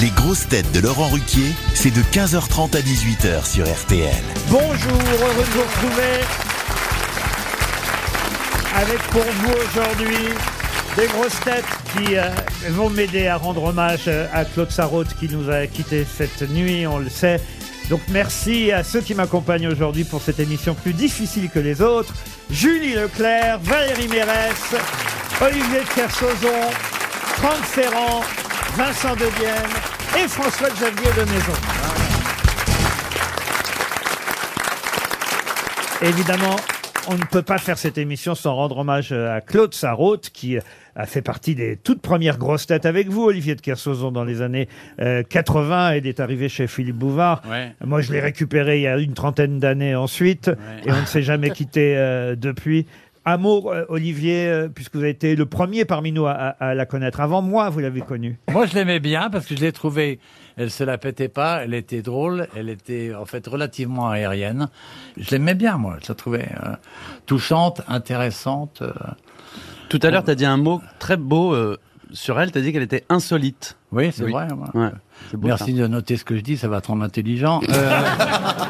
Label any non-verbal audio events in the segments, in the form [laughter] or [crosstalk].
Les grosses têtes de Laurent Ruquier, c'est de 15h30 à 18h sur RTL. Bonjour, heureux de vous retrouver. Avec pour vous aujourd'hui des grosses têtes qui euh, vont m'aider à rendre hommage euh, à Claude Sarraute qui nous a quittés cette nuit, on le sait. Donc merci à ceux qui m'accompagnent aujourd'hui pour cette émission plus difficile que les autres. Julie Leclerc, Valérie Mérès, Olivier de Kersauzon, Franck Ferrand, Vincent Dedienne et François-Xavier de Maison. Évidemment, on ne peut pas faire cette émission sans rendre hommage euh, à Claude Sarraute, qui euh, a fait partie des toutes premières grosses têtes avec vous, Olivier de Kersauzon, dans les années euh, 80. Il est arrivé chez Philippe Bouvard. Ouais. Moi, je l'ai récupéré il y a une trentaine d'années ensuite, et on ne s'est jamais quitté euh, depuis. Un mot, euh, Olivier, euh, puisque vous avez été le premier parmi nous à, à- à la connaître. Avant moi, vous l'avez connue. Moi, je l'aimais bien parce que je l'ai trouvée. Elle se la pétait pas, elle était drôle, elle était en fait relativement aérienne. Je l'aimais bien, moi. Je la trouvais euh, touchante, intéressante. euh. Tout à l'heure, t'as dit un mot très beau euh, sur elle. T'as dit qu'elle était insolite. Oui, c'est vrai. moi. Ouais, c'est beau, Merci ça. de noter ce que je dis, ça va te rendre intelligent. [laughs] Euh,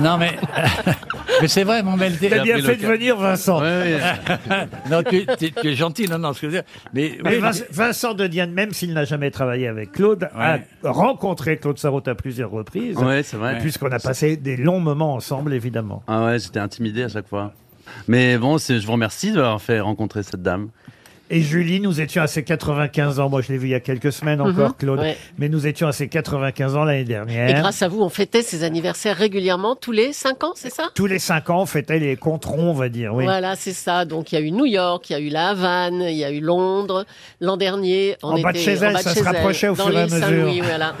non, mais, [laughs] mais c'est vrai, mon bel T'as bien pris fait le de cas. venir, Vincent. Ouais, ouais. [laughs] [laughs] Non, tu, tu- tu es gentil, non, non, ce que je veux dire. Mais, Mais oui, Vin- Vincent de Dienne, même s'il n'a jamais travaillé avec Claude, a Ouais. rencontré Claude Sarraute à plusieurs reprises. Ouais, c'est vrai. Puisqu'on a passé des longs moments ensemble, évidemment. Ah ouais, j'étais intimidé à chaque fois. Mais bon, c'est- je vous remercie d'avoir fait rencontrer [laughs] cette dame. Et Julie, nous étions à ses 95 ans. Moi, je l'ai vu il y a quelques semaines encore, Claude. Mhm. Ouais. Mais nous étions à ses 95 ans l'année dernière. Et grâce à vous, on fêtait ses anniversaires régulièrement tous les 5 ans, c'est ça Tous les 5 ans, on fêtait les controns, on va dire. Oui. Voilà, [laughs] c'est ça. Donc il y a eu New York, il y a eu La Havane, il y a eu Londres. L'an dernier, on En bas de était chez elle, en bas de ça se chez rapprochait au dans fur et à l'île mesure. Saint-Louis, [laughs] voilà. [laughs]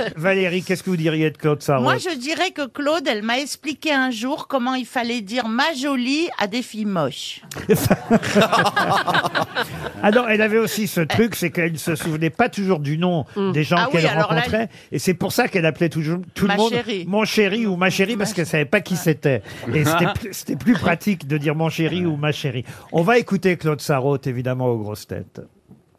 Ah Valérie, qu'est-ce que vous diriez de Claude Sarraute Moi, je dirais que Claude, elle m'a expliqué un jour comment il fallait dire ma jolie à des filles [laughs] moches. Ah non, elle avait aussi ce truc, c'est qu'elle ne se souvenait pas toujours du nom des gens Ah oui, qu'elle alors là, rencontrait. et c'est pour ça qu'elle appelait toujours tout le Ma monde chérie. mon chéri ou ma chérie parce qu'elle savait pas qui c'était. [laughs] Et c'était plus- c'était plus pratique de dire mon chéri ou ma chérie. On va écouter Claude Sarraute, évidemment, aux grosses têtes.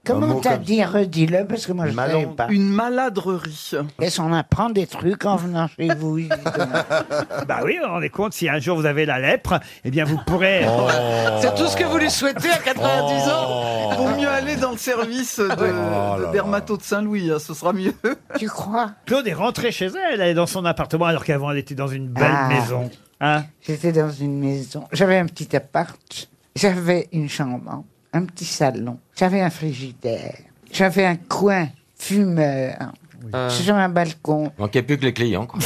Comment t'as dit, redis-le, parce que moi je ne savais pas. Une maladrerie. Est-ce qu'on apprend des trucs en venant chez vous [laughs] dis donc Bah oui, on est compte, si un jour vous avez la lèpre, eh bien vous pourrez... Oh. [laughs] C'est tout ce que vous lui souhaitez à 90 ans. Vaut mieux aller dans le service de, Oh de Dermato de Saint-Louis, hein, ce sera mieux. [laughs] Tu crois Claude est rentrée chez elle, elle est dans son appartement alors qu'avant elle était dans une belle Ah. maison. Hein J'étais dans une maison, j'avais un petit appart, j'avais une chambre, un petit salon, j'avais un frigidaire, j'avais un coin fumeur, Euh. j'avais un balcon, Manquait plus que les clients, quoi.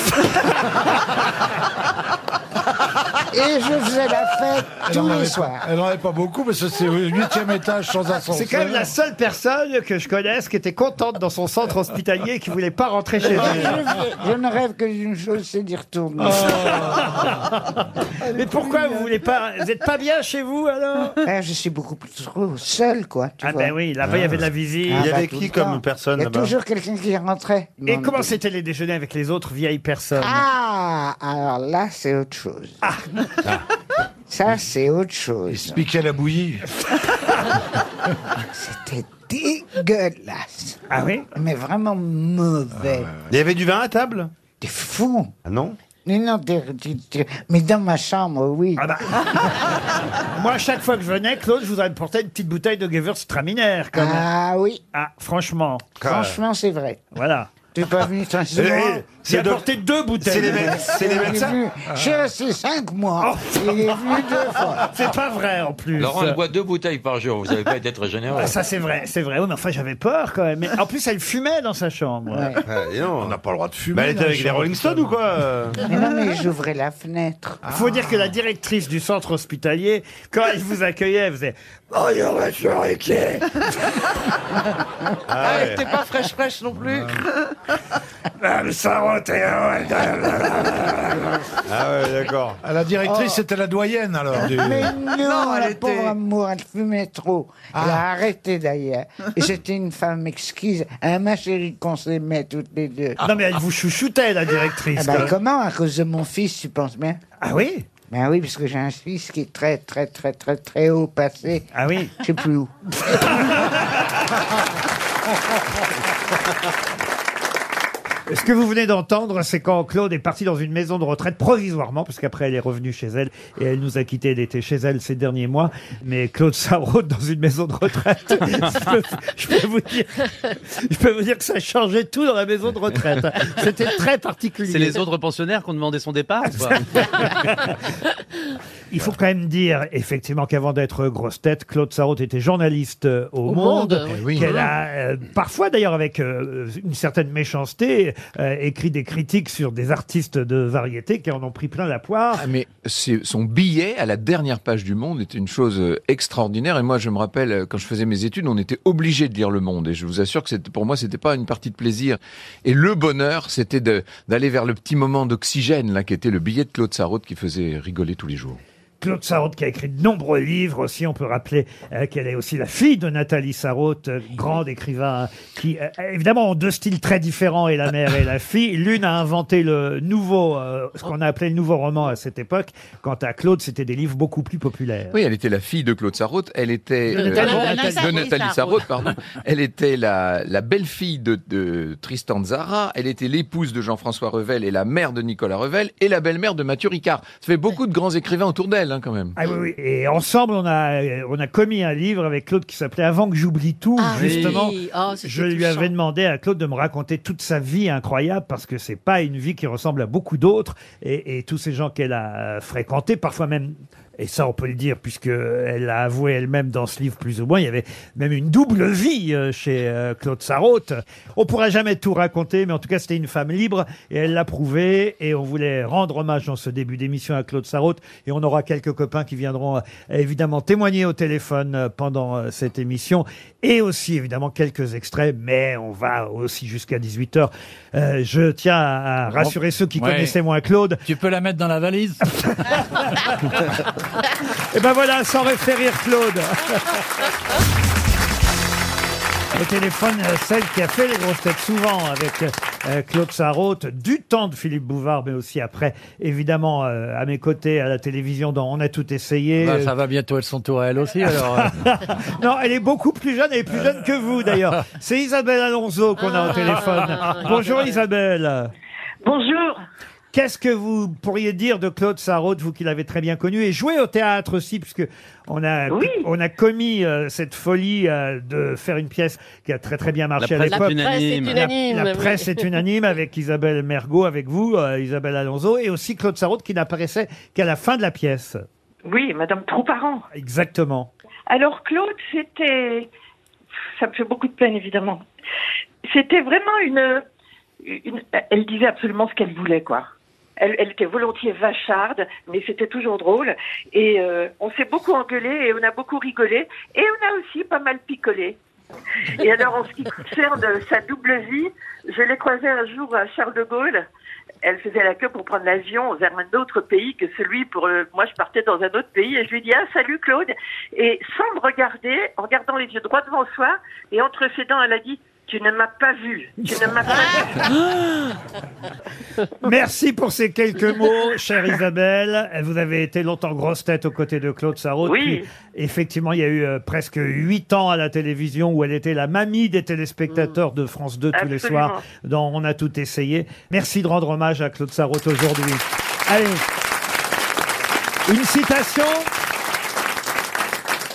et je faisais la [laughs] fête tous les soirs. Elle en avait pas beaucoup parce que c'est au huitième étage sans ascenseur. Ah, C'est quand même la seule personne que je connaisse qui était contente dans son centre hospitalier et qui voulait pas rentrer chez Et elle. Je, je ne rêve que d'une chose, c'est d'y retourner. Oh. Mais pourquoi vous voulez pas Vous êtes pas bien chez vous alors Ah, je suis beaucoup plus heureux seul, quoi. Tu Ah vois. ben oui, là-bas il y avait de la visite. Ah, Il y bah, avait tout qui le comme temps. personne Il y a là-bas toujours quelqu'un qui rentrait. Et Dans comment le- c'était les déjeuners avec les autres vieilles personnes Ah, alors là, c'est autre chose. Ah. Ça, c'est autre chose. Expliquer Ah. la [laughs] bouillie. C'était dégueulasse. Ah oui Mais vraiment mauvais. Ah Il y avait du vin à table T'es fou. Ah non Mais non, t'es- t'es- t'es- mais dans ma chambre, oui. [laughs] Ah bah. Moi, à chaque fois que je venais, Claude, je vous apportais une petite bouteille de Gewürztraminer quand même. Ah oui, Ah, franchement, Ah. franchement, c'est vrai. voilà. T'es pas [laughs] venu très souvent. J'ai de- apporté deux C'est les, bouteilles. mé- c'est les Ah, Ah. Il est médecins venu- J'ai resté cinq mois. Il est venu deux fois. Oh. [laughs] C'est pas vrai en plus. Laurent, elle boit deux bouteilles par jour. Vous n'avez pas été très généreux. Ah, ça c'est vrai, c'est vrai. Oui, mais enfin j'avais peur quand même. Mais en plus elle fumait dans sa chambre. Ouais. On n'a pas le droit de Bah, fumer. Bah, elle était avec les Rolling Stones ou quoi euh [laughs] Mais non, mais j'ouvrais la fenêtre. Il faut dire que la directrice du centre hospitalier, quand elle vous accueillait, elle faisait Oh, il y aura sur les pieds. Ah, elle était pas fraîche fraîche non plus. Ah, le Sarraute, eh, ouais, da, da, da. Ah ouais, d'accord. Ah, Ah, La directrice, Oh. c'était la doyenne alors. du- Mais non, Non, la elle pauvre était- amour, elle fumait trop. Elle Ah. a arrêté d'ailleurs. [laughs] Et c'était une femme exquise. Hein, ma chérie, qu'on s'aimait toutes les deux. Non, mais elle vous chouchoutait, la Ah directrice. bah, quand même. comment à cause de mon fils, tu penses bien Ah oui Ben oui, parce que j'ai un fils qui est très, très, très, très, très haut passé. Ah [laughs] oui Je sais plus où. Ce que vous venez d'entendre, c'est quand Claude est parti dans une maison de retraite provisoirement, parce qu'après elle est revenue chez elle et elle nous a quittés. Elle était chez elle ces derniers mois. Mais Claude Sarraute dans une maison de retraite, [laughs] je, peux, je peux vous dire, je peux vous dire que ça changeait tout dans la maison de [laughs] retraite. C'était très particulier. C'est les autres pensionnaires qui ont demandé son départ ou pas Il faut quand même dire, effectivement, qu'avant d'être grosse tête, Claude Sarraute était journaliste euh, au, Au Monde. Monde, oui. Qu'elle a, euh, parfois d'ailleurs avec euh, une certaine méchanceté, euh, écrit des critiques sur des artistes de variété qui en ont pris plein la poire. mais c'est- son billet à la dernière page du Monde était une chose euh, extraordinaire. Et moi, je me rappelle, euh, quand je faisais mes études, on était obligé de lire Le Monde. Et je vous assure que c'était- pour moi, c'était pas une partie de plaisir. Et le bonheur, c'était de- d'aller vers le petit moment d'oxygène, là, qui était le billet de Claude Sarraute qui faisait rigoler tous les jours. Claude Sarraute qui a écrit de nombreux livres aussi. On peut rappeler euh, qu'elle est aussi la fille de Nathalie Sarraute, euh, grande écrivain, euh, qui euh, évidemment ont deux styles très différents, et la mère et la fille. L'une a inventé le nouveau, euh, ce qu'on a appelé le nouveau roman à cette époque. Quant à Claude, c'était des livres beaucoup plus populaires. Oui, elle était la fille de Claude Sarraute. Elle était euh, De Nathalie- de de Nathalie Nathalie Sarraute. Sarraute, pardon. Elle était la, la belle-fille de, de Tristan Zara. Elle était l'épouse de Jean-François Revel et la mère de Nicolas Revel et la belle-mère de Mathieu Ricard. Ça fait beaucoup de grands écrivains autour d'elle, hein, quand même. Ah oui, oui. Et ensemble, on a, euh, on a commis un livre avec Claude qui s'appelait Avant que j'oublie tout, Ah, oui. justement. Ah, Oh, c'était je lui touchant. avais demandé à Claude de me raconter toute sa vie incroyable parce que c'est pas une vie qui ressemble à beaucoup d'autres. Et, et tous ces gens qu'elle a euh, fréquentés, parfois même. Et ça, on peut le dire, puisque elle l'a avoué elle-même dans ce livre, plus ou moins. Il y avait même une double vie euh, chez euh, Claude Sarraute. On pourra jamais tout raconter, mais en tout cas, c'était une femme libre et elle l'a prouvé. Et on voulait rendre hommage dans ce début d'émission à Claude Sarraute. Et on aura quelques copains qui viendront euh, évidemment témoigner au téléphone euh, pendant euh, cette émission. Et aussi, évidemment, quelques extraits, mais on va aussi jusqu'à 18h. je tiens à à rassurer ceux qui Ouais. connaissaient moins Claude. Tu peux la mettre dans la valise Et ben voilà, sans référir Claude. Au téléphone, euh, celle qui a fait les grosses têtes souvent avec euh, Claude Sarraute, du temps de Philippe Bouvard, mais aussi après, évidemment, euh, à mes côtés, à la télévision, dans On a tout essayé. Bah, Ça va bientôt être son tour à elle aussi, [laughs] alors. euh. [laughs] non, elle est beaucoup plus jeune, elle est plus jeune que vous d'ailleurs. C'est Isabelle Alonso qu'on a au téléphone. Bonjour Isabelle. Bonjour. Qu'est-ce que vous pourriez dire de Claude Sarraute, vous qui l'avez très bien connu et joué au théâtre aussi, puisque on a on a commis euh, cette folie euh, de faire une pièce qui a très très bien marché presse à l'époque. est unanime. La- La, unanime, oui. presse est unanime avec Isabelle Mergot, avec vous, euh, Isabelle Alonso, et aussi Claude Sarraute qui n'apparaissait qu'à la fin de la pièce. Oui, Madame Trouparent. Exactement. Alors Claude, c'était, ça me fait beaucoup de peine évidemment. C'était vraiment une, une- elle disait absolument ce qu'elle voulait quoi. Elle, elle était volontiers vacharde, mais c'était toujours drôle. Et euh, on s'est beaucoup engueulé et on a beaucoup rigolé et on a aussi pas mal picolé. Et alors en ce qui concerne sa double vie, je l'ai croisée un jour à Charles de Gaulle. Elle faisait la queue pour prendre l'avion vers un autre pays que celui pour euh, moi je partais dans un autre pays et je lui dis ah salut Claude et sans me regarder en regardant les yeux droit devant soi et entre ses dents elle a dit tu ne m'as pas vu tu ne m'as pas Ah vu [laughs] Merci pour ces quelques mots, chère Isabelle. Vous avez été longtemps grosse tête aux côtés de Claude Sarraute. Oui. puis, effectivement, il y a eu euh, presque huit ans à la télévision où elle était la mamie des téléspectateurs de France 2 tous les Absolument. soirs. Dans On a tout essayé. Merci de rendre hommage à Claude Sarraute aujourd'hui. Allez, une citation.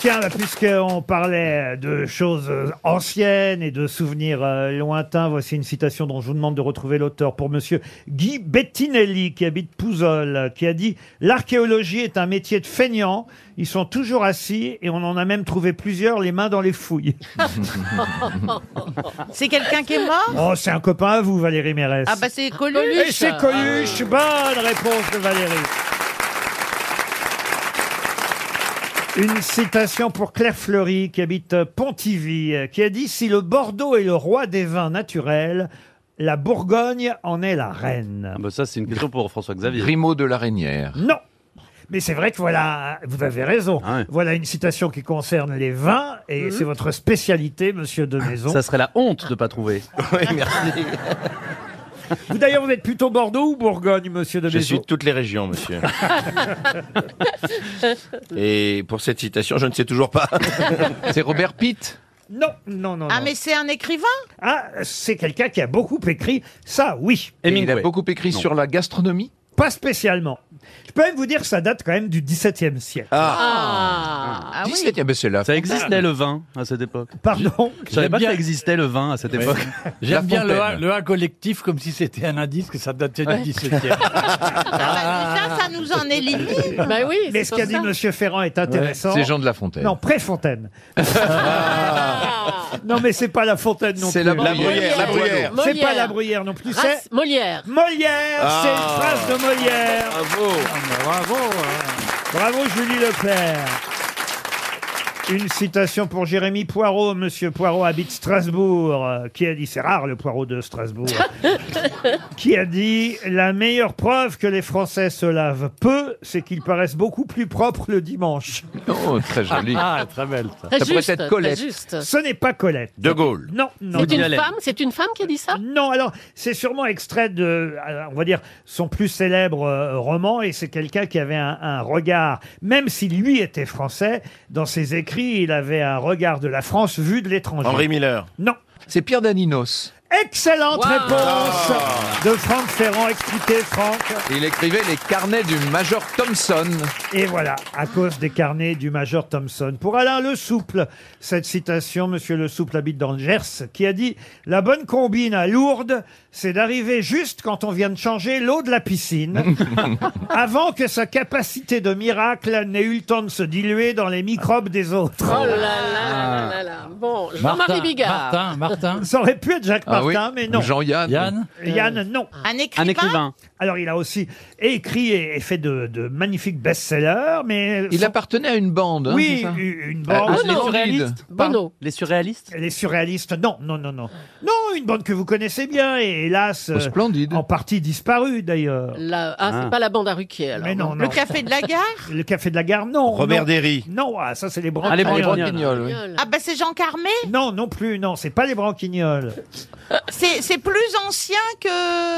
Tiens, là, puisqu'on parlait de choses anciennes et de souvenirs euh, lointains, voici une citation dont je vous demande de retrouver l'auteur pour monsieur Guy Bettinelli, qui habite Pouzol, euh, qui a dit « L'archéologie est un métier de feignant, ils sont toujours assis et on en a même trouvé plusieurs les mains dans les fouilles. C'est quelqu'un qui est » mort Oh, c'est un copain à vous, Valérie Mérès. Ah bah c'est Coluche. Et c'est Coluche. Bonne réponse de Valérie. Une citation pour Claire Fleury, qui habite euh, Pontivy, euh, qui a dit Si le Bordeaux est le roi des vins naturels, la Bourgogne en est la reine. Ah bah ça, c'est une question pour François-Xavier. Grimaud de la Reynière. Non mais c'est vrai que voilà, euh, vous avez raison. Ah Voilà une citation qui concerne les vins et c'est votre spécialité, Monsieur de Maison. Mhm. Ah, Ça serait la [laughs] honte de pas trouver. oui, merci. Vous d'ailleurs, vous êtes plutôt Bordeaux ou Bourgogne, Monsieur de Je Maison suis de toutes les régions, monsieur. Ah, [laughs] Et pour cette citation, je ne sais toujours pas. C'est Robert Pitt Non, non, non. Ah, non. mais c'est un écrivain Ah, c'est quelqu'un qui a beaucoup écrit, ça oui. Et il a Hemingway. beaucoup écrit Non. sur la gastronomie Pas spécialement. Je peux même vous dire que ça date quand même du XVIIe siècle. Ah Ah. Ah oui. 17e, ben c'est là. Ça existait le vin à cette époque. Pardon Je savais pas que ça J'aime bien- existait le vin à cette Ouais. époque. J'aime bien le A, le A collectif comme si c'était un indice que ça datait Ouais. du 17e. [laughs] Ah. Ça, ça nous en [laughs] élimine. Bah oui, Mais ce qu'a dit Monsieur Ferrand est intéressant. C'est Jean de La Fontaine. Non, [laughs] Préfontaine. non, mais c'est pas La Fontaine non C'est plus. La La Bruyère, Bruyère, La Bruyère. C'est pas Molière. La Bruyère non plus. Race- C'est Molière. Molière, c'est une phrase de Molière. hein. Bravo. Bravo. Bravo Julie Leclerc. Une citation pour Jérémy Poirot. Monsieur Poirot habite Strasbourg, euh, qui a dit, c'est rare le Poirot de Strasbourg, qui a dit, la meilleure preuve que les Français se lavent peu, c'est qu'ils paraissent beaucoup plus propres le dimanche. Oh, très joli. Ah, très belle. Ça, Très juste, très juste. Ce n'est pas Colette. De Gaulle. Non, non. C'est une femme, c'est une femme qui a dit ça Non, alors c'est sûrement extrait de, euh, on va dire, son plus célèbre euh, roman, et c'est quelqu'un qui avait un, un regard, même si lui était français, dans ses écrits, il avait un regard de la France vu de l'étranger. Henri Miller. Non. C'est Pierre Daninos. Excellente Wow. réponse Ah. de Franck Ferrand. Expliquez, Franck. Il écrivait les carnets du Major Thompson. Et voilà, à cause des carnets du major Thompson. Pour Alain Le Souple, cette citation, Monsieur Le Souple habite dans le Gers, qui a dit « La bonne combine à Lourdes, c'est d'arriver juste quand on vient de changer l'eau de la piscine, [laughs] avant que sa capacité de miracle n'ait eu le temps de se diluer dans les microbes des autres. Oh » là là là là là. Bon, Jean-Marie Bigard. Ah. Martin, Martin. Ça aurait pu être Jacques Ah oui. Martin, mais non. Jean-Yann. Yann. Yann, non. Un écrivain. Alors, il a aussi écrit et et fait de, de magnifiques best-sellers, mais... Il son- appartenait à une bande. hein, Oui, c'est ça u- une Euh, bande. Oh les surréalistes. Bono. Les surréalistes Les surréalistes, non, non, non, non. Non, une bande que vous connaissez bien et hélas, Oh, euh, en partie disparue d'ailleurs. La- ah, c'est Ah. pas la bande à Ruquier, alors. Mais non, non. Le café de la gare Le Café de la Gare, non. Robert non. Derry. Non, ah, ça c'est les Ah, les branquignoles. Branquignoles, oui. Ah bah c'est Jean Carmé Non, non plus, non, c'est pas les branquignoles. C'est c'est plus ancien que...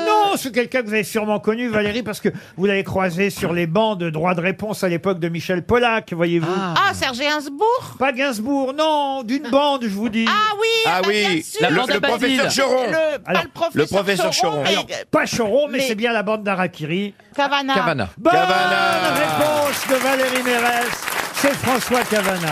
Non, c'est quelqu'un que vous avez sûrement connu, Valérie, parce que vous l'avez croisé sur les bancs de droit de réponse à l'époque de Michel Pollack, voyez-vous. Ah, Serge Gainsbourg Pas Gainsbourg, non, d'une bande, je vous dis. Ah oui Ah bah, oui, bien sûr. la bande Le- à le Basile. professeur Choron. Le, pas Alors, le professeur, le professeur Choron. mais- Alors, pas Choron, mais, c'est bien la bande d'Arakiri. Cavana. Bonne Cavana. réponse de Valérie [laughs] Mérès. C'est François Cavana.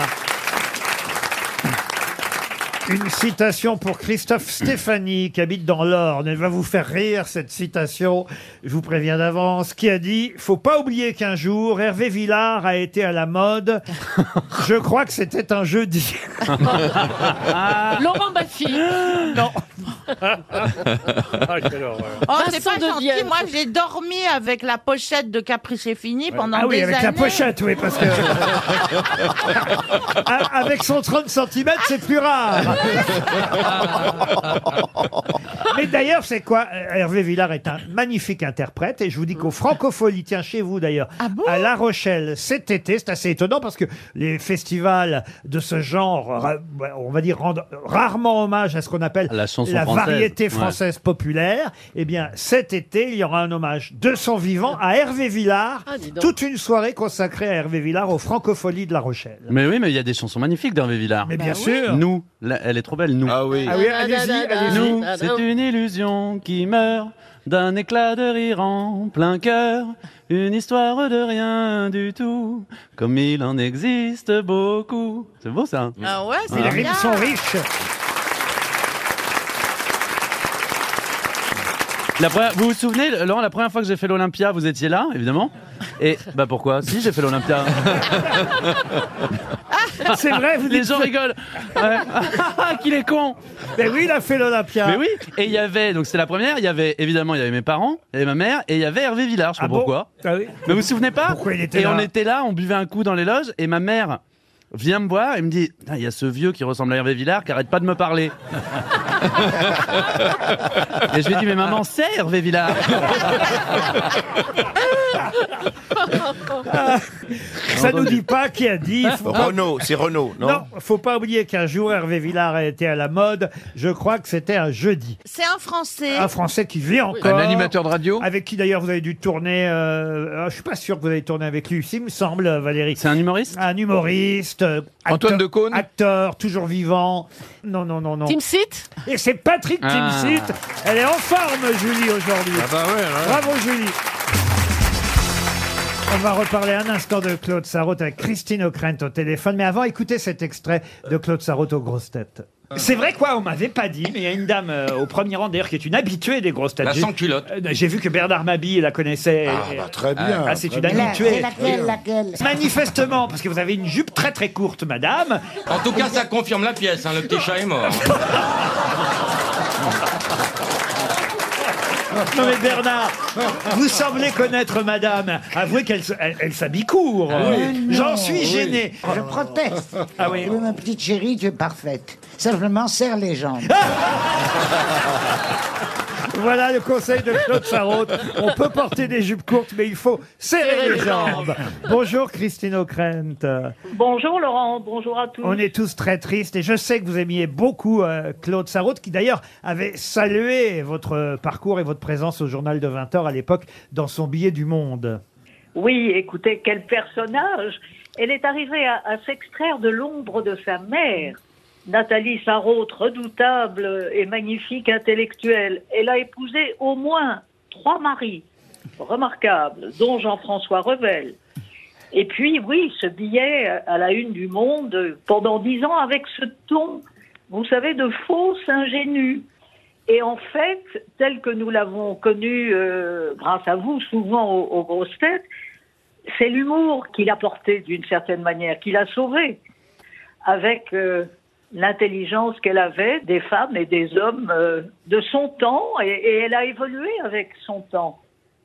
Une citation pour Christophe Stéphanie, qui habite dans l'Orne. Elle va vous faire rire, cette citation. Je vous préviens d'avance. Qui a dit Faut pas oublier qu'un jour, Hervé Villard a été à la mode. Je crois que c'était un jeudi. Laurent Baffy. Ah, bah, Ah. non. [laughs] Ah, Oh, c'est Vincent pas de gentil, Vienne. moi j'ai dormi avec la pochette de Caprice et Fini pendant Ah oui, des avec années. la pochette, oui, parce que. Ah, A- avec son 30 cm, c'est plus rare. Mais d'ailleurs, c'est quoi Hervé Villard est un magnifique interprète et je vous dis qu'au Francofolie, tiens, chez vous d'ailleurs, Ah à La Rochelle, cet été, c'est assez étonnant parce que les festivals de ce genre, ra- on va dire, rendent rarement hommage à ce qu'on appelle La chanson française. variété Ouais. française populaire. Eh bien, cet été, il y aura un hommage de son vivant à Hervé Villard. Ah, dis donc. Toute une soirée consacrée à Hervé Villard aux Francopholies de La Rochelle. Mais oui, mais il y a des chansons magnifiques d'Hervé Villard. Mais bien Bah oui. sûr. Nous, la- elle est trop belle, nous. Ah oui. Ah oui, allez-y, allez-y. Nous, c'est une illusion qui meurt d'un éclat de rire en plein cœur, une histoire de rien du tout, comme il en existe beaucoup. C'est beau ça hein. Ah ouais, c'est Mais les rimes bien. sont riches. La première- vous vous souvenez, Laurent, la première fois que j'ai fait l'Olympia, vous étiez là, évidemment. Et bah pourquoi Si j'ai fait [laughs] l'Olympia. C'est vrai, vous Les dites- gens rigolent. Ouais. [laughs] Qu'il est con. Mais oui, il a fait l'Olympia. Mais oui. Et il y avait donc c'est la première. Il y avait évidemment il y avait mes parents et ma mère et il y avait Hervé Villard. Je sais Ah pas bon pourquoi. Ah oui. Mais vous vous souvenez pas Pourquoi il était Et là on était là, on buvait un coup dans les loges et ma mère vient me voir et me dit Putain, il y a ce vieux qui ressemble à Hervé Villard qui arrête pas de [laughs] me parler. [laughs] et je lui ai dit mais maman c'est Hervé Villard. Ça nous dit pas qui a dit. Renaud, c'est Renaud, non Non, faut pas oublier qu'un jour Hervé Villard a été à la mode. Je crois que c'était un jeudi. C'est un Français. Un Français qui vit encore. Un animateur de radio. Avec qui d'ailleurs vous avez dû tourner. Euh, euh, je suis pas sûr que vous avez tourné avec lui. Il me semble, euh, Valérie. C'est un humoriste. Un humoriste. Antoine Decaune. Acteur, toujours vivant. Non, non, non, non. Tim Sit Et c'est Patrick Ah. Timsit. Elle est en forme, Julie, aujourd'hui. Ah bah ouais, ouais. Bravo, Julie. On va reparler un instant de Claude Sarraute avec Christine O'Krent au téléphone. Mais avant, écoutez cet extrait de Claude Sarraute aux grosses têtes. C'est vrai quoi, on m'avait pas dit, mais il y a une dame euh, au premier rang d'ailleurs qui est une habituée des grosses têtes. La J'ai- sans-culotte. Euh, J'ai vu que Bernard Mabille la connaissait. Ah, bah, très bien, Ah, c'est très une bien. habituée. Laquelle, laquelle Manifestement, parce que vous avez une jupe très très courte, madame. En tout cas, ça confirme la pièce, hein, le petit chat est mort. Non mais Bernard, vous semblez connaître madame. Avouez qu'elle se- elle, elle s'habille court. Mais non, J'en suis Ah oui. gêné. Je proteste. Ah oui. Ma petite chérie, tu es parfaite. Simplement, serre les jambes. [laughs] Voilà le conseil de Claude Sarraute. [laughs] On peut porter des jupes courtes, mais il faut serrer les jambes. Bonjour Christine O'Krent. Bonjour Laurent, bonjour à tous. On est tous très tristes et je sais que vous aimiez beaucoup euh, Claude Sarraute, qui d'ailleurs avait salué votre euh, parcours et votre présence au journal de 20h à l'époque dans son billet du Monde. Oui, écoutez, quel personnage Elle est arrivée à, à s'extraire de l'ombre de sa mère. Nathalie Sarraute, redoutable et magnifique intellectuelle. Elle a épousé au moins trois maris remarquables, dont Jean-François Revel. Et puis, oui, ce billet à la une du monde euh, pendant dix ans avec ce ton, vous savez, de fausse ingénue. Et en fait, tel que nous l'avons connu euh, grâce à vous, souvent aux, aux grosses têtes, c'est l'humour qu'il a porté d'une certaine manière, qu'il a sauvé avec euh, l'intelligence qu'elle avait des femmes et des hommes euh, de son temps, et, et elle a évolué avec son temps.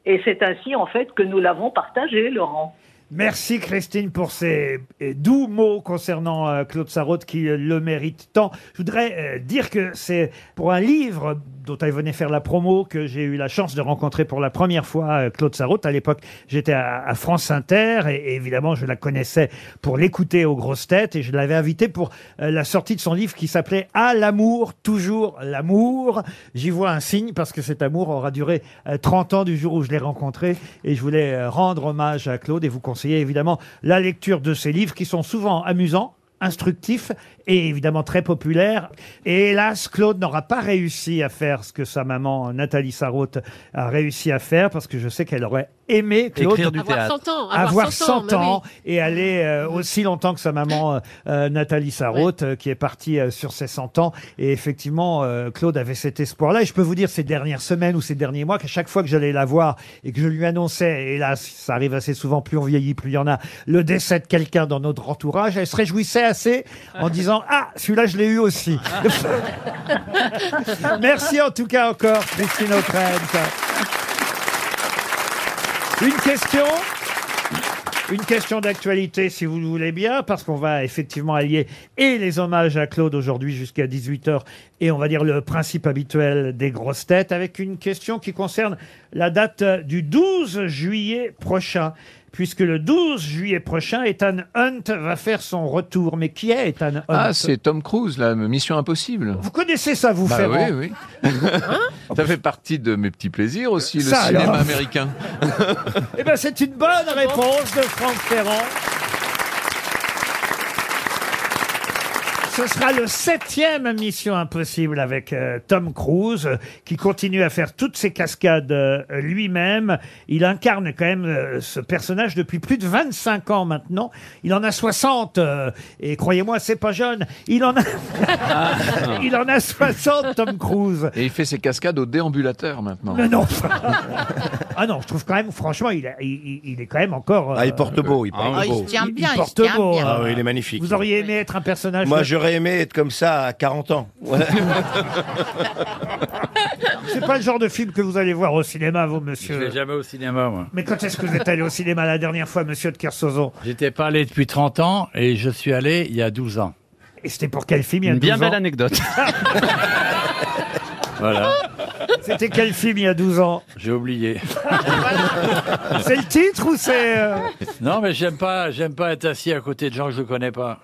Et c'est ainsi, en fait, que nous l'avons partagé, Laurent. Merci Christine pour ces euh, doux mots concernant euh, Claude Sarraute qui euh, le mérite tant. Je voudrais euh, dire que c'est pour un livre dont elle venait faire la promo que j'ai eu la chance de rencontrer pour la première fois euh, Claude Sarraute. À l'époque, j'étais à, à France Inter et, et évidemment, je la connaissais pour l'écouter aux grosses têtes et je l'avais invitée pour euh, la sortie de son livre qui s'appelait À l'amour, toujours l'amour. J'y vois un signe parce que cet amour aura duré euh, 30 ans du jour où je l'ai rencontré et je voulais euh, rendre hommage à Claude et vous conseiller évidemment la lecture de ses livres qui sont souvent amusants instructifs et évidemment très populaires. Et hélas, Claude n'aura pas réussi à faire ce que sa maman Nathalie Sarraute a réussi à faire parce que je sais qu'elle aurait aimé Claude Écrire du Avoir théâtre. 100 ans, avoir Avoir 100 100 ans, mais oui. ans, et aller euh, aussi longtemps que sa maman euh, euh, Nathalie Sarraute, euh, qui est partie euh, sur ses 100 ans. Et effectivement, euh, Claude avait cet espoir-là. Et je peux vous dire ces dernières semaines ou ces derniers mois qu'à chaque fois que j'allais la voir et que je lui annonçais, et là, ça arrive assez souvent, plus on vieillit, plus il y en a, le décès de quelqu'un dans notre entourage, elle se réjouissait assez en disant « Ah, celui-là, je l'ai eu aussi !» Merci en tout cas encore, Christine O'Krent. Une question une question d'actualité, si vous le voulez bien, parce qu'on va effectivement allier et les hommages à Claude aujourd'hui jusqu'à 18h, et on va dire le principe habituel des grosses têtes, avec une question qui concerne la date euh, du 12 juillet prochain. Puisque le 12 juillet prochain, Ethan Hunt va faire son retour. Mais qui est Ethan Hunt Ah, c'est Tom Cruise, la Mission Impossible. Vous connaissez ça, vous, Bah Ferrand oui, oui. [laughs] Ça fait partie de mes petits plaisirs aussi, le Ça, alors. cinéma américain. [laughs] Eh bien, c'est une bonne réponse de Franck Ferrand. Ce sera le septième Mission Impossible avec euh, Tom Cruise, euh, qui continue à faire toutes ses cascades euh, lui-même. Il incarne quand même euh, ce personnage depuis plus de 25 ans maintenant. Il en a 60, euh, et croyez-moi, c'est pas jeune. Il en a, [laughs] il en a 60, Tom Cruise. Ah. Et il fait ses cascades au déambulateur maintenant. Mais non. ah non, je trouve quand même, franchement, il, a- il- il- il est quand même encore. euh, Ah, il porte beau, il porte Ah, il beau. se tient bien, il se porte tient beau, bien. hein. Ah oui, il est magnifique. Vous auriez aimé être un personnage. Moi, j'aurais aimé être comme ça à 40 ans. Voilà. [laughs] C'est pas le genre de film que vous allez voir au cinéma, vous, monsieur. [laughs] Je vais jamais au cinéma, moi. Mais quand est-ce que vous êtes allé au cinéma la dernière fois, monsieur de Kersauzon J'étais pas allé depuis 30 ans et je suis allé il y a 12 ans. Et c'était pour quel film il y a Une bien 12 ans belle anecdote. [laughs] Voilà. [laughs] C'était quel film il y a 12 [laughs] ans J'ai oublié. C'est le titre ou c'est... euh, Non, mais j'aime pas, j'aime pas être assis à côté de gens que je connais pas.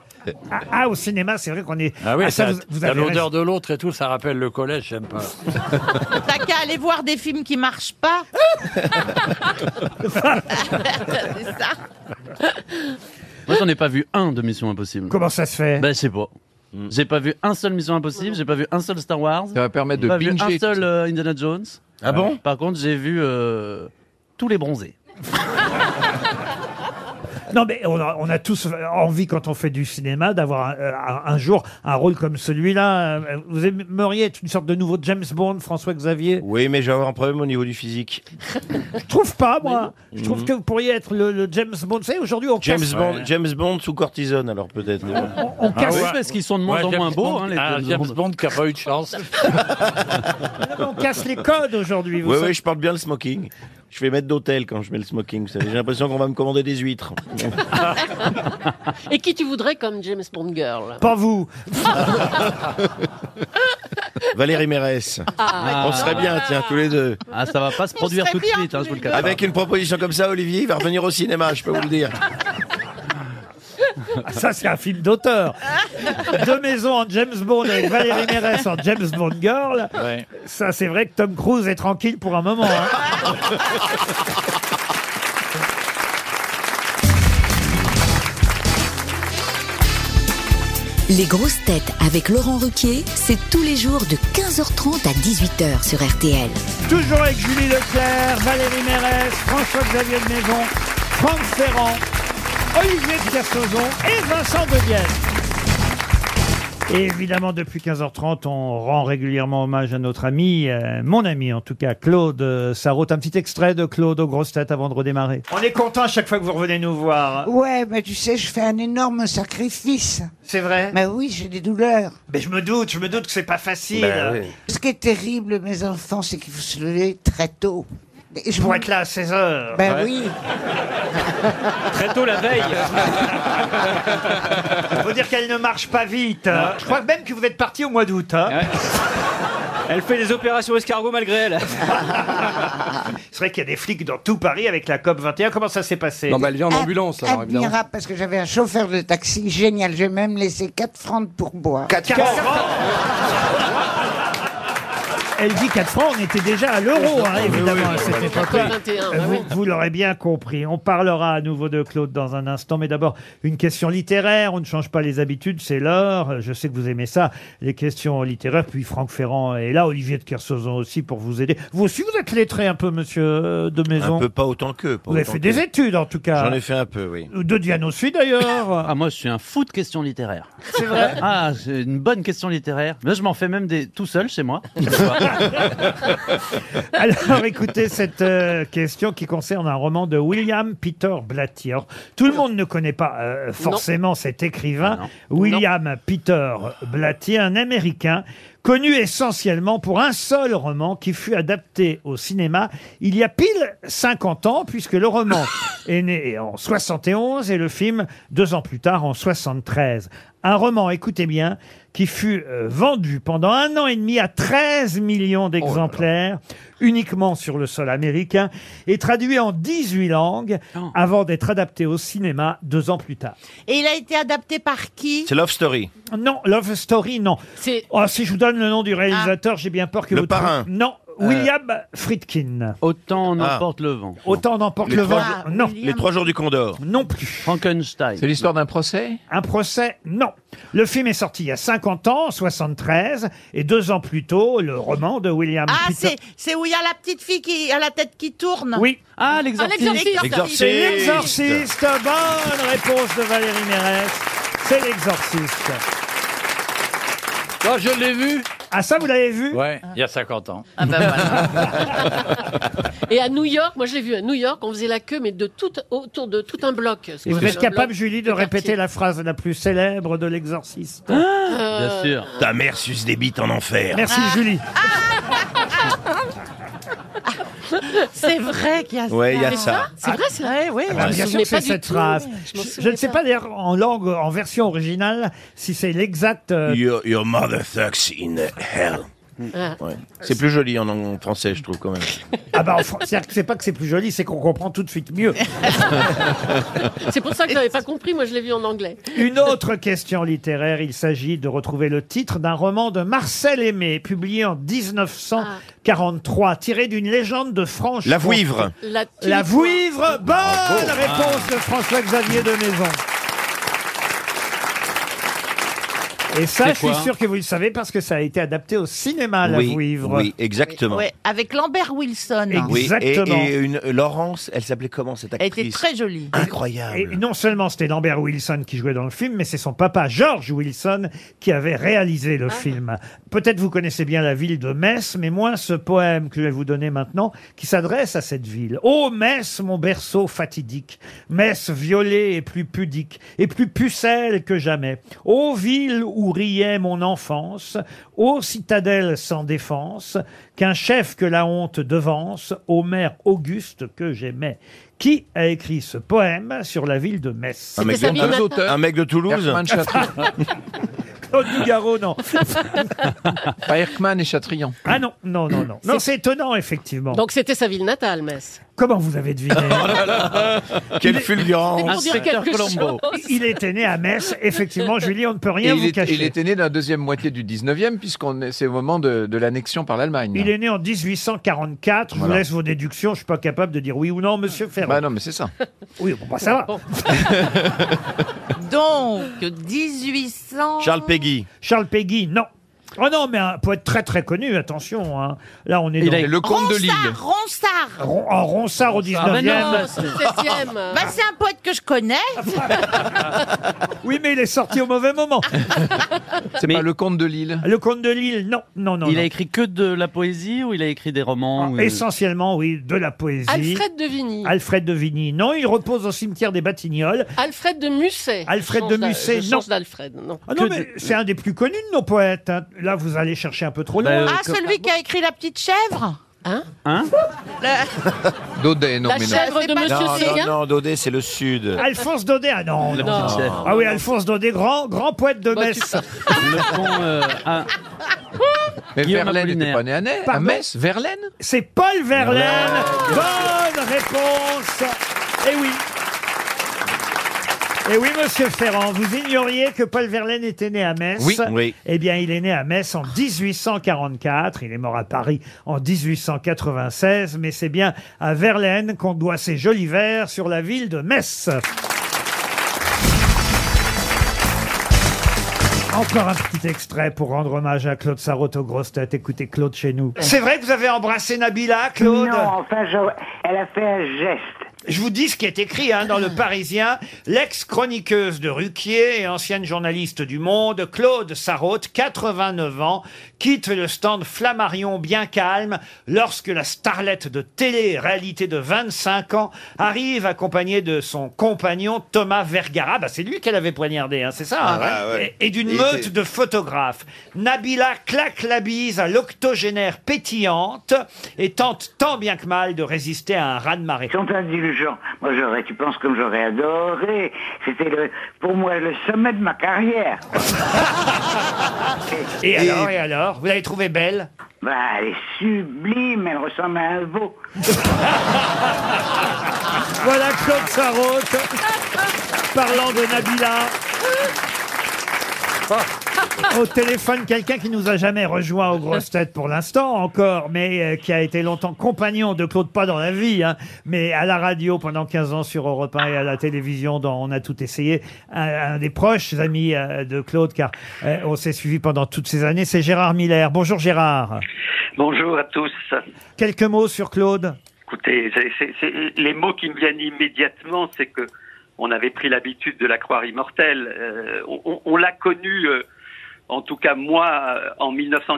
Ah, ah, au cinéma, c'est vrai qu'on est... Ah oui, ça, ça- vous- vous t'as avez l'odeur de l'autre et tout, ça rappelle le collège, [laughs] j'aime pas. T'as qu'à aller voir des films qui marchent [laughs] pas. C'est ça. Moi, j'en ai pas vu un de Mission Impossible. Comment ça se fait Ben, je sais pas. Hmm. J'ai pas vu un seul Mission Impossible, j'ai pas vu un seul Star Wars. Ça va permettre de pas vu binger un tout seul euh, Indiana Jones. Ah bon Par contre, j'ai vu euh, tous les bronzés. Non, mais on a, on a tous envie, quand on fait du cinéma, d'avoir euh, un, un jour un rôle comme celui-là. Euh, Vous aimeriez être une sorte de nouveau James Bond, François-Xavier Oui, mais j'ai un problème au niveau du physique. [laughs] Je trouve pas, moi. Je trouve Mhm. que vous pourriez être le, le James Bond. Vous savez, aujourd'hui, on James casse- Bond, James Bond sous cortisone, alors peut-être. on Ah casse- Ah Ouais, James hein, Bond- ah, James Bond qui a pas eu de chance. on casse les codes aujourd'hui. vous Oui, savez. oui, je porte bien le smoking. Je fais maître d'hôtel quand je mets le smoking. vous savez. J'ai l'impression qu'on va me commander des huîtres. [laughs] Et qui tu voudrais comme James Bond Girl Pas vous. Valérie Mérès. Ah. On serait bien, tiens, tous les deux. Ah, ça va pas se produire serait tout de bien suite, hein, tous je vous le les cache deux. pas. Avec une proposition comme ça, Olivier, il va revenir au cinéma, je peux vous le dire. Ah, Ça, c'est un film d'auteur. Deux maisons en James Bond avec Valérie Mérès en James Bond Girl. Ça, c'est vrai que Tom Cruise est tranquille pour un moment. hein. Les grosses têtes avec Laurent Ruquier, c'est tous les jours de 15h30 à 18h sur RTL. Toujours avec Julie Leclerc, Valérie Mérès, François-Xavier de Maison, Franck Ferrand, Olivier de Kersauzon et Vincent Devienne. Et évidemment, depuis 15h30, on rend régulièrement hommage à notre ami, euh, mon ami en tout cas, Claude euh, Sarraute. Un petit extrait de Claude aux grosses têtes avant de redémarrer. On est content à chaque fois que vous revenez nous voir. Ouais, mais tu sais, je fais un énorme sacrifice. C'est vrai Mais oui, j'ai des douleurs. Mais je me doute, je me doute que c'est pas facile. Ben Ce qui est terrible, mes enfants, c'est qu'il faut se lever très tôt. Et je Pour m'en- être là à 16h. [laughs] Ben oui. Très tôt la veille. Faut dire qu'elle ne marche pas vite. hein. Je crois même que vous êtes parti au mois d'août. hein. [laughs] Elle fait des opérations escargot malgré elle. C'est vrai qu'il y a des flics dans tout Paris avec la COP 21. Comment ça s'est passé Non, mais elle vient en ambulance, là, Admirable, parce que j'avais un chauffeur de taxi génial. J'ai même laissé 4 francs de pourboire. 4 francs Elle dit 4 francs, on était déjà à l'euro, hein, évidemment, à cette époque-là. 21, bah Vous, oui. vous l'aurez bien compris. On parlera à nouveau de Claude dans un instant, mais d'abord, une question littéraire. On ne change pas les habitudes, c'est l'heure. Je sais que vous aimez ça, les questions littéraires. Puis Franck Ferrand est là, Olivier de Kersauzon aussi pour vous aider. Vous aussi, vous êtes lettré un peu, monsieur euh, de Un Maison. peu pas autant qu'eux. pas vous avez autant fait des qu'eux. études, en tout cas. J'en ai fait un peu, oui. De Diane aussi, d'ailleurs. Ah, moi, je suis un fou de questions littéraires. C'est vrai [laughs] Ah, c'est une bonne question littéraire. Là, je m'en fais même des tout seul chez moi. [laughs] Alors écoutez cette euh, question qui concerne un roman de William Peter Blatty. Alors, tout le monde ne connaît pas euh, forcément cet écrivain, William Peter Blatty, un Américain connu essentiellement pour un seul roman qui fut adapté au cinéma il y a pile 50 ans, puisque le roman est né en 71 et le film deux ans plus tard en 73. Un roman, écoutez bien, qui fut euh, vendu pendant un an et demi à 13 millions d'exemplaires, uniquement sur le sol américain, et traduit en 18 langues, avant d'être adapté au cinéma deux ans plus tard. Et il a été adapté par qui C'est Love Story. Non, Love Story, non. Oh, si je vous donne le nom du Ah. réalisateur, j'ai bien peur que Le vous... parrain. trouviez- Non, Euh, William Friedkin. Autant Ah. on emporte le vent. Autant on emporte le vent. Non. Les trois jours du Condor. Non plus. Frankenstein. C'est l'histoire d'un procès Un procès Non. Le film est sorti il y a 50 ans, en 73, et deux ans plus tôt, le roman de William Ah, Peter... c'est c'est où il y a la petite fille qui a la tête qui tourne. Oui. Ah, l'exorciste. C'est L'exorciste. Bonne réponse de Valérie Mérès. C'est l'exorciste. Moi, je l'ai vu. Ah, ça, vous l'avez vu Ouais, il y a 50 ans. [laughs] Ah, bah, Et à New York, moi je l'ai vu à New York, on faisait la queue, mais de tout, autour de tout un bloc. Et vous êtes capable, Julie, de répéter quartier. la phrase la plus célèbre de l'exorciste Euh. Bien sûr. Ta mère suce des bites en enfer. Merci, Ah. Julie. C'est vrai qu'il y a ça. Ouais, il y a ça. C'est vrai, c'est vrai, oui. Ah bah, bien sûr que c'est cette phrase. Je, je ne sais pas d'ailleurs en langue, en version originale, si c'est l'exact. euh, Your, your mother sucks in hell. Ah. Ouais. C'est plus joli en, en français, je trouve, quand même. Ah bah, en fran- c'est-à-dire que c'est pas que c'est plus joli, c'est qu'on comprend tout de suite mieux. C'est pour ça que tu n'avais pas compris, moi je l'ai vu en anglais. Une autre question littéraire, il s'agit de retrouver le titre d'un roman de Marcel Aimé, publié en 1943, tiré d'une légende de Franche. La Vouivre. La, La Vouivre, bonne Bravo. réponse de François-Xavier de Maison. Et ça, C'est je suis quoi sûr que vous le savez parce que ça a été adapté au cinéma, La oui, Vouivre. oui, exactement. Ouais, avec Lambert Wilson. Oui, et- Exactement. et, une Laurence, elle s'appelait comment cette Elle actrice était très jolie. Incroyable. Et non seulement c'était Lambert Wilson qui jouait dans le film, mais c'est son papa George Wilson qui avait réalisé le film. Peut-être vous connaissez bien la ville de Metz, mais moins ce poème que je vais vous donner maintenant qui s'adresse à cette ville. Ô Metz, mon berceau fatidique, Metz violée et plus pudique, et plus pucelle que jamais. Ô ville où riait mon enfance, ô citadelle sans défense, qu'un chef que la honte devance, ô mère auguste que j'aimais. Qui a écrit ce poème sur la ville de Metz Un mec, de, un mec de Toulouse Herman Chatrian. [laughs] Claude Nougaro, non. Pas Erkman et Chatrian. Ah non, non, non, [laughs] non. Non, c'est étonnant, effectivement. Donc c'était sa ville natale, Metz. Euh, Comment vous avez deviné Quelle C'est pour fulgurance dire quelque chose. Il était né à Metz. Effectivement, Julie, on ne peut Et rien il, vous est- cacher. il était né dans la deuxième moitié du 19e, puisqu'on est- c'est au moment de, de l'annexion par l'Allemagne. Il est né en 1844. Je Voilà. vous laisse vos déductions. Je suis pas capable de dire oui ou non, monsieur Ferrand. Bah non, mais c'est ça. Oui, bon, bah, ça va. Donc, 1800. Charles Peggy. Charles Peggy, non. Oh non, mais un poète très très connu, attention. hein. Là, on est dans... le comte de Lille. Ronsard, Ronsard. Ron- en Ronsard au 19e. Bah, c'est un poète que je connais. [laughs] Ah, bah, oui, mais il est sorti au mauvais moment. [laughs] C'est pas le comte de Lille. Le comte de Lille, non, non, non. il non. a écrit que de la poésie ou il a écrit des romans ou- Essentiellement, oui, de la poésie. Alfred de Vigny. Alfred de Vigny, non. Il repose au cimetière des Batignolles. Alfred de Musset. Alfred Je de change d'a- Musset, je non. change d'Alfred, non. Ah non, Que mais de- c'est un des plus connus de nos poètes. hein. Là, vous allez chercher un peu trop loin. Bah, euh, Ah, celui qui a écrit La petite chèvre Hein Hein La- Daudet, non, La mais non. chèvre c'est de pas- Monsieur Non, non, Séguin. Ah, non, Daudet, c'est le sud. Euh, Alphonse Daudet, ah non, non. petite Non. chèvre. Ah oui, Alphonse Daudet, grand, grand poète de Bah, tu Metz. sais. Le pont, euh, [laughs] à- Mais Guillaume Verlaine n'était Apollinaire. pas né à, Ney- à Pardon Metz. Verlaine Ah, C'est Paul Verlaine. Bonne réponse. Eh oui. Eh oui, monsieur Ferrand, vous ignoriez que Paul Verlaine était né à Metz. Oui, oui. Eh bien, il est né à Metz en 1844. Il est mort à Paris en 1896. Mais c'est bien à Verlaine qu'on doit ces jolis vers sur la ville de Metz. Encore un petit extrait pour rendre hommage à Claude Sarraute aux grosses têtes. Écoutez Claude chez nous. C'est vrai que vous avez embrassé Nabila, Claude Non, enfin, je- elle a fait un geste. Je vous dis ce qui est écrit hein, dans Ah. Le Parisien. L'ex-chroniqueuse de Ruquier et ancienne journaliste du Monde, Claude Sarraute, 89 ans, quitte le stand Flammarion bien calme lorsque la starlette de télé-réalité de 25 ans arrive accompagnée de son compagnon Thomas Vergara. Bah, c'est lui qu'elle avait poignardé, hein, c'est ça hein ouais, Ah, bah, ouais. Et, et d'une Il meute était- de photographes. Nabila claque la bise à l'octogénaire pétillante et tente tant bien que mal de résister à un raz-de-marée. Ils sont indulgents. Moi, j'aurais, tu penses comme j'aurais adoré. C'était le, pour moi le sommet de ma carrière. Et alors, et alors Vous l'avez trouvée belle Bah, elle est sublime, elle ressemble à un veau. [laughs] Voilà Claude Sarraute, parlant de Nabila. Au téléphone, quelqu'un qui nous a jamais rejoint aux grosses têtes pour l'instant encore, mais euh, qui a été longtemps compagnon de Claude, pas dans la vie, hein, mais à la radio pendant 15 ans sur Europe 1 et à la télévision dans On a tout essayé, un, un des proches amis euh, de Claude, car euh, on s'est suivi pendant toutes ces années, c'est Gérard Miller. Bonjour Gérard. Bonjour à tous. Quelques mots sur Claude [laughs] Écoutez, c'est- c'est- c'est- les mots qui me viennent immédiatement, c'est que on avait pris l'habitude de la croire immortelle. Euh, on on- on l'a connue, euh, en tout cas moi, euh, en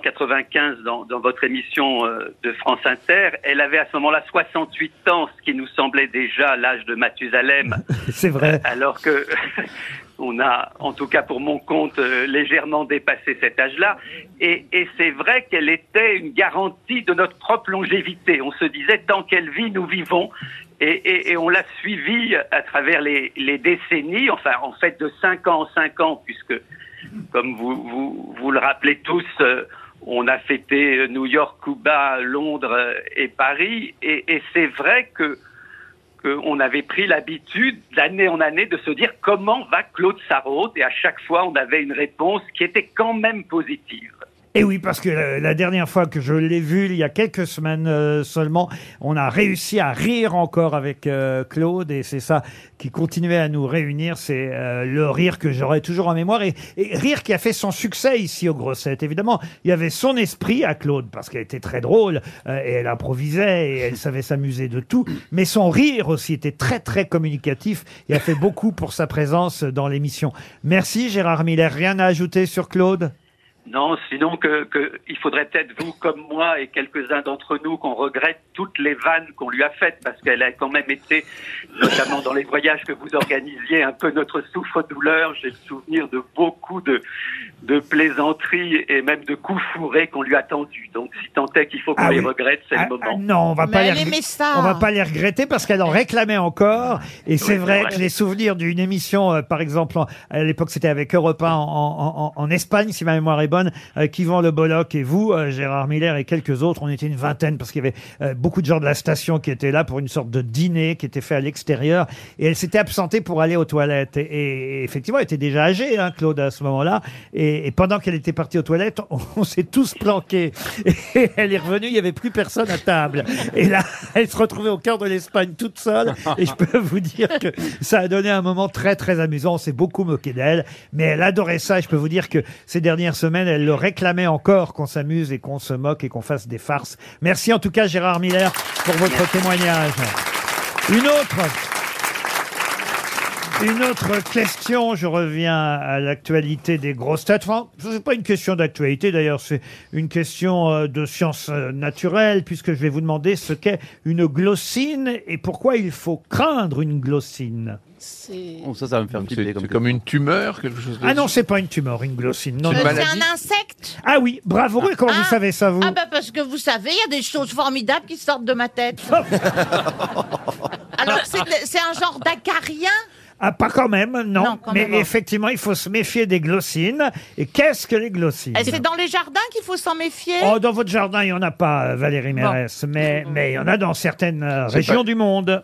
1995 dans, dans votre émission euh, de France Inter. Elle avait à ce moment-là 68 ans, ce qui nous semblait déjà l'âge de Mathusalem. C'est vrai. Alors que [laughs] on a, en tout cas pour mon compte, euh, légèrement dépassé cet âge-là. Et, et c'est vrai qu'elle était une garantie de notre propre longévité. On se disait, tant qu'elle vit, nous vivons. Et, et- et on l'a suivie à travers les, les décennies, enfin en fait de 5 ans en 5 ans, puisque, comme vous, vous, vous le rappelez tous, euh, on a fêté New York, Cuba, Londres euh, et Paris. Et, et c'est vrai que qu'on avait pris l'habitude d'année en année de se dire comment va Claude Sarraute et à chaque fois on avait une réponse qui était quand même positive. Et oui, parce que la, la dernière fois que je l'ai vu, il y a quelques semaines euh, seulement, on a réussi à rire encore avec euh, Claude et c'est ça qui continuait à nous réunir, c'est euh, le rire que j'aurai toujours en mémoire et, et rire qui a fait son succès ici aux Grossettes. Évidemment, il y avait son esprit à Claude parce qu'elle était très drôle euh, et elle improvisait et elle savait s'amuser de tout, mais son rire aussi était très très communicatif et a fait beaucoup pour sa présence dans l'émission. Merci Gérard Miller. Rien à ajouter sur Claude Non, sinon que, que il faudrait peut-être vous comme moi et quelques-uns d'entre nous qu'on regrette toutes les vannes qu'on lui a faites parce qu'elle a quand même été, notamment dans les voyages que vous organisiez, un peu notre souffre-douleur. J'ai le souvenir de beaucoup de, de plaisanteries et même de coups fourrés qu'on lui a tendus. Donc si tant est qu'il faut qu'on Ah les oui. regrette, c'est Ah, le moment. ah non, on va Mais pas elle les aimait ça. on va pas les regretter parce qu'elle en réclamait encore. Et c'est vrai vrai. que les souvenirs d'une émission, euh, par exemple, en- à l'époque c'était avec Europe 1 en, en- en- en Espagne, si ma mémoire est bonne, avec Yvan Le Bolloc et vous, euh, Gérard Miller et quelques autres, on était une vingtaine parce qu'il y avait euh, beaucoup de gens de la station qui étaient là pour une sorte de dîner qui était fait à l'extérieur. Et elle s'était absentée pour aller aux toilettes. Et, et effectivement, elle était déjà âgée, hein, Claude, à ce moment-là. Et, et pendant qu'elle était partie aux toilettes, [laughs] on, on s'est tous planqués. Et elle est revenue, il n'y avait plus personne à table. Et là, [laughs] elle se retrouvait au cœur de l'Espagne toute seule. Et je peux vous dire que ça a donné un moment très, très amusant. On s'est beaucoup moqué d'elle. Mais elle adorait ça. Et je peux vous dire que ces dernières semaines, elle le réclamait encore qu'on s'amuse et qu'on se moque et qu'on fasse des farces. Merci en tout cas, Gérard Miller, pour votre témoignage. Une autre. Une autre question, je reviens à l'actualité des grosses têtes. Enfin, ce n'est pas une question d'actualité d'ailleurs, c'est une question euh, de sciences euh, naturelles, puisque je vais vous demander ce qu'est une glossine et pourquoi il faut craindre une glossine. Oh, ça, ça va me faire flipper. C'est comme une tumeur, quelque chose de... Ah non, c'est pas une tumeur, une glossine. Non, Euh, non. C'est un insecte Ah oui, bravo, et comment vous savez ça, vous Ah bah parce que vous savez, il y a des choses formidables qui sortent de ma tête. [laughs] Alors c'est c'est un genre d'acarien Ah, pas quand même, non. Non, quand Mais même. effectivement, il faut se méfier des glossines. Et qu'est-ce que les glossines Et C'est dans les jardins qu'il faut s'en méfier Oh, dans votre jardin, il n'y en a pas, euh, Valérie Mérès, mais, mais il y en a dans certaines euh, régions du monde.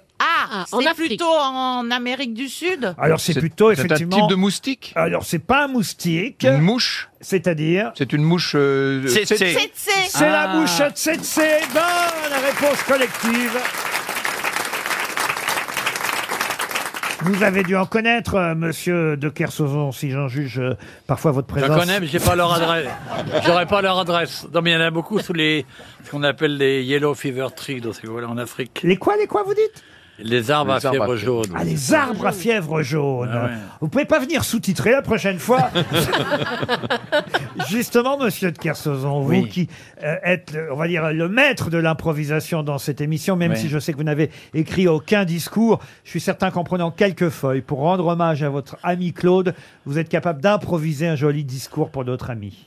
Ah, c'est plutôt en Amérique du Sud Alors c'est plutôt effectivement. type de moustique Alors c'est pas un moustique. Une mouche C'est-à-dire C'est une mouche... euh, C'est Ah. c'est la mouche tsetse. Bonne réponse collective. Vous avez dû en connaître, euh, monsieur de Kersauzon, si j'en juge euh, parfois votre Je présence. connais, mais j'ai pas leur adresse. J'aurais pas leur adresse. Non, mais il y en a beaucoup sous les, ce qu'on appelle les yellow fever trees, donc si vous voulez, en Afrique. Les quoi, les quoi, vous dites Les arbres Les à arbres fièvre à jaune. Ah, les arbres à fièvre jaune. Ah ouais. Vous pouvez pas venir sous-titrer la prochaine fois. [laughs] Justement, monsieur de Kersauzon, vous Oui. qui euh, êtes, le- on va dire, le maître de l'improvisation dans cette émission, même Oui. si je sais que vous n'avez écrit aucun discours, je suis certain qu'en prenant quelques feuilles pour rendre hommage à votre ami Claude, vous êtes capable d'improviser un joli discours pour notre ami.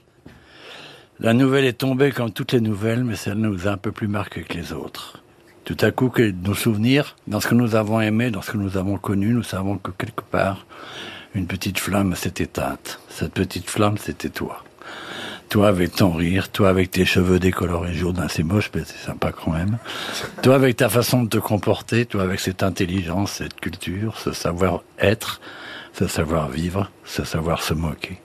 La nouvelle est tombée comme toutes les nouvelles, mais celle nous a un peu plus marqué que les autres. Tout à coup, que nos souvenirs, dans ce que nous avons aimé, dans ce que nous avons connu, nous savons que quelque part, une petite flamme s'est éteinte. Cette petite flamme, c'était toi. Toi avec ton rire, toi avec tes cheveux décolorés Jourdain, c'est moche, mais c'est sympa quand même. Toi avec ta façon de te comporter, toi avec cette intelligence, cette culture, ce savoir-être, ce savoir-vivre, ce savoir se moquer.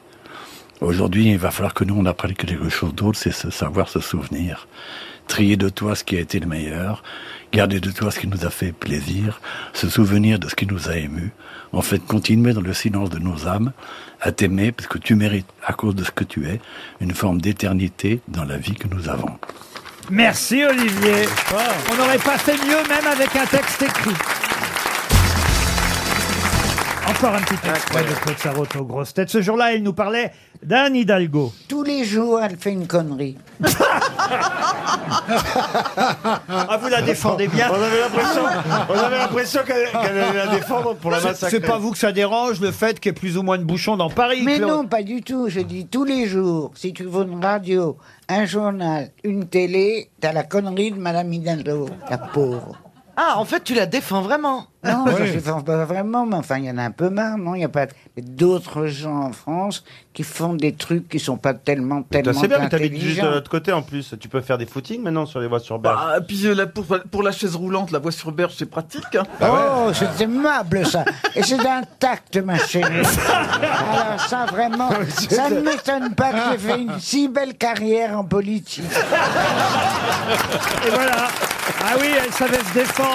Aujourd'hui, il va falloir que nous, on apprenne quelque chose d'autre, c'est se savoir se souvenir. Trier de toi ce qui a été le meilleur, garder de toi ce qui nous a fait plaisir, se souvenir de ce qui nous a émus. En fait, continuer dans le silence de nos âmes à t'aimer, parce que tu mérites, à cause de ce que tu es, une forme d'éternité dans la vie que nous avons. Merci Olivier. On n'aurait pas fait mieux même avec un texte écrit. Encore un petit extrait de Claude Sarraute aux grosses têtes. Ce jour-là, il nous parlait d'Anne Hidalgo. Tous les jours, elle fait une connerie. Ah, [laughs] vous la défendez bien. On avait l'impression, on avait l'impression qu'elle, qu'elle allait la défendre pour la C'est- massacrer. C'est pas vous que ça dérange le fait qu'il y ait plus ou moins de bouchons dans Paris, Mais Claude. non, pas du tout. Je dis tous les jours, si tu veux une radio, un journal, une télé, t'as la connerie de Madame Hidalgo, la pauvre. Ah, en fait, tu la défends vraiment. Non, je ne défends pas vraiment, mais enfin, il y en a un peu marre, non Il n'y a pas d'autres gens en France qui font des trucs qui sont pas tellement, Mais tellement C'est bien, mais t'habites juste de intelligents. l'autre côté en plus. Tu peux faire des footings maintenant sur les voies sur berge. Bah, puis euh, là, pour, pour la chaise roulante, la voie sur berge, c'est pratique. hein. Ah, Oh, c'est [laughs] aimable ça. Et c'est intact, ma chérie. Alors ça, [laughs] vraiment, ça ne m'étonne pas que j'ai fait une si belle carrière en politique. Et voilà. Ah oui, elle savait se défendre.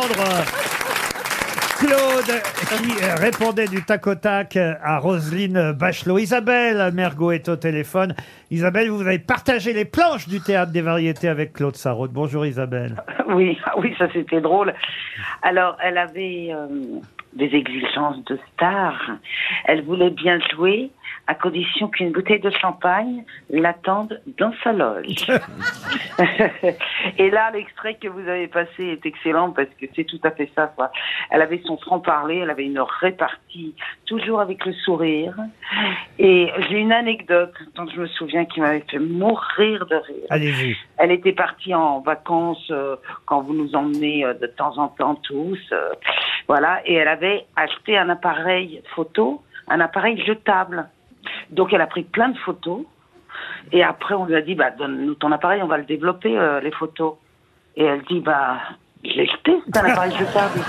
Claude, qui euh, répondait du tac au tac euh, à Roselyne Bachelot. Isabelle Mergot est au téléphone. Isabelle, vous avez partagé les planches du théâtre des variétés avec Claude Sarraute. Bonjour Isabelle. Oui, ah oui, ça c'était drôle. Alors, elle avait euh, des exigences de star. Elle voulait bien jouer à condition qu'une bouteille de champagne l'attende dans [laughs] sa loge. Et là, l'extrait que vous avez passé est excellent parce que c'est tout à fait ça. Quoi. Elle avait son franc-parler, elle avait une répartie, toujours avec le sourire. Et j'ai une anecdote dont je me souviens qui m'avait fait mourir de rire. Allez-y. Elle était partie en vacances euh, quand vous nous emmenez euh, de temps en temps tous. euh, voilà, et elle avait acheté un appareil photo, un appareil jetable. Donc elle a pris plein de photos. Et après, on lui a dit, bah, donne-nous ton appareil, on va le développer, euh, les photos. Et elle dit, bah, je l'ai jeté, c'est un [laughs] appareil jetable.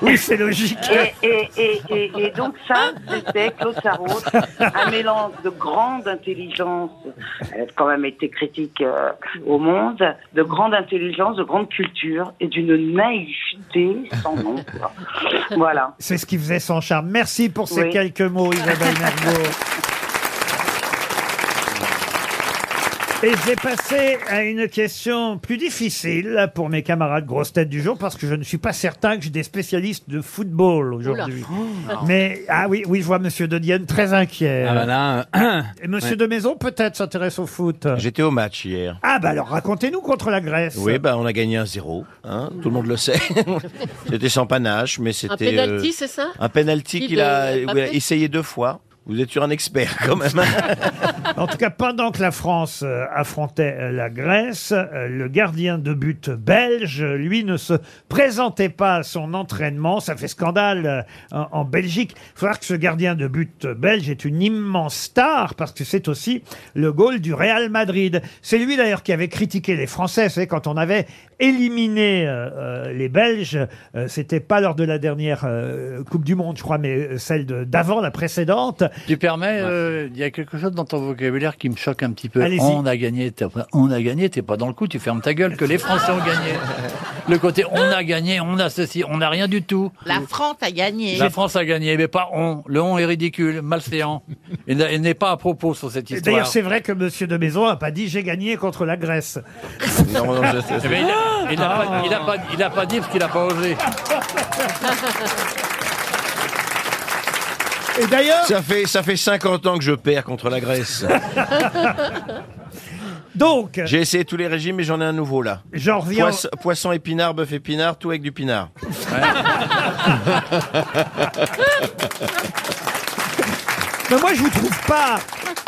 Oui, c'est logique. Et, et- et- et- et donc ça, c'était Claude Sarraute, un mélange de grande intelligence, elle a quand même été critique euh, au monde, de grande intelligence, de grande culture et d'une naïveté sans nom. quoi. Voilà. C'est ce qui faisait son charme. Merci pour ces Oui. quelques mots, Isabelle Mergot. Et j'ai passé à une question plus difficile pour mes camarades grosses têtes du jour parce que je ne suis pas certain que j'ai des spécialistes de football aujourd'hui. Oula. [laughs] Oh. Mais ah oui, oui, je vois Monsieur De Dienne très inquiet. Ah bah [coughs] là, Et Monsieur ouais. de Maison peut-être s'intéresse au foot. J'étais au match hier. Ah bah alors racontez-nous contre la Grèce. Oui, bah, on a gagné un zéro. hein, tout le monde le [laughs] sait. c'était sans panache, mais c'était. penalty, euh, c'est ça Un penalty Qui qu'il a, de Mbappé oui, a essayé deux fois. Vous êtes sur un expert quand même. hein. En tout cas, pendant que la France euh, affrontait euh, la Grèce, euh, le gardien de but belge, euh, lui, ne se présentait pas à son entraînement. Ça fait scandale euh, en, en Belgique. Il faut voir que ce gardien de but belge est une immense star parce que c'est aussi le goal du Real Madrid. C'est lui d'ailleurs qui avait critiqué les Français. Vous savez, quand on avait éliminé euh, euh, les Belges, euh, c'était pas lors de la dernière euh, Coupe du Monde, je crois, mais euh, celle de- d'avant, la précédente. Tu permets, euh, il y a quelque chose dans ton vocabulaire qui me choque un petit peu. Allez-y. On a gagné, t'as pas- on a gagné, t'es pas dans le coup, tu fermes ta gueule que les Français ont gagné. [laughs] Le côté on a gagné, on a ceci, on n'a rien du tout. La France a gagné. La France a gagné, mais pas on. Le on est ridicule, malséant. Il n'a- il n'est pas à propos sur cette Et histoire. D'ailleurs, c'est vrai que Monsieur de Maison n'a pas dit j'ai gagné contre la Grèce. Non, non, je sais, c'est- Mais Eh ben, il a- il a pas- il a pas- il a pas dit parce qu'il n'a pas osé. Ah. Et d'ailleurs. Ça fait, ça fait 50 ans que je perds contre la [laughs] Grèce. Donc. J'ai essayé tous les régimes et j'en ai un nouveau là. J'en reviens- Poisson, poisson, épinard, bœuf épinard, tout avec du pinard. [laughs] Mais moi, je vous trouve pas.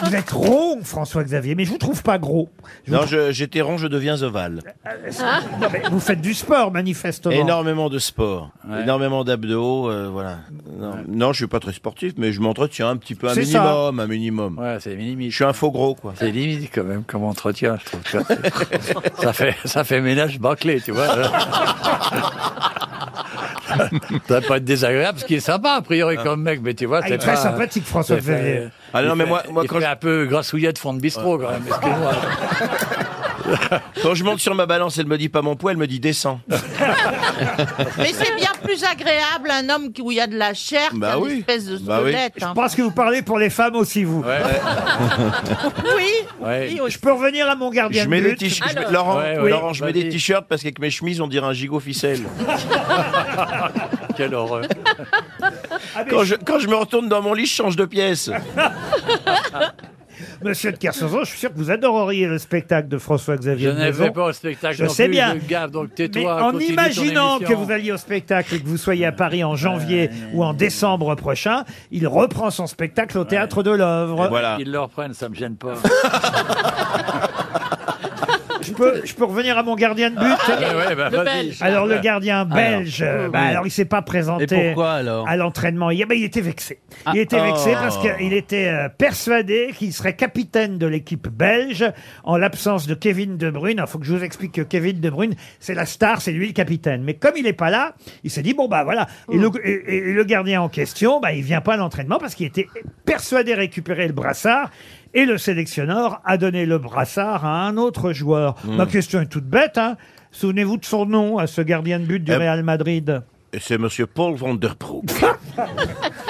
Vous êtes rond, François-Xavier, mais je vous trouve pas gros. Je vous non, je- j'étais rond, je deviens ovale. trouve- Non, mais vous faites du sport, manifestement. Énormément de sport, énormément d'abdos, euh, voilà. Non, non, je suis pas très sportif, mais je m'entretiens un petit peu, un C'est minimum, un minimum. Ouais, c'est minimum. Je suis un faux gros, quoi. C'est limite quand même comme entretien, je trouve. que c'est- [laughs] ça fait ça fait ménage bâclé, tu vois. [laughs] Ça va pas être désagréable, ce qui est sympa a priori comme mec, mais tu vois, Ah, il c'est est très pas- sympathique, François il fait- Xavier. Ah non, il mais fait- moi- moi, il quand fait je- un peu grassouillet de fond de bistrot quand même. excuse-moi. [laughs] Quand je monte sur ma balance, elle me dit pas mon poids, elle me dit descends. [laughs] Mais c'est bien plus agréable un homme qui- où il y a de la chair Bah qu'un oui. espèce de Bah oui. squelette. hein. Je pense que vous parlez pour les femmes aussi, vous. Oui. [laughs] Ouais. Je peux revenir à mon gardien Je mets de des but. t-shirts. Laurent, Oui. Laurent, je mets des t-shirts parce qu'avec mes chemises, on dirait un gigot ficelle. Quelle horreur. Ah, Quand je, quand je me retourne dans mon lit, je change de pièce. Monsieur de Kersozo, je suis sûr que vous adoreriez le spectacle de François-Xavier. Je de ne Maison. vais pas au spectacle. Je non sais plus, bien. de Gaffe, donc tais-toi. Mais en continue ton imaginant que émission. vous alliez au spectacle et que vous soyez à Paris en janvier ou en décembre prochain, il reprend son spectacle au Théâtre de l'Œuvre. Ils le reprennent, ça me gêne pas. je peux, je peux revenir à mon gardien de but Allez, ouais, bah, Le vas-y. Belge. Alors, le Ouais. gardien Alors. Ah, belge, Oui. bah, alors, il s'est pas présenté Et pourquoi, [laughs] alors à l'entraînement. hier. Bah, il était vexé. Ah. Il était vexé Oh. parce qu'il était euh, persuadé qu'il serait capitaine de l'équipe belge en l'absence de Kevin De Bruyne. Il faut que je vous explique que Kevin De Bruyne, c'est la star, c'est lui le capitaine. Mais comme il n'est pas là, il s'est dit, bon, bah voilà. Et Oh. le, et- et le gardien en question, bah, il vient pas à l'entraînement parce qu'il était persuadé de récupérer le brassard. Et le sélectionneur a donné le brassard à un autre joueur. Hmm. Mm. Ma question est toute bête. hein. Souvenez-vous de son nom à ce gardien de but du Euh, Real Madrid Et C'est Monsieur Paul Van Der Broek.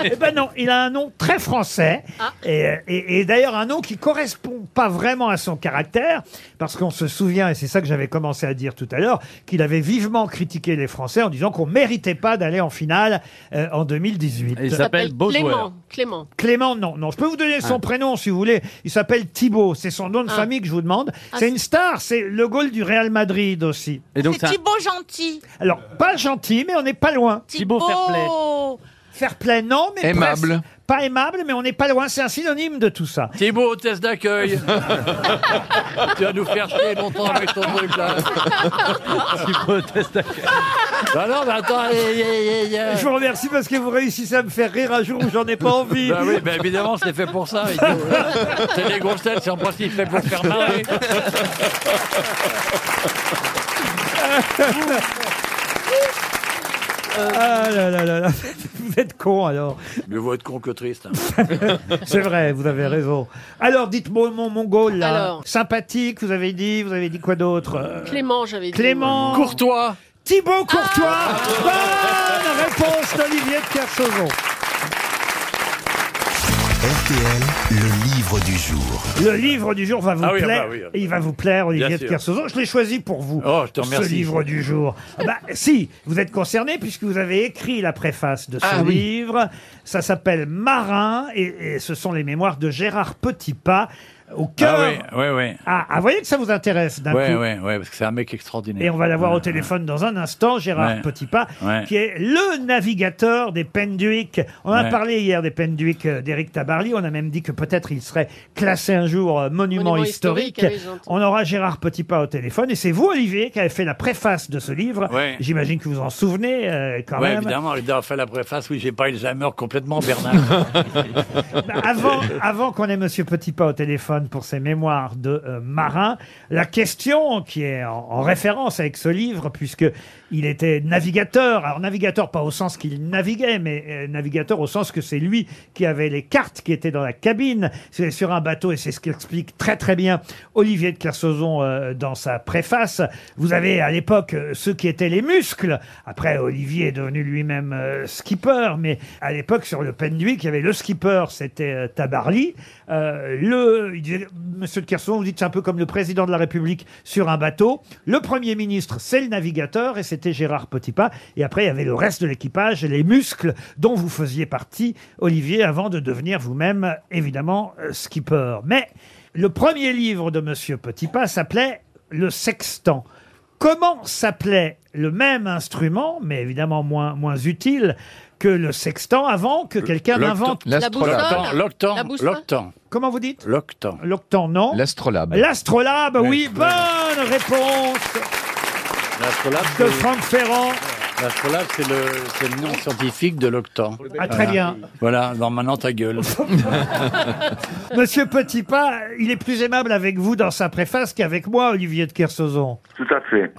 eh ben non, il a un nom très français. Ah. Et, et- et d'ailleurs, un nom qui correspond pas vraiment à son caractère. Parce qu'on se souvient, et c'est ça que j'avais commencé à dire tout à l'heure, qu'il avait vivement critiqué les Français en disant qu'on méritait pas d'aller en finale euh, en 2018. Il s'appelle Clément. Clément. Clément, non, non. Je peux vous donner son Ah. prénom si vous voulez. Il s'appelle Thibaut. C'est son nom de Ah. famille que je vous demande. Ah, c'est c'est- une star. C'est le goal du Real Madrid aussi. Et C'est Thibaut Gentil. Alors, pas gentil, mais on n'est pas loin. Thibaut Fairplay. Thibaut. Fairplay, non, mais. Aimable. presque. Pas aimable, mais on n'est pas loin. C'est un synonyme de tout ça. [laughs] Thibaut, hôtesse [laughs] d'accueil. tu vas nous faire chier longtemps avec ton [laughs] truc là. Thibaut, hôtesse d'accueil. Bah non, mais attends, allez, allez, allez, allez. Je vous remercie parce que vous réussissez à me faire rire un jour où j'en ai [laughs] pas envie. Bah oui, bah évidemment, c'est fait pour ça. idiot. c'est des grosses têtes, c'est en principe fait pour faire marrer. Ah là là là [laughs] là. Vous êtes con alors. Mieux vaut être con que triste. hein. [laughs] C'est vrai, vous avez raison. Alors, dites-moi mon mongol là. Alors. Sympathique, vous avez dit. Vous avez dit quoi d'autre Euh, Clément, j'avais dit. Ah Clément. Courtois. Thibaut Courtois. Bonne réponse d'Olivier de Kersauzon. RTL, le livre du jour. Le livre du jour va vous Ah oui, ah plaire. bah oui, ah bah. Et il va vous plaire, Olivier Bien de sûr. Kersauzon. Je l'ai choisi pour vous. Oh, je te remercie. Ce livre du [laughs] jour. Ah bah, si, vous êtes concerné puisque vous avez écrit la préface de ce Ah oui. livre. Ça s'appelle Marin et, et ce sont les mémoires de Gérard Petitpas au cœur. Ah oui, oui, oui. Ah, ah, voyez que ça vous intéresse d'un Ouais, coup. ouais, ouais, parce que c'est un mec extraordinaire. Et on va l'avoir Ouais, au téléphone dans un instant, Gérard Ouais. Petitpas, Ouais. qui est le navigateur des Penduic. On a Ouais. parlé hier des Penduic euh, d'Éric Tabarly. On a même dit que peut-être il serait classé un jour euh, monument, Monument historique. historique, ah oui, j'entends. on aura Gérard Petitpas au téléphone. Et c'est vous, Olivier, qui avez fait la préface de ce livre. Ouais. J'imagine que vous en souvenez euh, quand Ouais, même. évidemment, il a fait la préface. Oui, j'ai pas Alzheimer [laughs] complètement, Bernard. Bah, avant, avant qu'on ait Monsieur Petitpas au téléphone pour ses mémoires de euh, marin, la question qui est en, en référence avec ce livre, puisque il était navigateur, alors navigateur pas au sens qu'il naviguait, mais euh, navigateur au sens que c'est lui qui avait les cartes qui étaient dans la cabine. C'est sur un bateau et c'est ce qu'explique très très bien Olivier de Kersauzon euh, dans sa préface. Vous avez à l'époque euh, ceux qui étaient les muscles. Après, Olivier est devenu lui-même euh, skipper, mais à l'époque, sur le Penduic, il y avait le skipper, c'était euh, Tabarly. Euh, le, il disait, Monsieur de Kerson, vous dites c'est un peu comme le président de la République sur un bateau. Le Premier ministre, c'est le navigateur, et c'était Gérard Petitpas. Et après, il y avait le reste de l'équipage, les muscles dont vous faisiez partie, Olivier, avant de devenir vous-même, évidemment, euh, skipper. Mais le premier livre de Monsieur Petitpas s'appelait Le Sextant. Comment s'appelait le même instrument, mais évidemment moins, moins utile, que le sextant avant que quelqu'un L'octan- l'invente l'astrolabe. L'octan, l'octan, La boussole l'octan. Comment vous dites L'octan. L'octan, non. L'astrolabe. L'astrolabe, oui, Oui. bonne réponse L'astrolabe, de c'est- Franck Ferrand. l'astrolabe, c'est le, c'est le nom scientifique de l'octan. Ah, très Voilà. bien. Voilà, dans maintenant [laughs] ta gueule. Monsieur Petitpas, il est plus aimable avec vous dans sa préface qu'avec moi, Olivier de Kersauzon. Tout à fait.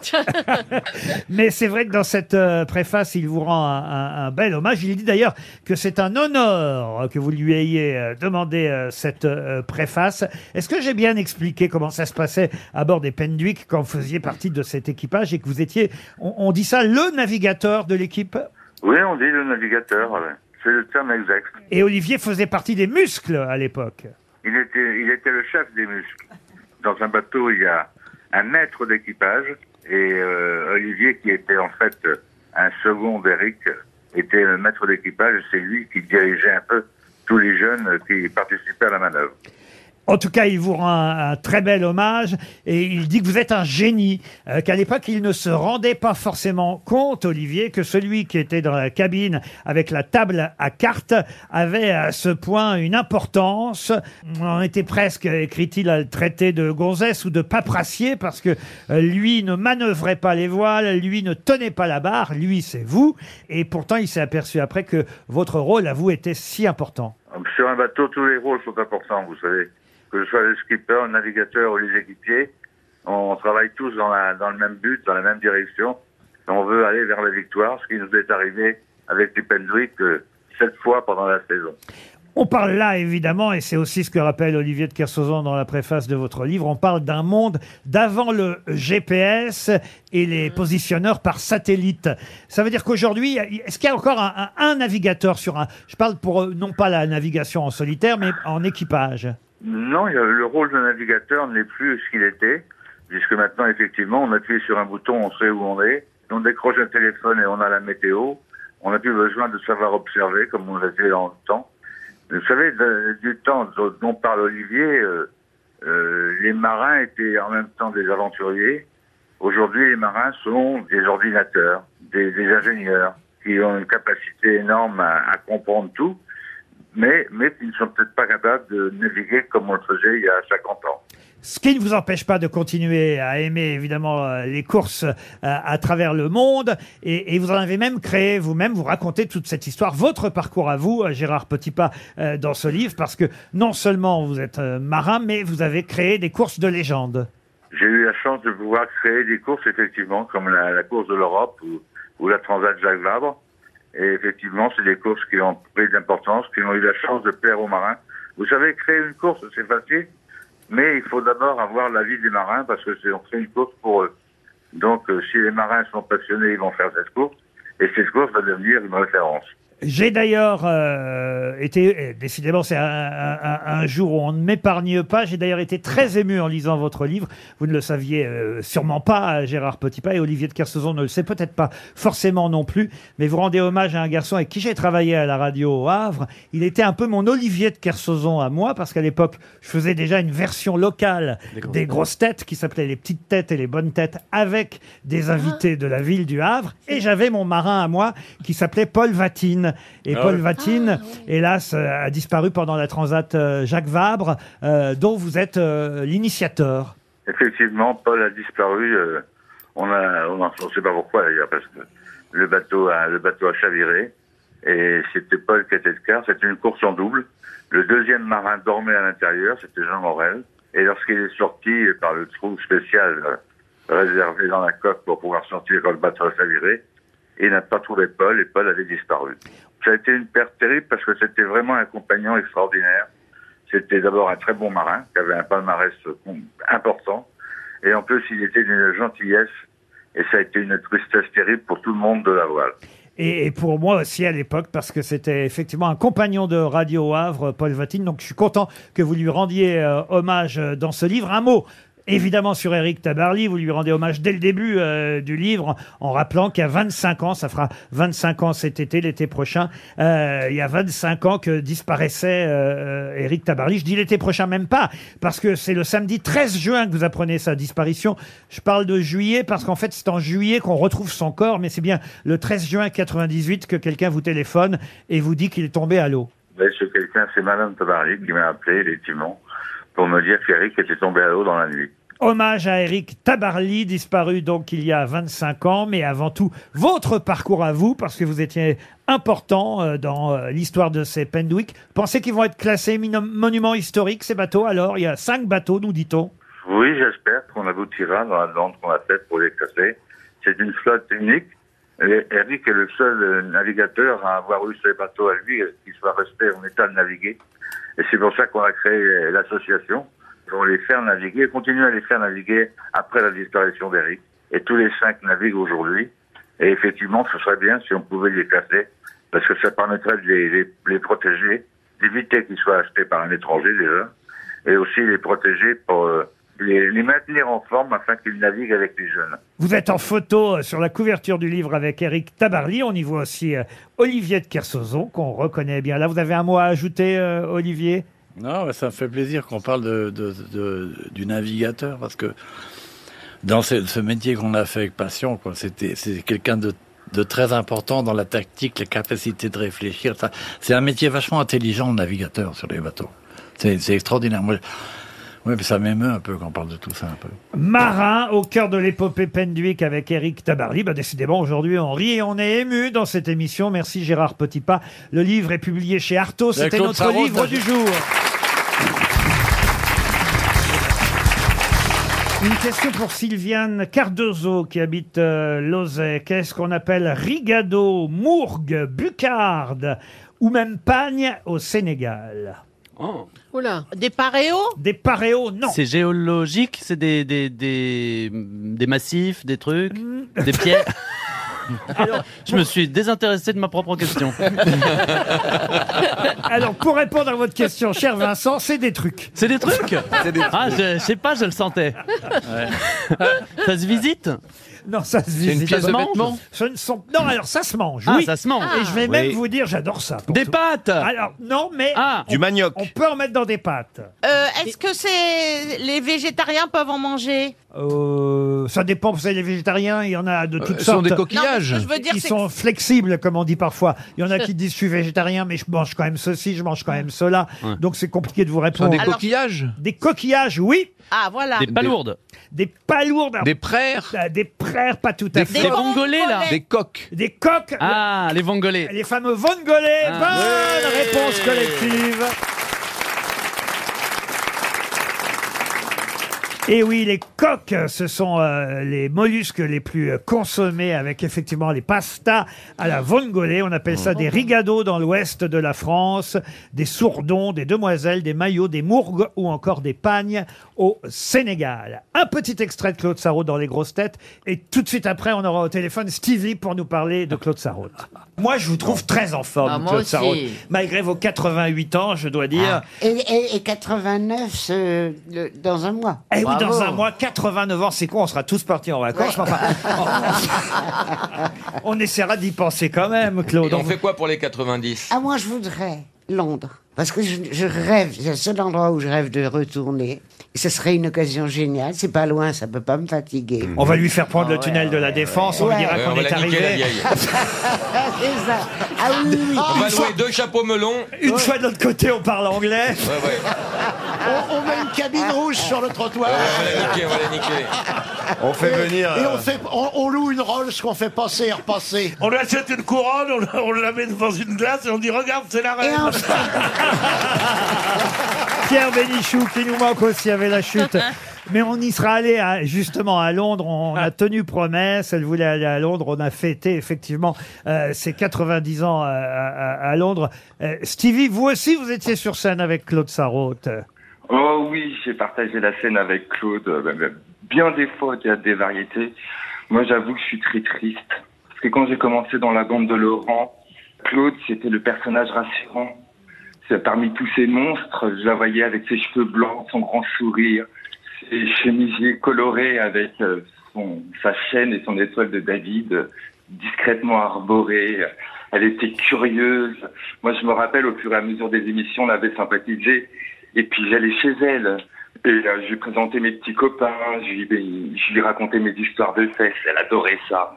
[laughs] Mais c'est vrai que dans cette euh, préface, il vous rend un, un- un bel hommage. Il dit d'ailleurs que c'est un honneur euh, que vous lui ayez euh, demandé euh, cette euh, préface. Est-ce que j'ai bien expliqué comment ça se passait à bord des Penduic quand vous faisiez partie de cet équipage et que vous étiez, on, on dit ça, le navigateur de l'équipe Oui, on dit le navigateur. ouais. C'est le terme exact. Et Olivier faisait partie des muscles à l'époque. Il était, il était le chef des muscles. Dans un bateau, il y a un maître d'équipage et euh, Olivier, qui était en fait un second d'Eric, était le maître d'équipage. C'est lui qui dirigeait un peu tous les jeunes qui participaient à la manœuvre. En tout cas, il vous rend un, un très bel hommage et il dit que vous êtes un génie, euh, qu'à l'époque, il ne se rendait pas forcément compte, Olivier, que celui qui était dans la cabine avec la table à cartes avait à ce point une importance. On en était presque, écrit-il, à le traiter de gonzesse ou de paperassier parce que euh, lui ne manœuvrait pas les voiles, lui ne tenait pas la barre, lui, c'est vous. Et pourtant, il s'est aperçu après que votre rôle à vous était si important. Sur un bateau, tous les rôles sont importants, vous savez. Que ce soit le skipper, le navigateur ou les équipiers, on travaille tous dans, la- dans le même but, dans la même direction. Et on veut aller vers la victoire, ce qui nous est arrivé avec les Pendwick euh, sept fois pendant la saison. On parle là, évidemment, et c'est aussi ce que rappelle Olivier de Kersauzon dans la préface de votre livre, on parle d'un monde d'avant le GPS et les positionneurs par satellite. Ça veut dire qu'aujourd'hui, est-ce qu'il y a encore un, un- un navigateur sur un... Je parle pour, euh, non pas la navigation en solitaire, mais en équipage. Non, il y a- le rôle de navigateur n'est plus ce qu'il était, puisque maintenant, effectivement, on appuie sur un bouton, on sait où on est, on décroche un téléphone et on a la météo. On n'a plus besoin de savoir observer comme on l'a fait dans le temps. Vous savez, de- du temps dont, dont parle Olivier, euh, euh, les marins étaient en même temps des aventuriers. Aujourd'hui, les marins sont des ordinateurs, des, des ingénieurs, qui ont une capacité énorme à, à comprendre tout, mais, mais qui ne sont peut-être pas capables de naviguer comme on le faisait il y a 50 ans. Ce qui ne vous empêche pas de continuer à aimer évidemment euh, les courses euh, à travers le monde. Et, et vous en avez même créé vous-même, vous racontez toute cette histoire, votre parcours à vous, euh, Gérard Petitpas, euh, dans ce livre, parce que non seulement vous êtes euh, marin, mais vous avez créé des courses de légende. J'ai eu la chance de pouvoir créer des courses, effectivement, comme la, la course de l'Europe ou, ou la Transat Jacques Vabre. Et effectivement, c'est des courses qui ont pris d'importance, qui ont eu la chance de plaire aux marins. Vous savez, créer une course, c'est facile, mais il faut d'abord avoir l'avis des marins parce que c'est on fait une course pour eux. Donc, euh, si les marins sont passionnés, ils vont faire cette course. Et cette course va devenir une référence. J'ai d'ailleurs euh, été, eh, décidément c'est un, un- un- un jour où on ne m'épargne pas, j'ai d'ailleurs été très ému en lisant votre livre, vous ne le saviez euh, sûrement pas Gérard Petitpas et Olivier de Kersauzon ne le sait peut-être pas forcément non plus, mais vous rendez hommage à un garçon avec qui j'ai travaillé à la radio au Havre, il était un peu mon Olivier de Kersauzon à moi, parce qu'à l'époque je faisais déjà une version locale des grosses, grosses têtes qui s'appelait les petites têtes et les bonnes têtes avec des invités de la ville du Havre, et j'avais mon marin à moi qui s'appelait Paul Vatine. Et Ah Paul oui. Vatine, hélas, euh, a disparu pendant la transat euh, Jacques Vabre, euh, dont vous êtes euh, l'initiateur. Effectivement, Paul a disparu. euh, on a, on ne sait pas pourquoi d'ailleurs, parce que le bateau a, le bateau a chaviré. Et c'était Paul qui était de quart. C'était une course en double. Le deuxième marin dormait à l'intérieur. C'était Jean Morel. Et lorsqu'il est sorti par le trou spécial euh, réservé dans la coque pour pouvoir sortir quand le bateau a chaviré, il n'a pas trouvé Paul et Paul avait disparu. Ça a été une perte terrible parce que c'était vraiment un compagnon extraordinaire. C'était d'abord un très bon marin qui avait un palmarès euh, com- important. Et en plus, il était d'une gentillesse. Et ça a été une tristesse terrible pour tout le monde de la voile. Et, et pour moi aussi à l'époque, parce que c'était effectivement un compagnon de Radio Havre, Paul Vatine. Donc je suis content que vous lui rendiez euh, hommage euh, dans ce livre. Un mot. Évidemment sur Eric Tabarly, vous lui rendez hommage dès le début euh, du livre en rappelant qu'il y a 25 ans, ça fera 25 ans cet été, l'été prochain, euh, il y a 25 ans que disparaissait euh, euh, Eric Tabarly. Je dis l'été prochain même pas, parce que c'est le samedi 13 juin que vous apprenez sa disparition. Je parle de juillet parce qu'en fait c'est en juillet qu'on retrouve son corps, mais c'est bien le 13 juin 98 que quelqu'un vous téléphone et vous dit qu'il est tombé à l'eau. Mais ce quelqu'un, c'est Madame Tabarly qui m'a appelé, effectivement, pour me dire qu'Eric était tombé à l'eau dans la nuit. Hommage à Eric Tabarly, disparu donc il y a 25 ans, mais avant tout votre parcours à vous, parce que vous étiez important euh, dans euh, l'histoire de ces Pendwick. Pensez qu'ils vont être classés mino- monuments historiques, ces bateaux Alors, il y a cinq bateaux, nous dit-on. Oui, j'espère qu'on aboutira dans la demande qu'on a faite pour les casser. C'est une flotte unique. Et Eric est le seul euh, navigateur à avoir eu ses bateaux à lui et qui soit resté en état de naviguer. Et c'est pour ça qu'on a créé euh, l'association pour les faire naviguer, continuer à les faire naviguer après la disparition d'Eric. Et tous les cinq naviguent aujourd'hui. Et effectivement, ce serait bien si on pouvait les casser parce que ça permettrait de les, les- les protéger, d'éviter qu'ils soient achetés par un étranger déjà et aussi les protéger pour euh, les, les maintenir en forme afin qu'ils naviguent avec les jeunes. Vous êtes en photo euh, sur la couverture du livre avec Eric Tabarly. On y voit aussi euh, Olivier de Kersauzon, qu'on reconnaît bien. Là, vous avez un mot à ajouter, euh, Olivier Non, mais ça me fait plaisir qu'on parle de, de- de- du navigateur parce que dans ce, ce métier qu'on a fait avec passion, quoi, c'était c'est quelqu'un de, de très important dans la tactique, la capacité de réfléchir. Ça- C'est un métier vachement intelligent, le navigateur sur les bateaux. C'est c'est extraordinaire. Moi, oui, mais ça m'émeut un peu quand on parle de tout ça un peu. Marin au cœur de l'épopée Pendwick avec Eric Tabarly. Bah, décidément, aujourd'hui, on rit et on est ému dans cette émission. Merci Gérard Petitpas. Le livre est publié chez Artaud. C'était Claude notre Sarraute, livre là, du je- jour. Une question pour Sylviane Cardozo qui habite euh, Lauzet. Qu'est-ce qu'on appelle rigado, mourgue, bucarde ou même pagne au Sénégal Oula. Des paréos Des paréos, non. C'est géologique, c'est des, des, des, des massifs, des trucs, des Mm. [laughs] pierres. je me suis désintéressé de ma propre question. [laughs] Alors, pour répondre à votre question, cher Vincent, c'est des trucs. C'est des trucs C'est des trucs. Ah, je, je sais pas, je le sentais. ça se visite Non, ça se visite. une pièce de vêtement Ce ne sont... Non, alors ça se mange. Ah, oui. ça se mange. Et je vais Ah. même Oui. vous dire, j'adore ça. pour Des tout. pâtes Ah. Alors, non, mais. Du manioc. On peut en mettre dans des pâtes. Euh, Est-ce que c'est les végétariens peuvent en manger Euh, ça dépend, vous savez, les végétariens, il y en a de toutes Euh, ce sont sortes. des coquillages. Non, mais ce que je veux dire, Ils c'est sont flexibles, comme on dit parfois. Il y en a [laughs] qui disent, je suis végétarien, mais je mange quand même ceci, je mange quand même cela. Donc c'est compliqué de vous répondre. des Alors- coquillages Des coquillages, oui. Ah, voilà. Des palourdes. Des palourdes. Des praires Ah, Des praires, pas tout à Des fait. Des vongolais, là. vongolais. Des coques. Des coques. Ah, les vongolais. Les fameux vongolais. Ah. Bonne Ouais. réponse collective. Et oui, les coques, ce sont euh, les mollusques les plus euh, consommés avec effectivement les pastas à la vongolais. On appelle ça des rigados dans l'ouest de la France, des sourdons, des demoiselles, des maillots, des mourgues ou encore des pagnes au Sénégal. Un petit extrait de Claude Sarraute dans Les Grosses Têtes et tout de suite après, on aura au téléphone Stevie pour nous parler de Claude Sarraute. Moi, je vous trouve très en forme, Ah, moi Claude aussi. Sarraute. Malgré vos 88 ans, je dois dire. Et, et- et 89, ce- le- dans un mois. Eh oui, Bravo. dans un mois, 89 ans, c'est quoi On sera tous partis en vacances. mais enfin, on, on essaiera d'y penser quand même, Claude. Et on fait quoi pour les 90 Ah, moi, je voudrais Londres. Parce que je, je rêve, c'est le seul endroit où je rêve de retourner. Et ce serait une occasion géniale. C'est pas loin, ça peut pas me fatiguer. On va lui faire Ah prendre le tunnel de la Défense, on ouais. lui Ah, dira Ouais, qu'on on va est la niquer, la [laughs] arrivé. vieille. Ah, c'est ça. Ah oui, oui, oui. On va Une fois- louer deux chapeaux melons. Une fois de l'autre côté, on parle anglais. Ouais, ouais. On, on met une cabine rouge sur le trottoir. Ouais, on va la niquer, on va la niquer. On fait Et- venir. Et on, euh, fait, on, on loue une Rolls qu'on fait passer et repasser. On lui achète une couronne, on, la- on la met dans une glace et on dit regarde, c'est la reine. [laughs] Pierre Bénichou qui nous manque aussi avait la chute. Mais on y sera allé à- justement à Londres. On a tenu promesse. Elle voulait aller à Londres. On a fêté effectivement euh, ses 90 ans euh, à, à- à Londres. Euh, Stevie, vous aussi, vous étiez sur scène avec Claude Sarraute. Oh oui, j'ai partagé la scène avec Claude, euh, ben, bien des fois au théâtre des variétés. Moi, j'avoue que je suis très triste. Parce que quand j'ai commencé dans la bande de Laurent, Claude, c'était le personnage rassurant. C'est- Parmi tous ces monstres, je la voyais avec ses cheveux blancs, son grand sourire, ses chemisiers colorés avec euh, son, sa chaîne et son étoile de David, euh, discrètement arborée. Elle était curieuse. Moi, je me rappelle, au fur et à mesure des émissions, on avait sympathisé. Et puis j'allais chez elle. Et euh, je lui présentais mes petits copains, je lui, ben, je lui racontais mes histoires de fesses. Elle adorait ça.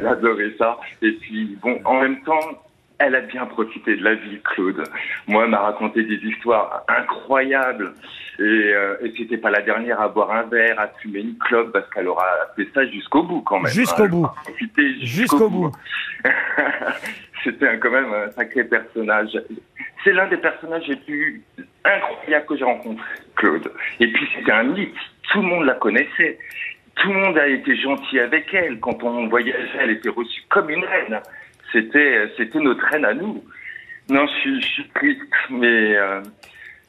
elle adorait ça. Et puis, bon, en même temps, elle a bien profité de la vie, Claude. Moi, elle m'a raconté des histoires incroyables. Et, euh, et c'était pas la dernière à boire un verre, à fumer une clope, parce qu'elle aura fait ça jusqu'au bout, quand même. Jusqu'au hein. Elle bout. aura profité jusqu'au Jusqu'au bout. [laughs] C'était un- quand même un sacré personnage. C'est l'un des personnages les plus incroyables que j'ai rencontrés, Claude. Et puis c'était un mythe. Tout le monde la connaissait. Tout le monde a été gentil avec elle. Quand on voyageait, elle était reçue comme une reine. C'était, c'était notre reine à nous. Non, je suis, je suis triste, mais euh,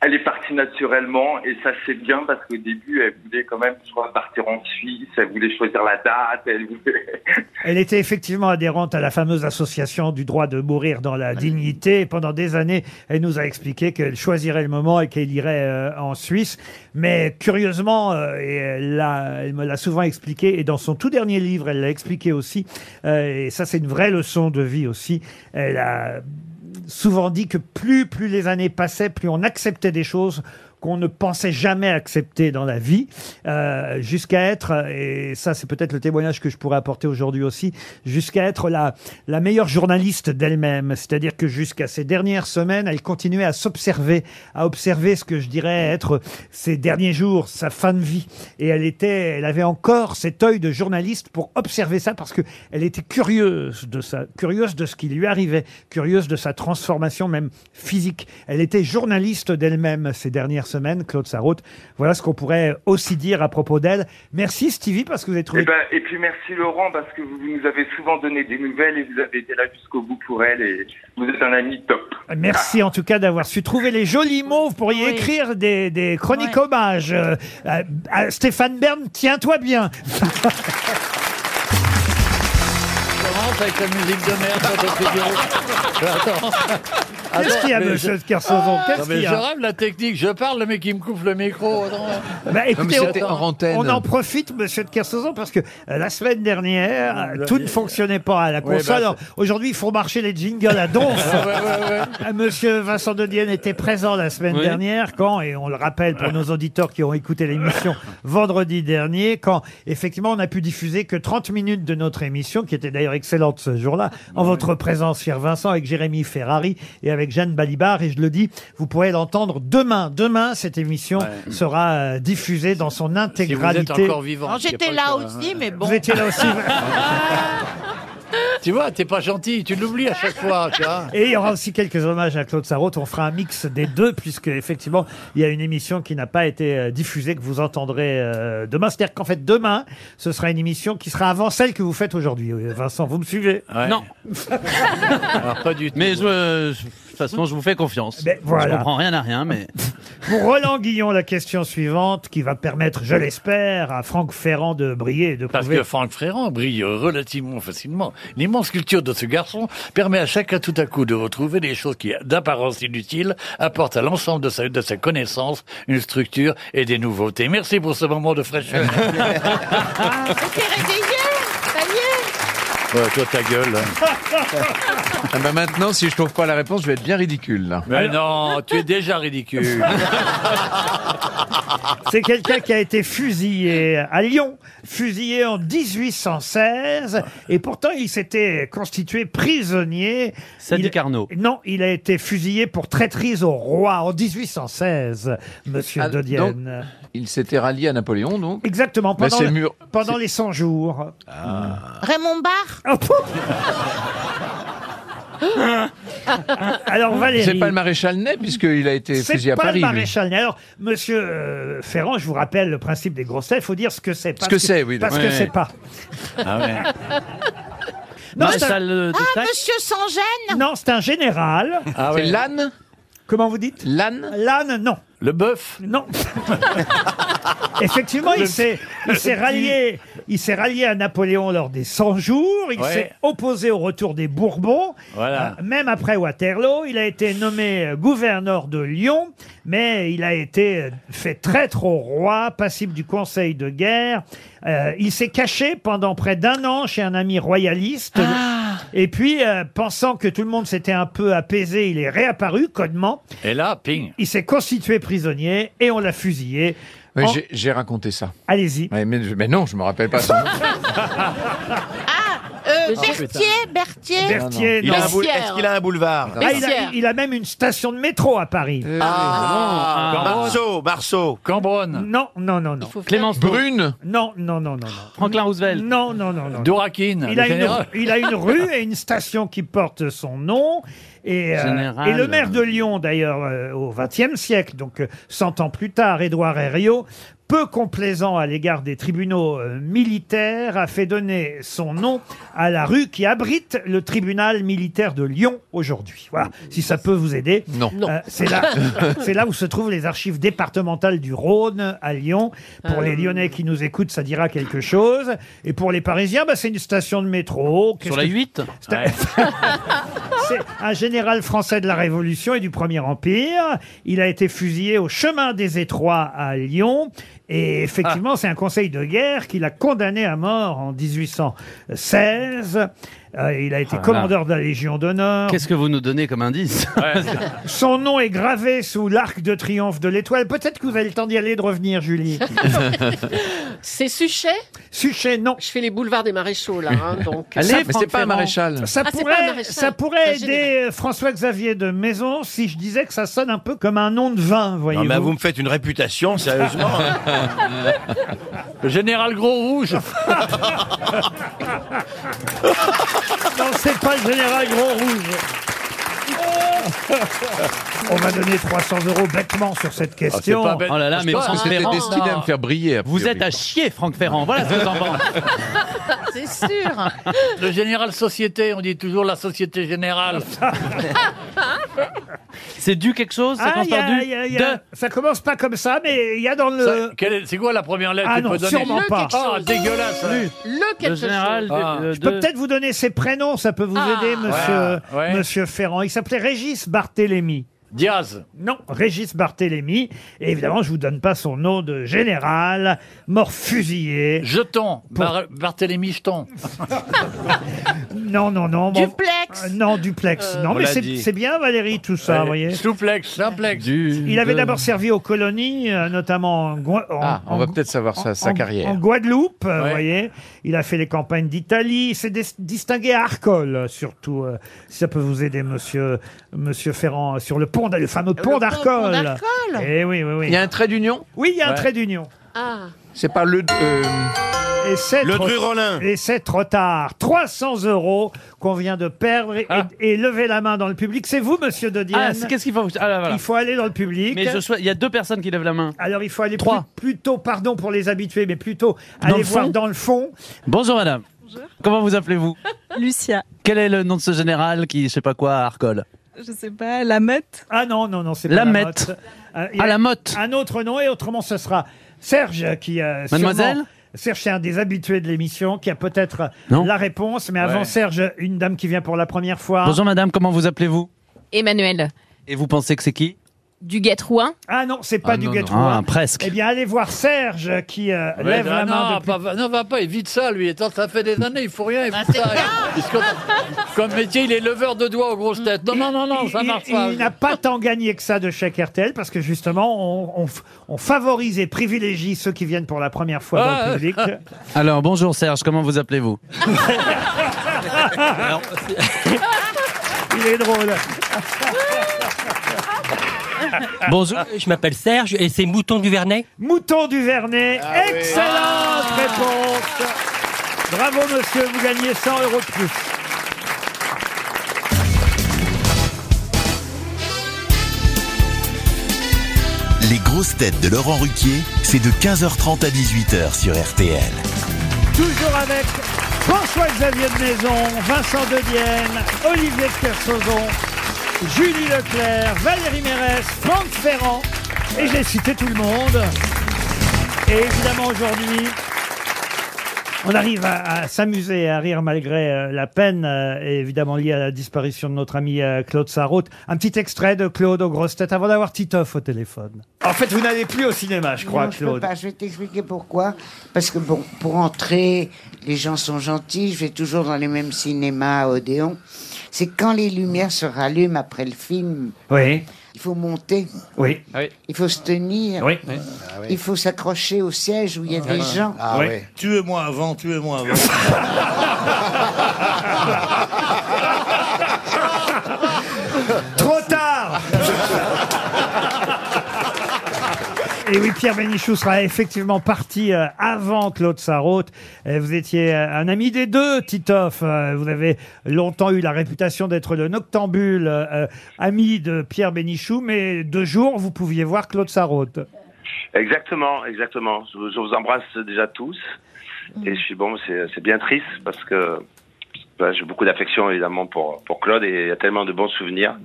elle est partie naturellement et ça c'est bien parce qu'au début, elle voulait quand même soit partir en Suisse, elle voulait choisir la date, elle voulait... Elle était effectivement adhérente à la fameuse association du droit de mourir dans la dignité. Et pendant des années, elle nous a expliqué qu'elle choisirait le moment et qu'elle irait euh, en Suisse. Mais curieusement, euh, et elle, l'a- elle me l'a souvent expliqué, et dans son tout dernier livre, elle l'a expliqué aussi, euh, et ça c'est une vraie leçon de vie aussi, elle a souvent dit que plus, plus les années passaient, plus on acceptait des choses qu'on ne pensait jamais accepter dans la vie, euh, jusqu'à être, et ça c'est peut-être le témoignage que je pourrais apporter aujourd'hui aussi, jusqu'à être la, la meilleure journaliste d'elle-même. C'est-à-dire que jusqu'à ces dernières semaines, elle continuait à s'observer, à observer ce que je dirais être ses derniers jours, sa fin de vie. Et elle était, elle avait encore cet œil de journaliste pour observer ça parce que elle était curieuse de ça, curieuse de ce qui lui arrivait, curieuse de sa transformation même physique. Elle était journaliste d'elle-même ces dernières semaines, Claude Sarraute. Voilà ce qu'on pourrait aussi dire à propos d'elle. Merci Stevie parce que vous avez Eh trouvé Et, ben, et puis merci Laurent parce que vous nous avez souvent donné des nouvelles et vous avez été là jusqu'au bout pour elle et vous êtes un ami top. Ah, Merci en tout cas d'avoir su trouver les jolis mots. Vous pourriez écrire des, des chroniques hommages. Euh, à- à Stéphane Bern, tiens-toi bien. [laughs] commence avec la musique de merde dans tes [laughs] vidéos. Qu'est-ce qu'il y a, monsieur de Kersauzon Qu'est-ce Non, mais qu'il y a Je rêve la technique. Je parle, le mec qui me coupe le micro. Non. Bah, écoutez, Non, mais c'était on, hors antenne. on en profite, monsieur de Kersauzon, parce que euh, la semaine dernière, Vous euh, tout aviez- ne fonctionnait pas à la Oui, console. bah, Alors, Aujourd'hui, il faut marcher les jingles à donf. [laughs] Ouais, ouais, ouais, Euh, Monsieur Vincent Dedienne était présent la semaine Oui. dernière quand, et on le rappelle pour nos auditeurs qui ont écouté l'émission vendredi dernier, quand effectivement on a pu diffuser que 30 minutes de notre émission, qui était d'ailleurs excellente ce jour-là, en votre présence, cher Vincent, avec Jérémy Ferrari et avec Jeanne Balibar. Et je le dis, vous pourrez l'entendre demain. Demain, cette émission sera euh, diffusée dans son intégralité. Alors, J'étais là aussi, mais bon. Vous étiez là [laughs] aussi. Tu vois, t'es pas gentil, tu l'oublies à chaque fois, tu vois. Et il y aura aussi quelques hommages à Claude Sarraute. On fera un mix des deux, puisque effectivement, il y a une émission qui n'a pas été euh, diffusée, que vous entendrez euh, demain. C'est-à-dire qu'en fait, demain, ce sera une émission qui sera avant celle que vous faites aujourd'hui. Euh, Vincent, vous me suivez Non. Alors, pas du tout. Mais je, euh, je- de toute façon, je vous fais confiance. voilà. Je comprends rien à rien, mais. Pour Roland Guillon, la question suivante, qui va permettre, je l'espère, à Franck Ferrand de briller et de Parce prouver... que Franck Ferrand brille relativement facilement. L'immense culture de ce garçon permet à chacun tout à coup de retrouver des choses qui, d'apparence inutiles, apportent à l'ensemble de sa, de sa connaissance une structure et des nouveautés. Merci pour ce moment [laughs] de fraîcheur. Ouais, toi, ta gueule. hein. ah bah maintenant, si je trouve pas la réponse, je vais être bien ridicule, là. Mais non, tu es déjà ridicule. [laughs] C'est quelqu'un qui a été fusillé à Lyon, fusillé en 1816, et pourtant il s'était constitué prisonnier. Sadi Il- Carnot. Non, il a été fusillé pour traîtrise au roi en 1816, monsieur Ah, Dodienne. donc, il s'était rallié à Napoléon, donc Exactement, Mais pendant, c'est Ah. le- mûr. pendant les 100 jours. Raymond Barre Oh, pouf [laughs] Ah, Alors Valérie... C'est pas le maréchal Ney, puisqu'il a été C'est fusillé à pas le Paris. lui. maréchal. Ney. Alors, monsieur euh, Ferrand, je vous rappelle le principe des grosses têtes. Il faut dire ce que c'est. parce que c'est, oui, Parce d'accord. que Ouais, c'est ouais. pas. Ah ouais. Non, Maréchal, c'est un- euh, de Ah, Monsieur sans gêne non, c'est un général. Ah ouais. C'est l'âne Comment vous dites L'âne L'âne, non. Le bœuf [laughs] Non. Effectivement, il s'est il s'est rallié, il s'est rallié à Napoléon lors des 100 jours. Il Ouais. s'est opposé au retour des Bourbons. Voilà. Euh, Même après Waterloo, il a été nommé euh, gouverneur de Lyon, mais il a été euh, fait traître au roi, passible du conseil de guerre. Euh, il s'est caché pendant près d'un an chez un ami royaliste. Et puis, euh, pensant que tout le monde s'était un peu apaisé, il est réapparu, codement. Et là, ping. Il s'est constitué prisonnier et on l'a fusillé. Oui, En- j'ai- J'ai raconté ça. Allez-y. Ouais, mais, mais non, je me rappelle pas son nom. [laughs] Euh, Oh, Berthier, Berthier Berthier, Il a un non. boule- Est-ce qu'il a un boulevard Ah, il, a, il a même une station de métro à Paris. Ah, Marceau, Marceau. Cambronne. Non, non, non, non. Clémence Brune. Non, non, non, non, non. Franklin Roosevelt. Non, non, non, non. Dorakine. Il a, le une, général. il a une rue et une station qui portent son nom. Et, euh, Général. et le maire de Lyon, d'ailleurs, euh, au XXe siècle, donc euh, 100 ans plus tard, Édouard Herriot, peu complaisant à l'égard des tribunaux euh, militaires, a fait donner son nom à la rue qui abrite le tribunal militaire de Lyon aujourd'hui. Voilà, si ça peut vous aider. Non. Euh, c'est là, c'est là où se trouvent les archives départementales du Rhône à Lyon. Pour les Lyonnais qui nous écoutent, ça dira quelque chose. Et pour les Parisiens, bah, c'est une station de métro. Qu'est-ce Sur la que- 8 c'est un général français de la Révolution et du Premier Empire. Il a été fusillé au chemin des Étroits à Lyon. Et Ah. effectivement, c'est un conseil de guerre qui l'a condamné à mort en 1816. Euh, il a été Ah là. commandeur de la Légion d'honneur. Qu'est-ce que vous nous donnez comme indice [laughs] [laughs] Son nom est gravé sous l'arc de triomphe de l'étoile. Peut-être que vous avez le temps d'y aller et de [laughs] revenir, Julie. C'est Suchet Suchet, non. Je fais les boulevards des maréchaux, là. hein, donc. Allez, Ça- mais c'est pas un maréchal. Ça Ah, c'est pourrait- pas un maréchal. Bah, ça pourrait Un général. aider euh, François-Xavier de Maison si je disais que ça sonne un peu comme un nom de vin, Non, voyez-vous. Ah, mais vous me faites une réputation, sérieusement. hein. [laughs] Le général Gros [laughs] Rouge. Non, c'est pas le général Gros Rouge. On va donner 300 euros bêtement sur cette question. pas bête. Oh là là, Je mais pense que Franck c'était Ferrand, destiné à me faire briller. Vous êtes à chier, Franck Ferrand. Voilà ce que j'en pense. C'est sûr. [laughs] Le général Société, on dit toujours la Société Générale. [laughs] C'est dû quelque chose C'est Aïe, Constant Du aïe, aïe, aïe. De Ça commence pas comme ça, mais il y a [laughs] dans le. Ça, quelle est- C'est quoi la première lettre Ah qu'il non, peut donner sûrement Le pas. quelque chose. Ah, dégueulasse. Le quelque chose. Ah. Je peux peut-être vous donner ses prénoms, ça peut vous Ah. aider, monsieur, Ouais, ouais. monsieur Ferrand. Il s'appelait Régis Barthélémy. Diaz. Non, Régis Barthélémy. Et évidemment, je vous donne pas son nom de général, mort fusillé. Jeton. Bar- Barthélemy Jeton. Non, non, non. Duplex. Euh, Non, duplex. Euh, non, on mais l'a c'est dit. c'est bien, Valérie, tout ça, vous voyez. Souplex, simplex. Il avait d'abord servi aux colonies, euh, notamment en, Gua- en- Ah, on en- va peut-être savoir sa, sa en- carrière. en Guadeloupe, euh, vous voyez. Il a fait les campagnes d'Italie. Il s'est des- distingué à Arcole, euh, surtout. euh, si ça peut vous aider, monsieur, monsieur Ferrand, euh, sur le pont, d- le fameux pont pont d'Arcole. d'Arcole. Eh oui, oui, oui. Il y a un trait d'union Oui, il y a un Ouais. trait d'union. Ah. C'est pas le. euh, Et c'est Le trop- Drurolin. Et c'est trop tard. 300 euros qu'on vient de perdre et, et- et lever la main dans le public. C'est vous, monsieur Dodienne. Ah, c'est- qu'est-ce qu'il faut Ah, là, voilà. Il faut aller dans le public. Mais je souhaite- il y a deux personnes qui lèvent la main. Alors il faut aller plus, plutôt, pardon pour les habitués, mais plutôt aller le voir fond dans le fond. Bonjour madame. Comment vous appelez-vous Lucia, Quel est le nom de ce général qui, je sais pas quoi, à Arcole je sais pas, la Mette Ah non, non, non, c'est La pas la Mette. motte. Euh, il y a Ah, la motte. Un autre nom et autrement ce sera Serge qui. euh, Mademoiselle sûrement- Serge, c'est un des habitués de l'émission qui a peut-être Non. la réponse, mais Ouais. avant Serge, une dame qui vient pour la première fois. Bonjour madame, comment vous appelez-vous Emmanuel, Et vous pensez que c'est qui du Guetrouin. Ah non, c'est pas Ah du non, non. Guetrouin. Ah, presque. Eh bien, allez voir Serge qui euh, Ouais, lève non, la main. non, depuis- pas- va- non, va pas, il vit de ça, lui. Attends, ça fait des années, il faut rien, il Bah, fout ça. Il se contente- Comme métier, il est leveur de doigts aux grosses têtes. Non, non, non, non, ça Il- marche il- pas. Il n'a pas tant gagné que ça de chèque RTL parce que justement, on, on f- on favorise et privilégie ceux qui viennent pour la première fois dans Ah. le public. [laughs] Alors bonjour Serge, comment vous appelez-vous Il est drôle. Bonjour, je m'appelle Serge et c'est Mouton du Vernet. Mouton du Vernet, excellente réponse. Bravo monsieur, vous gagnez 100 euros de plus. Les grosses têtes de Laurent Ruquier, c'est de 15h30 à 18h sur RTL. Toujours avec François-Xavier de Maison, Vincent Dedienne, Olivier de Kersauzon, Julie Leclerc, Valérie Mérès, Franck Ferrand. Et j'ai cité tout le monde. Et évidemment aujourd'hui, on arrive à, à s'amuser, et à rire malgré euh, la peine, euh, et évidemment liée à la disparition de notre ami euh, Claude Sarraute. Un petit extrait de Claude aux grosses têtes avant d'avoir Titoff au téléphone. En fait, vous n'allez plus au cinéma, je crois, Non, je, peux Claude. pas. je vais t'expliquer pourquoi. Parce que bon, pour entrer, les gens sont gentils. Je vais toujours dans les mêmes cinémas à Odéon. C'est quand les lumières se rallument après le film. Oui. Il faut monter. Oui. Il faut se tenir. Oui. Ah Il faut s'accrocher au siège où il y a des gens. Ah Tuez-moi avant, tuez-moi avant. Trop tard Et oui, Pierre Bénichou sera effectivement parti euh, avant Claude Sarraute. Euh, Vous étiez euh, un ami des deux, Titoff. Euh, Vous avez longtemps eu la réputation d'être le noctambule euh, euh, ami de Pierre Bénichou, mais deux jours, vous pouviez voir Claude Sarraute. Exactement, exactement. Je, vous- je vous embrasse déjà tous. Mm. Et je suis bon, c'est c'est bien triste parce que bah, j'ai beaucoup d'affection évidemment pour, pour Claude et il y a tellement de bons souvenirs.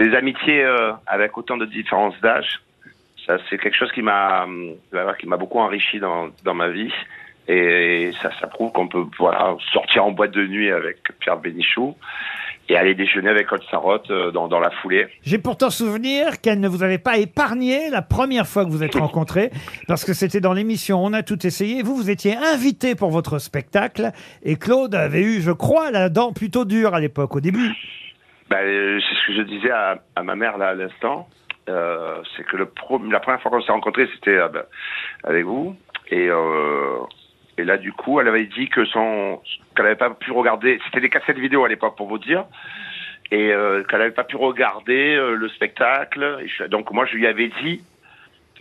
Les amitiés euh, avec autant de différences d'âge, ça c'est quelque chose qui m'a hum, qui m'a beaucoup enrichi dans, dans ma vie. Et ça, ça prouve qu'on peut voilà, sortir en boîte de nuit avec Pierre Bénichou. et aller déjeuner avec Claude Sarotte euh, dans, dans la foulée. J'ai pourtant souvenir qu'elle ne vous avait pas épargné la première fois que vous êtes rencontrés, parce que c'était dans l'émission On a tout essayé. Vous, vous étiez invité pour votre spectacle, et Claude avait eu, je crois, la dent plutôt dure à l'époque, au début. Ben, euh, c'est ce que je disais à, à ma mère là à l'instant. Euh, c'est que le pro- la première fois qu'on s'est rencontrés, c'était euh, ben, avec vous. Et, euh, et là, du coup, elle avait dit que son qu'elle n'avait pas pu regarder. C'était des cassettes vidéo à l'époque, pour vous dire. Et euh, qu'elle n'avait pas pu regarder euh, le spectacle. Et je- donc moi, je lui avais dit.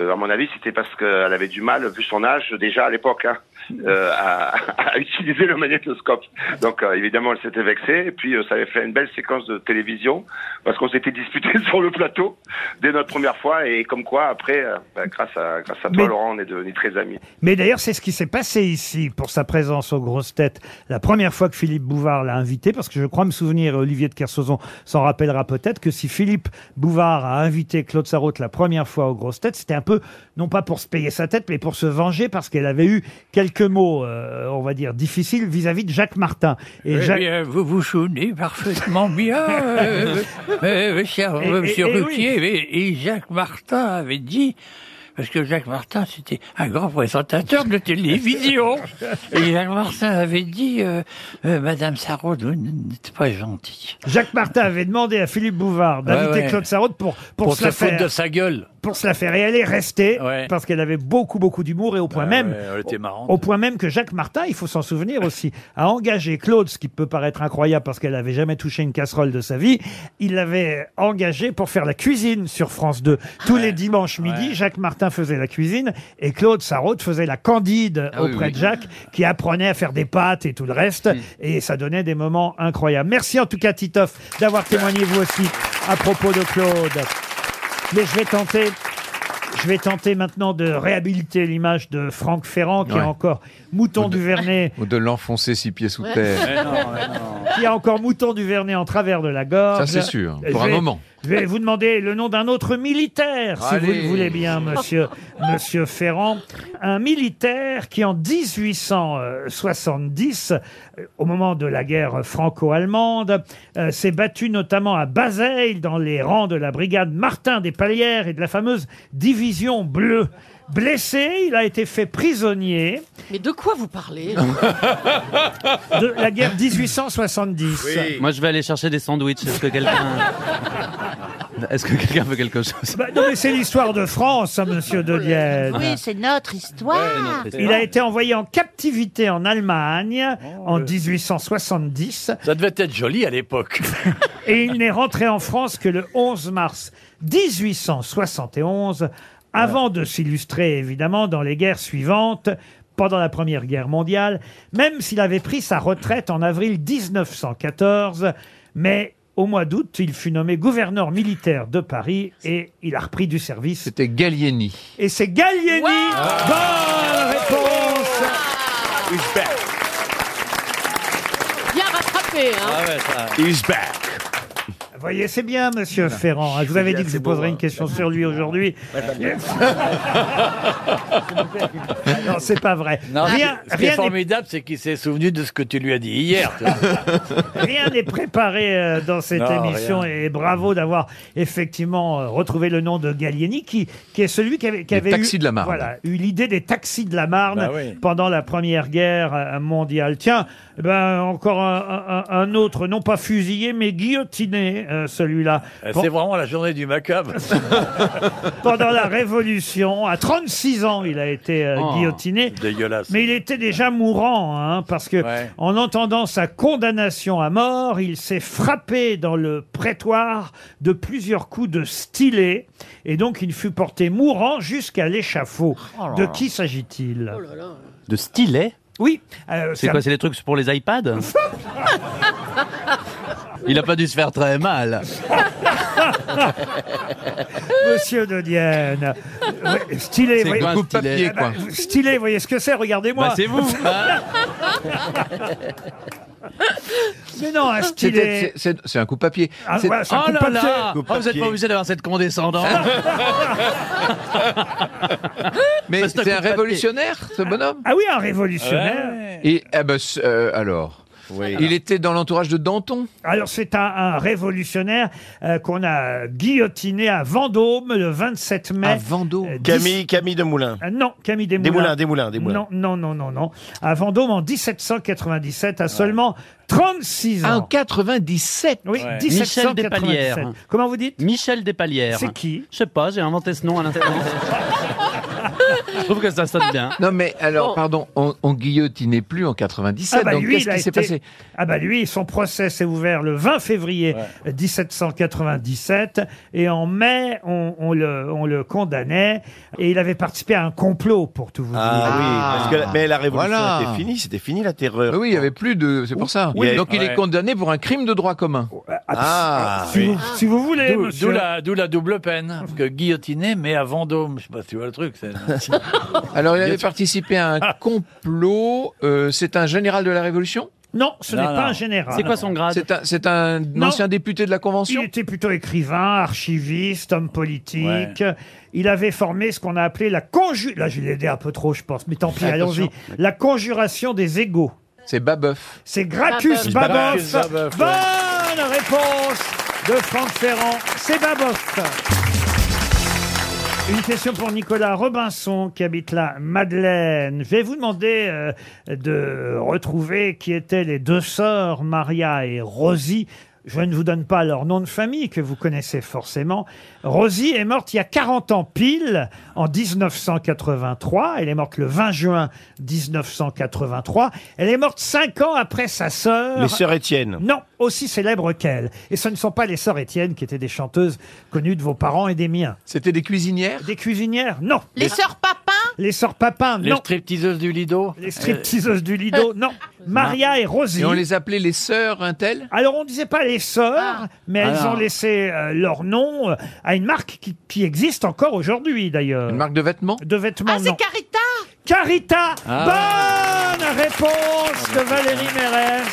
euh, À mon avis, c'était parce qu'elle avait du mal, vu son âge déjà à l'époque, hein, euh, à, [laughs] à utiliser le magnétoscope. Donc euh, évidemment, elle s'était vexée. Et puis, euh, ça avait fait une belle séquence de télévision parce qu'on s'était disputé [laughs] sur le plateau dès notre première fois. Et comme quoi, après, euh, bah, grâce à grâce à toi, Mais- Laurent, on est devenus très amis. Mais d'ailleurs, c'est ce qui s'est passé ici pour sa présence aux grosses têtes. La première fois que Philippe Bouvard l'a invité, parce que je crois me souvenir, Olivier de Kersauzon s'en rappellera peut-être, que si Philippe Bouvard a invité Claude Sarraute la première fois aux grosses têtes, c'était un peu, non pas pour se payer sa tête, mais pour se venger parce qu'elle avait eu quelques mots, euh, on va dire, difficiles vis-à-vis de Jacques Martin. Eh Jacques- bien, vous vous souvenez parfaitement [laughs] bien, euh, euh, cher Et- et- monsieur et oui. Ruquier, et, et Jacques Martin avait dit, parce que Jacques Martin, c'était un grand présentateur de télévision, et Jacques Martin avait dit, euh, euh, Madame Sarraud, vous n'êtes pas gentille. Jacques Martin avait demandé à Philippe Bouvard d'inviter Ouais, ouais. Claude Sarraute pour, pour, Pour se la sa faute faire. de sa gueule. Pour se la faire. Et elle est restée, Ouais. parce qu'elle avait beaucoup, beaucoup d'humour, et au point Ah Ouais, même. ouais, elle était marrante. Au point même que Jacques Martin, il faut s'en souvenir aussi, a engagé Claude, ce qui peut paraître incroyable parce qu'elle n'avait jamais touché une casserole de sa vie. Il l'avait engagé pour faire la cuisine sur France 2. Tous les dimanches midi, Jacques Martin faisait la cuisine et Claude Sarraute faisait la candide Ah oui, auprès oui. Hmm. de Jacques, qui apprenait à faire des pâtes et tout le reste. Et ça donnait des moments incroyables. Merci en tout cas, Titoff, d'avoir témoigné vous aussi à propos de Claude. Mais je vais tenter. Je vais tenter maintenant de réhabiliter l'image de Franck Ferrand, qui Ouais. est encore mouton du Vernet, Ou de l'enfoncer six pieds sous Ouais. terre. [laughs] qui a encore mouton du Vernet en travers de la gorge. Ça, c'est sûr, Je pour un vais- moment. Je vais vous demander le nom d'un autre militaire, si vous Allez. le voulez bien, [laughs] monsieur, monsieur Ferrand. Un militaire qui, en 1870, euh, au moment de la guerre franco-allemande, euh, s'est battu notamment à Bazeilles, dans les rangs de la brigade Martin des Palières et de la fameuse division bleue. Blessé, il a été fait prisonnier Mais de quoi vous parlez [laughs] de la guerre 1870. Moi, je vais aller chercher des sandwichs. Est-ce que [laughs] quelqu'un. Est-ce que quelqu'un veut quelque chose Bah, non, mais c'est l'histoire de France, hein, monsieur De Dienne. Oui, c'est notre histoire. Il a été envoyé en captivité en Allemagne en 1870 Ça devait être joli [laughs] à l'époque. et il n'est rentré en France que le 11 mars 1871 avant de s'illustrer évidemment dans les guerres suivantes pendant la Première Guerre mondiale, même s'il avait pris sa retraite en avril 1914, mais au mois d'août, il fut nommé gouverneur militaire de Paris et il a repris du service. C'était Gallieni. Et c'est Gallieni Bonne réponse Bien rattrapé, Ah hein [laughs] He's back. Vous voyez, c'est bien, monsieur Ferrand. hein. Je vous avais dit que je vous poserais une question sur lui [laughs] aujourd'hui. non, c'est pas vrai. Non, rien ce qui rien est n'est- formidable, c'est qu'il s'est souvenu de ce que tu lui as dit hier. tu vois. rien n'est préparé euh, dans cette Non, émission. rien. Et bravo d'avoir effectivement euh, retrouvé le nom de Gallieni, qui, qui est celui qui avait, qui Les avait taxis eu, de la Marne. voilà, eu l'idée des taxis de la Marne Bah oui. pendant la Première Guerre euh, mondiale. Tiens, eh ben, encore un, un- un autre, non pas fusillé, mais guillotiné, euh, celui-là. Euh, Pen- C'est vraiment la journée du macabre. [laughs] pendant la Révolution. À 36 ans, il a été euh, Oh, guillotiné. Dégueulasse. Mais il était déjà mourant, hein, parce que en entendant sa condamnation à mort, il s'est frappé dans le prétoire de plusieurs coups de stylet, et donc il fut porté mourant jusqu'à l'échafaud. Oh là de là. qui s'agit-il De stylet Oui. euh, C'est quoi C'est les trucs pour les [laughs] iPads Il a pas dû se faire très mal. [laughs] Monsieur de Dienne. [laughs] Ouais, Stylet, C'est voyez- quoi un Coupe stylet papier, Ah bah, quoi. Stylet, vous voyez ce que c'est Regardez-moi. Bah, c'est vous, hein. [laughs] Mais non, un C'était- stylet. c'est- C'est c'est un coup papier. Ah, C'est- voilà, c'est un Ah, Oh là là Oh, Vous êtes pas obligé d'avoir cette condescendance. [laughs] Mais c'est un c'est coup de papier. un révolutionnaire, ce bonhomme Ah oui, un révolutionnaire. Et ah bah, c- eh ben, euh, alors Oui. Il était dans l'entourage de Danton. Alors c'est un, un révolutionnaire euh, qu'on a guillotiné à Vendôme le 27 mai. À Vendôme. Camille, Camille Demoulin. non, Camille Desmoulins, Desmoulins. Desmoulins, Desmoulins. Non, non, non, non, non. À Vendôme en 1797 à seulement 36 ans. En 97 Oui, Ouais. 1797. Michel Despalières. Comment vous dites Michel Despalières. C'est qui Je sais pas, j'ai inventé ce nom [laughs] à l'instant. Je trouve que ça sonne bien. Non, mais alors, Bon. pardon, on, on guillotinait plus en 97. Ah bah donc lui, qu'est-ce il a qui s'est été- passé Ah bah lui, son procès s'est ouvert le 20 février 1797 et en mai, on, on le, on le condamnait et il avait participé à un complot pour tout vous dire. Ah, oui, parce que la- mais la révolution Voilà. était finie, c'était fini la terreur. Ah oui, il n'y avait plus de. C'est pour ça. Oui. Donc il Ouais. est condamné pour un crime de droit commun. Ah, si, vous, si vous voulez, D'où- monsieur. Ah. d'où la- D'où la double peine. Parce que guillotiné, mais à Vendôme. Je sais pas si tu vois le truc. c'est- Alors il avait participé à Ah. un complot. euh, c'est un général de la Révolution Non, ce n'est pas un général. C'est un, c'est un Non. ancien député de la Convention Il était plutôt écrivain, archiviste, homme politique. Il avait formé ce qu'on a appelé la conjuration. Là, je l'ai aidé un peu trop, je pense, mais tant pis, Attention. allons-y. La conjuration des égaux. C'est Babeuf. C'est Gracchus Babeuf. Babeuf. Gracchus Babeuf, Bonne ouais. réponse de Franck Ferrand. C'est Babeuf. Une question pour Nicolas Robinson qui habite la Madeleine. Je vais vous demander euh, de retrouver qui étaient les deux sœurs Maria et Rosie. Je ne vous donne pas leur nom de famille que vous connaissez forcément. Rosie est morte il y a 40 ans pile en 1983. Elle est morte le 20 juin 1983. Elle est morte 5 ans après sa sœur. Les sœurs Étienne. Non, aussi célèbre qu'elle. Et ce ne sont pas les sœurs Étienne qui étaient des chanteuses connues de vos parents et des miens. C'était des cuisinières Des cuisinières, non. Les sœurs Papin Les sœurs Papin, Les non. stripteaseuses du Lido. Euh, Les stripteaseuses du Lido, non. Maria et Rosie. Et on les appelait les sœurs Intel Alors, on ne disait pas les sœurs, mais elles Ah. ont laissé euh, leur nom euh, à une marque qui, qui existe encore aujourd'hui, d'ailleurs. Une marque de vêtements De vêtements, Ah, c'est non. Carita Carita Ah. Bonne réponse de Valérie Mérès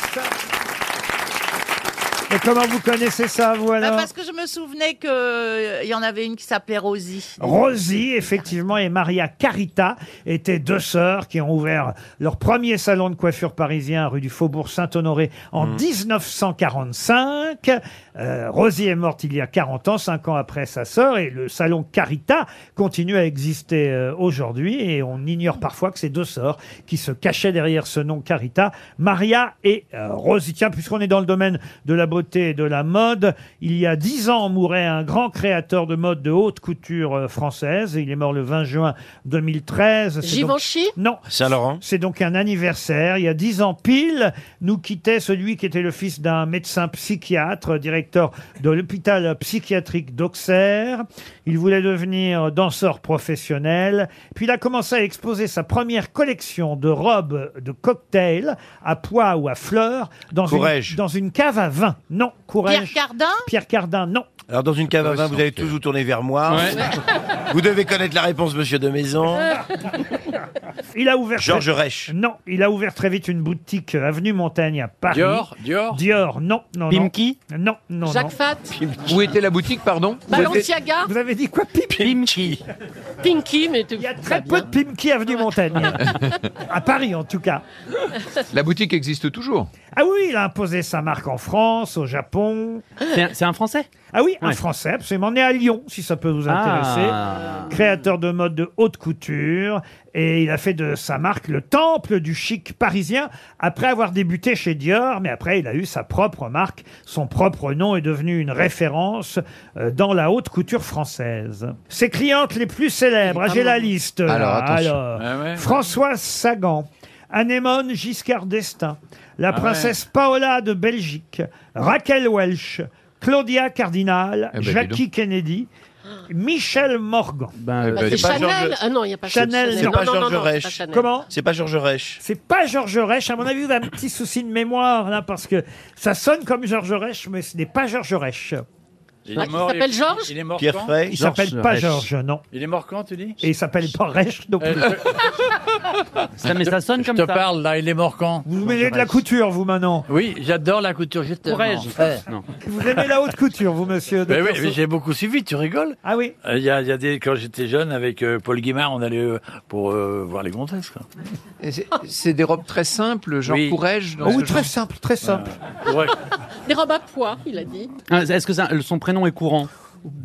Et comment vous connaissez ça, vous, Bah, alors Parce que je me souvenais qu'il y en avait une qui s'appelait Rosie. Rosie, effectivement, et Maria Carita étaient deux sœurs qui ont ouvert leur premier salon de coiffure parisien rue du Faubourg Saint-Honoré en 1945. Euh, Rosie est morte il y a 40 ans, 5 ans après sa sœur, et le salon Carita continue à exister euh, aujourd'hui, et on ignore parfois que ces deux sœurs qui se cachaient derrière ce nom Carita, Maria et euh, Rosie. Tiens, puisqu'on est dans le domaine de la beauté et de la mode, il y a dix ans mourait un grand créateur de mode de haute couture euh, française. Il est mort le 20 juin 2013. C'est donc- Givenchy Non. Saint-Laurent. C'est donc un anniversaire. Il y a dix ans pile, nous quittait celui qui était le fils d'un médecin psychiatre, directeur de l'hôpital psychiatrique d'Auxerre. Il voulait devenir danseur professionnel. Puis il a commencé à exposer sa première collection de robes de cocktail à pois ou à fleurs dans, Courrèges. une, dans une cave à vin. Non, Courrèges. Pierre Cardin Pierre Cardin, non. Alors dans une cave à vin, vous allez tous vous tourner vers moi. Vous devez connaître la réponse, monsieur de Maison. [laughs] Il a ouvert. Georges très- Reich. Non, il a ouvert très vite une boutique euh, avenue Montaigne à Paris. Dior, Dior. Dior, non, non, non. Pimki Non, non, non. Jacques Fat Où était la boutique, pardon Vous avez- Balenciaga Vous avez dit quoi, Pimki Pinky, mais Il y a Très peu de Pimki avenue Montaigne. [laughs] à Paris, en tout cas. La boutique existe toujours. Ah oui, il a imposé sa marque en France, au Japon. C'est un- c'est un Français Ah oui, un Ouais. Français, absolument. Né à Lyon, si ça peut vous intéresser. Ah. Créateur de mode de haute couture. Et il a fait de sa marque le temple du chic parisien après avoir débuté chez Dior. Mais après, il a eu sa propre marque. Son propre nom est devenu une référence euh, dans la haute couture française. Ses clientes les plus célèbres, ah, j'ai la liste. là. Alors, attention. Alors, Ah ouais. Françoise Sagan, Anémone Giscard d'Estaing, la Ah princesse Paola de Belgique, Raquel Welch, Claudia Cardinal, Eh ben, dis Jackie Kennedy, Michel Morgan. Eh euh, ben, c'est Chanel. Ah non, il n'y a pas Chanel, Chanel. non. Non, non, non, non, c'est pas Chanel. Comment C'est pas Georges Reich. C'est pas Georges Reich. À mon avis, vous avez un petit souci de mémoire, là, parce que ça sonne comme Georges Reich, mais ce n'est pas Georges Reich. Il Ah, est il mort, s'appelle il- Georges Il est mort Pierre quand Frey, Il s'appelle Georges pas Reich. Georges, non. Il est mort quand, tu dis Euh, Et il s'appelle pas Reich non plus. Ça, mais ça sonne Euh, comme Je te ça. parle, là, il est mort quand Vous mêlez de la couture, vous, maintenant Oui, j'adore la couture, justement. Pourrais-je Eh. [laughs] Vous aimez la haute couture, vous, monsieur de Mais oui, Curson mais j'ai beaucoup suivi, tu rigoles Euh, Ah oui Il y a, il y a des, quand j'étais jeune, avec euh, Paul Guimard, on allait euh, pour euh, voir les comtesses. Quoi. Et c'est- C'est des robes très simples, genre Oui. pourrais-je dans Oh oui, ce très genre simple, Ah très simple. Des robes à poids, il a dit. Ah, Est-ce que ça- son prénom est courant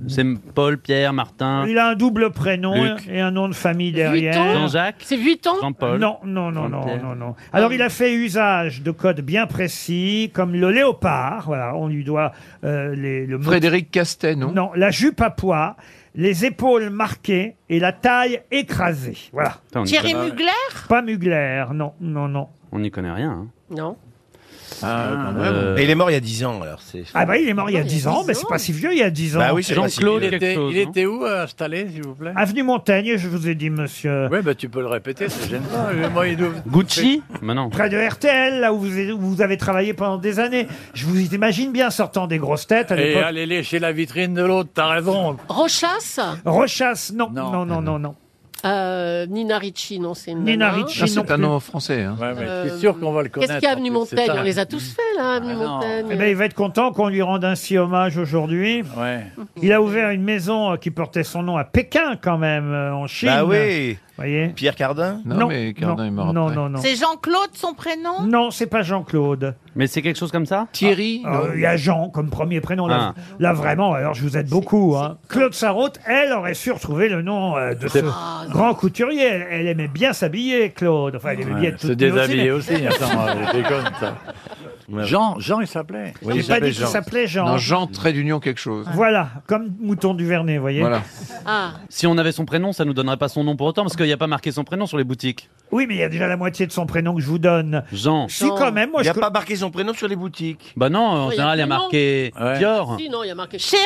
C'est Paul, Pierre, Martin. Hein. Il a un double prénom Luc. et un nom de famille derrière. Vuitton Jean-Jacques C'est 8 ans Jean-Paul. Non, non, non, non, Jean-Pierre. non, non. Alors, il a fait usage de codes bien précis, comme le léopard. Voilà, on lui doit euh, les, le mot- Frédéric Castet, non Non, la jupe à pois, les épaules marquées et la taille écrasée. Voilà. Putain, on y Thierry connaît- Mugler Pas Mugler, non, non, non. On n'y connaît rien. hein. Non. Euh, Et il est mort il y a 10 ans, alors. c'est- Ah bah il est mort il y a 10 ans, mais c'est pas si vieux, il y a 10 ans. Bah oui, c'est pas si Jean-Claude Il était, il était où euh, installé, s'il vous plaît Avenue Montaigne, je vous ai dit, monsieur. Oui, bah, tu peux le répéter, ça gêne pas. Euh, moi, il doit- Gucci Mais non. Près de RTL, là où vous, où vous avez travaillé pendant des années. Je vous imagine bien sortant des grosses têtes à Et l'époque. aller lécher la vitrine de l'autre, t'as raison. Rochasse Rechasse, non, non, non, non, non. Euh, Nina Ricci, non, c'est une Nina nana. Ricci, Ah, non c'est un plus. nom français. hein. Ouais, Ah, mais je Euh, suis sûr qu'on va le connaître. Qu'est-ce qu'il y a en Avenue plus, Montaigne c'est ça. Ah, On les a tous faits, là, Avenue non. Montaigne. Eh ben, il va être content qu'on lui rende ainsi hommage aujourd'hui. Il a ouvert une maison euh, qui portait son nom à Pékin, quand même, euh, en Chine. Bah oui. Voyez Pierre Cardin Non, mais Cardin non, est mort Non, après. oh non, non. C'est Jean-Claude son prénom Non, c'est pas Jean-Claude. Mais c'est quelque chose comme ça Thierry Euh, Il y a Jean comme premier prénom. Là, Ah. là, vraiment, alors je vous aide beaucoup. hein. Claude Sarraute, elle aurait su retrouver le nom euh, de ce grand couturier. Elle, elle aimait bien s'habiller, Claude. Enfin, elle aimait bien Ouais, être se toute nue déshabiller aussi, [laughs] aussi, mais- attends, euh, je déconne, ça. Jean, Jean, il s'appelait. Oui, J'ai il pas s'appelait dit qu'il Jean. s'appelait Jean. Non, Jean, trait d'union, quelque chose. Voilà, comme Mouton du Vernet, vous voyez. Voilà. Ah, Si on avait son prénom, ça nous donnerait pas son nom pour autant, parce qu'il n'y a pas marqué son prénom sur les boutiques. Oui, mais il y a déjà la moitié de son prénom que je vous donne. Jean. Si, quand même, moi Il je. n'a pas marqué son prénom sur les boutiques. Bah non, en Oui, général, il y a il y a marqué Dior. si, non, il y a marqué. Scherer,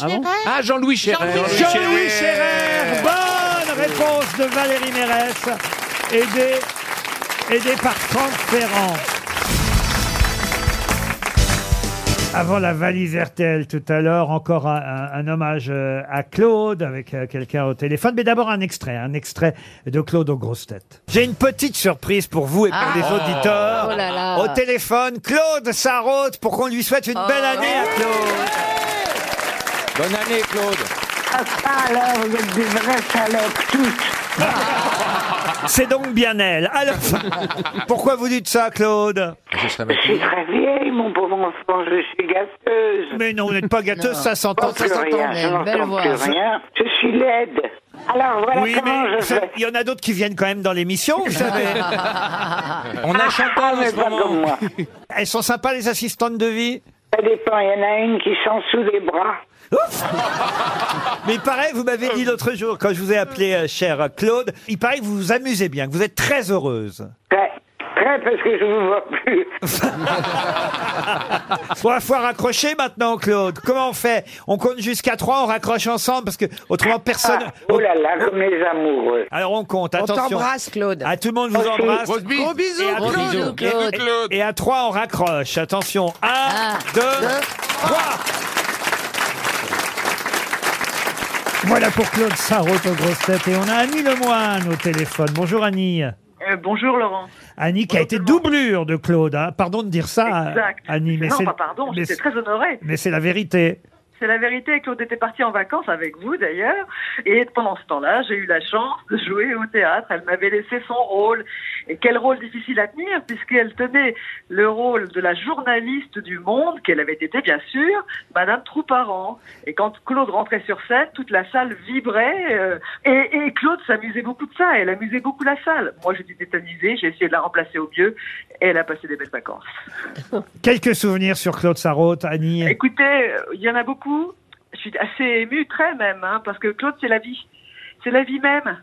Ah bon Scherer Ah, Jean-Louis Chéret. Jean-Louis Scherer Bonne réponse de Valérie Mérès, aidée, aidée par Franck Ferrand. Avant la valise RTL tout à l'heure, encore un, un- un hommage euh, à Claude avec euh, quelqu'un au téléphone. Mais d'abord un extrait, un extrait de Claude aux grosses têtes. J'ai une petite surprise pour vous et pour les auditeurs. Ah. Oh là là. Au téléphone, Claude Sarraute pour qu'on lui souhaite une belle Oh. année à Claude. Bonne année, Claude. Ah, alors, vous êtes des vraies salopes, toutes. C'est donc bien elle. [laughs] Alors, pourquoi vous dites ça, Claude Je serai Je suis très vieille, mon pauvre enfant, je suis gâteuse. Mais non, vous n'êtes pas gâteuse, ça s'entend. Plus rien, je n'entends plus rien. Je suis laide. Alors voilà Oui, comment mais je ça- fais. il y en a d'autres qui viennent quand même dans l'émission, vous savez. [laughs] On a ah, mais pas comme moi. [laughs] Elles sont sympas, les assistantes de vie Ça dépend, il y en a une qui s'en sous des bras. Mais il paraît, vous m'avez dit l'autre jour, quand je vous ai appelé, euh, cher Claude, il paraît que vous vous amusez bien, que vous êtes très heureuse. Très, très parce que je vous vois plus. [laughs] Bon, va falloir raccrocher maintenant, Claude. Comment on fait On compte jusqu'à 3, on raccroche ensemble, parce que autrement, personne... Ah, oh là là, comme les amoureux. Alors on compte, On attention. t'embrasse, Claude. À tout le monde vous embrasse. Gros bisous. Gros bisous, Et à- Gros Claude. bisous, Claude. Et- Et, et à trois, on raccroche. Attention. Un, deux, trois. Voilà pour Claude Sarraute aux grosses têtes. Et on a Annie Lemoine au téléphone. Bonjour Annie. Euh, bonjour Laurent. Annie qui a été doublure de Claude. hein. Pardon de dire ça, Exact. Annie. non, c'est- pas pardon, mais j'étais c'est- très honorée. mais c'est la vérité. C'est la vérité, Claude était parti en vacances avec vous d'ailleurs, et pendant ce temps-là, j'ai eu la chance de jouer au théâtre. Elle m'avait laissé son rôle, et quel rôle difficile à tenir, puisqu'elle tenait le rôle de la journaliste du monde, qu'elle avait été bien sûr, Madame Trouparan. Et quand Claude rentrait sur scène, toute la salle vibrait, euh, et, et Claude s'amusait beaucoup de ça, elle amusait beaucoup la salle. Moi j'étais tétanisée, j'ai essayé de la remplacer au mieux, et elle a passé des belles vacances. Quelques souvenirs sur Claude Sarraute, Annie. Écoutez, euh, il y en a beaucoup. Je suis assez émue, très même, hein, parce que Claude, c'est la vie. C'est la vie même.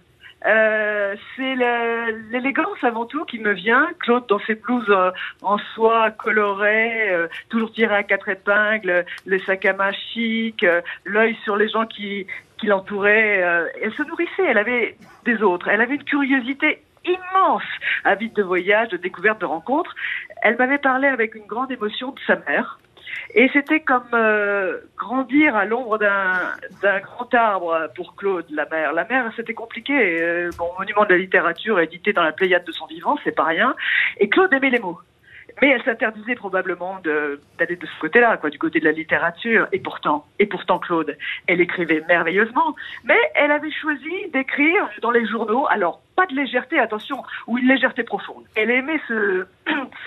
Euh, c'est le- l'élégance avant tout qui me vient. Claude, dans ses blouses euh, en soie colorées, euh, toujours tirées à quatre épingles, le sac à main chic, euh, l'œil sur les gens qui, qui l'entouraient. euh, elle se nourrissait, elle avait des autres. Elle avait une curiosité immense, avide de voyage, de découverte, de rencontres. Elle m'avait parlé avec une grande émotion de sa mère Et c'était comme euh, grandir à l'ombre d'un d'un grand arbre pour Claude, la mer. La mer, c'était compliqué. Euh, bon, monument de la littérature édité dans la Pléiade de son vivant, c'est pas rien. Et Claude aimait les mots. Mais elle s'interdisait probablement de- d'aller de, ce côté-là, quoi, du côté de la littérature. Et pourtant, et pourtant, Claude, elle écrivait merveilleusement. Mais elle avait choisi d'écrire dans les journaux, alors pas de légèreté, attention, ou une légèreté profonde. Elle aimait [clears throat] se,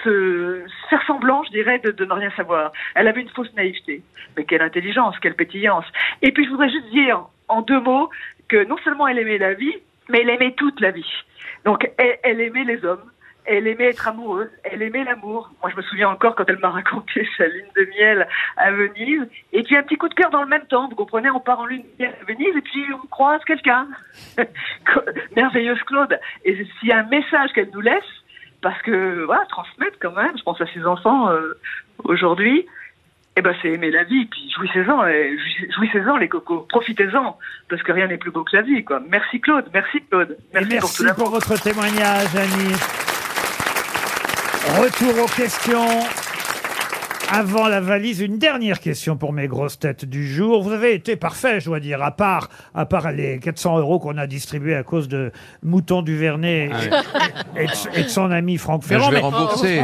se faire semblant, je dirais, de, de ne rien savoir. Elle avait une fausse naïveté. Mais quelle intelligence, quelle pétillance. Et puis je voudrais juste dire, en deux mots, que non seulement elle aimait la vie, mais elle aimait toute la vie. Donc elle- elle aimait les hommes. Elle aimait être amoureuse, elle aimait l'amour. Moi, je me souviens encore quand elle m'a raconté [laughs] sa lune de miel à Venise. Et puis, un petit coup de cœur dans le même temps. Vous comprenez, on part en lune de miel à Venise et puis on croise quelqu'un. [laughs] Merveilleuse Claude. Et s'il y a un message qu'elle nous laisse, parce que, voilà, transmettre quand même, je pense à ses enfants euh, aujourd'hui, eh ben, c'est aimer la vie. Puis, jouissez-en, et jou- jouissez-en, les cocos. Profitez-en, parce que rien n'est plus beau que la vie, quoi. Merci Claude, merci Claude. Merci, pour tout Merci l'amour. pour votre témoignage, Annie. Retour aux questions. Avant la valise, une dernière question pour mes grosses têtes du jour. Vous avez été parfait, je dois dire, à part, à part les 400 euros qu'on a distribués à cause de Mouton du Vernet et, et de, et de son ami Franck Ah Mais Ferrand. je vais mais- Oh, rembourser.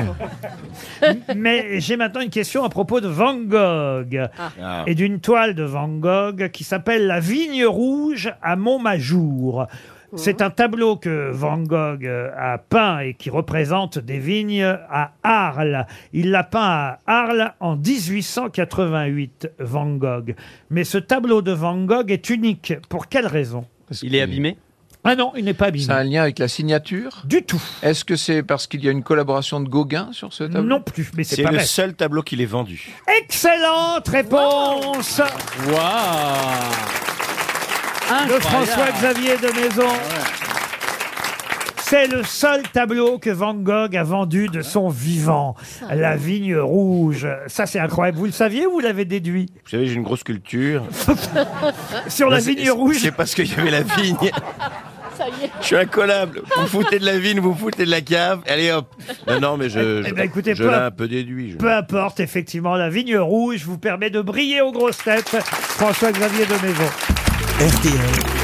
[laughs] mais j'ai maintenant une question à propos de Van Gogh Ah. et d'une toile de Van Gogh qui s'appelle La Vigne Rouge à Montmajour. C'est un tableau que Van Gogh euh, a peint et qui représente des vignes à Arles. Il l'a peint à Arles en 1888, Van Gogh. Mais ce tableau de Van Gogh est unique. Pour quelle raison Il est abîmé Ah non, il n'est pas abîmé. Ça a un lien avec la signature Du tout. Est-ce que c'est parce qu'il y a une collaboration de Gauguin sur ce tableau Non plus, mais c'est C'est pas le bête. seul tableau qu'il est vendu. Excellente réponse de François-Xavier de Maison. C'est le seul tableau que Van Gogh a vendu de son vivant. La vigne rouge. Ça, c'est incroyable. Vous le saviez ou vous l'avez déduit Vous savez, j'ai une grosse culture. Sur la Bah, c'est- vigne rouge. C'est parce qu'il y avait la vigne. Ça y est. Je suis incollable. Vous foutez de la vigne, vous foutez de la cave. Allez hop. Non, non, mais je, Eh je, ben, écoutez, je peu- l'ai un peu déduit. je- [laughs] Peu importe, effectivement, la vigne rouge vous permet de briller aux grosses têtes. François-Xavier de Maison.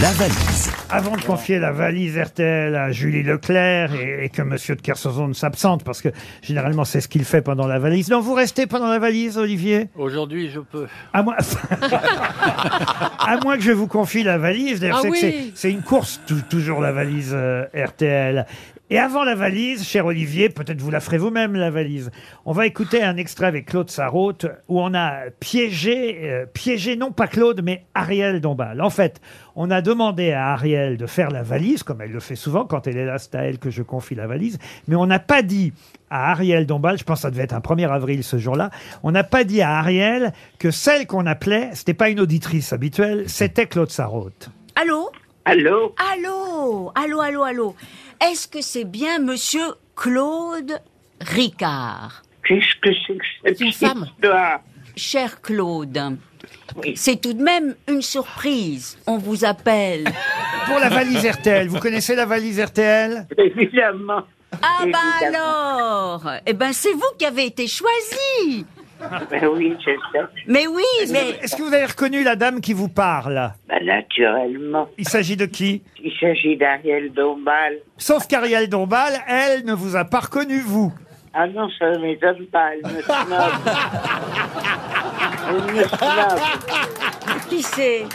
La valise. Avant de confier la valise RTL à Julie Leclerc et, et que Monsieur de Kersauzon ne s'absente, parce que généralement c'est ce qu'il fait pendant la valise. Non, vous restez pendant la valise, Olivier Aujourd'hui, je peux. À moins, [laughs] à moins que je vous confie la valise. D'ailleurs, Ah c'est que oui. c'est- c'est une course, tou- toujours la valise euh, RTL. Et avant la valise, cher Olivier, peut-être vous la ferez vous-même, la valise. On va écouter un extrait avec Claude Sarraute où on a piégé, euh, piégé non pas Claude, mais Ariel Dombal. En fait, on a demandé à Ariel de faire la valise, comme elle le fait souvent quand elle est là, c'est à elle que je confie la valise. Mais on n'a pas dit à Ariel Dombal, je pense que ça devait être un 1er avril ce jour-là, on n'a pas dit à Ariel que celle qu'on appelait, c'était pas une auditrice habituelle, c'était Claude Sarraute. Allô Allô Allô Allô, allô, allô Est-ce que c'est bien monsieur Claude Ricard Qu'est-ce que c'est que cette histoire Cher Claude, c'est tout de même une surprise. On vous appelle. Pour la valise RTL, vous connaissez la valise RTL Évidemment. Ah bah alors Eh ben c'est vous qui avez été choisi Ben oui, c'est ça. Mais oui, Est-ce mais... que- Est-ce que vous avez reconnu la dame qui vous parle Ben naturellement. Il s'agit de qui Il s'agit d'Ariel Dombal. Sauf qu'Ariel Dombal, elle, ne vous a pas reconnu, vous. Ah non, ça ne m'étonne pas, elle [laughs] me Eh snob. Elle me snob. Ah, Qui c'est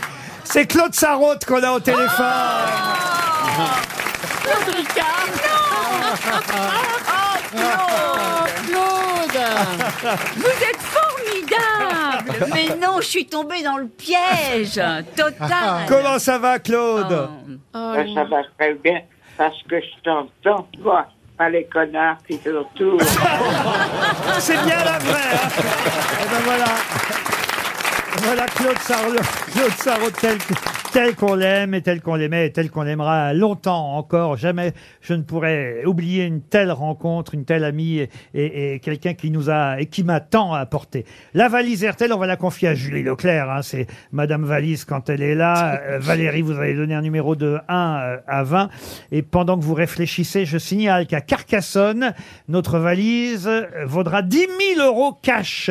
C'est Claude Sarraute qu'on a au téléphone. Ah, Claude Ricard Claude Vous [laughs] êtes formidable Mais non, je suis tombée dans le piège [laughs] total Comment ça va, Oh. Claude Oh, Ben, ça va très bien, parce que je t'entends, toi, pas les connards qui t'entourent. [laughs] C'est bien la vraie. hein. Eh ben voilà. Voilà Claude Sarraute, Claude Sarraute tel, que- tel tel qu'on l'aime et tel qu'on l'aimait et tel qu'on l'aimera longtemps encore. Jamais je ne pourrai oublier une telle rencontre, une telle amie et, et- et quelqu'un qui nous a et qui m'a tant apporté. La valise RTL, on va la confier à Julie Leclerc. hein. C'est Madame Valise quand elle est là. Euh, Valérie, vous allez donner un numéro de 1 euh, à 20. Et pendant que vous réfléchissez, je signale qu'à Carcassonne, notre valise euh, vaudra 10 000 euros cash.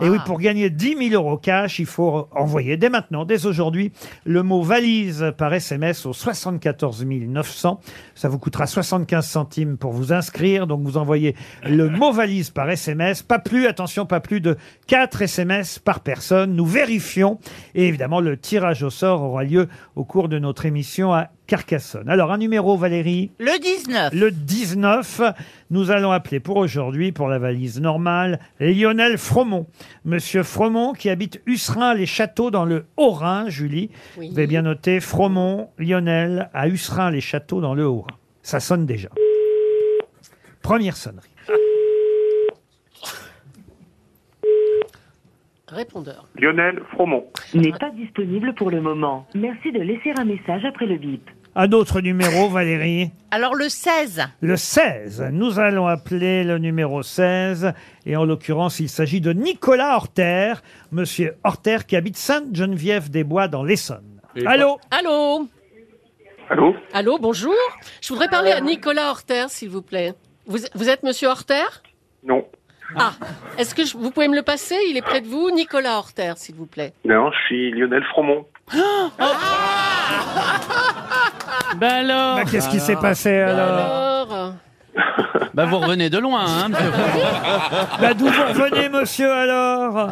Et oui, pour gagner 10 000 euros cash, il faut envoyer dès maintenant, dès aujourd'hui, le mot valise par SMS au 74 900. Ça vous coûtera 75 centimes pour vous inscrire. Donc vous envoyez le mot valise par SMS. Pas plus, attention, pas plus de 4 SMS par personne. Nous vérifions. Et évidemment, le tirage au sort aura lieu au cours de notre émission à Carcassonne. Alors, un numéro, Valérie Le 19. Le 19, nous allons appeler pour aujourd'hui, pour la valise normale, Lionel Fromont. Monsieur Fromont qui habite Usserin-les-Châteaux dans le Haut-Rhin, Julie. Oui. Vous avez bien noté, Fromont, Lionel, à Usserin-les-Châteaux dans le Haut-Rhin. Ça sonne déjà. Première sonnerie. Répondeur. Lionel Fromont. N'est pas disponible pour le moment. Merci de laisser un message après le bip. Un autre numéro, Valérie Alors le 16. Le 16, nous allons appeler le numéro 16, et en l'occurrence, il s'agit de Nicolas Horter, monsieur Horter qui habite Sainte-Geneviève-des-Bois dans l'Essonne. Allô Allô Allô Allô, bonjour. Je voudrais parler à Nicolas Horter, s'il vous plaît. Vous, vous êtes monsieur Horter Non. Ah, est-ce que je- vous pouvez me le passer Il est près de vous. Nicolas Horter, s'il vous [gasps] plaît. Oh, Non, je suis Lionel Fromont. Bah alors Bah, qu'est-ce qui s'est passé alors Alors Bah vous revenez de loin, hein monsieur. Bah d'où vous revenez, monsieur, alors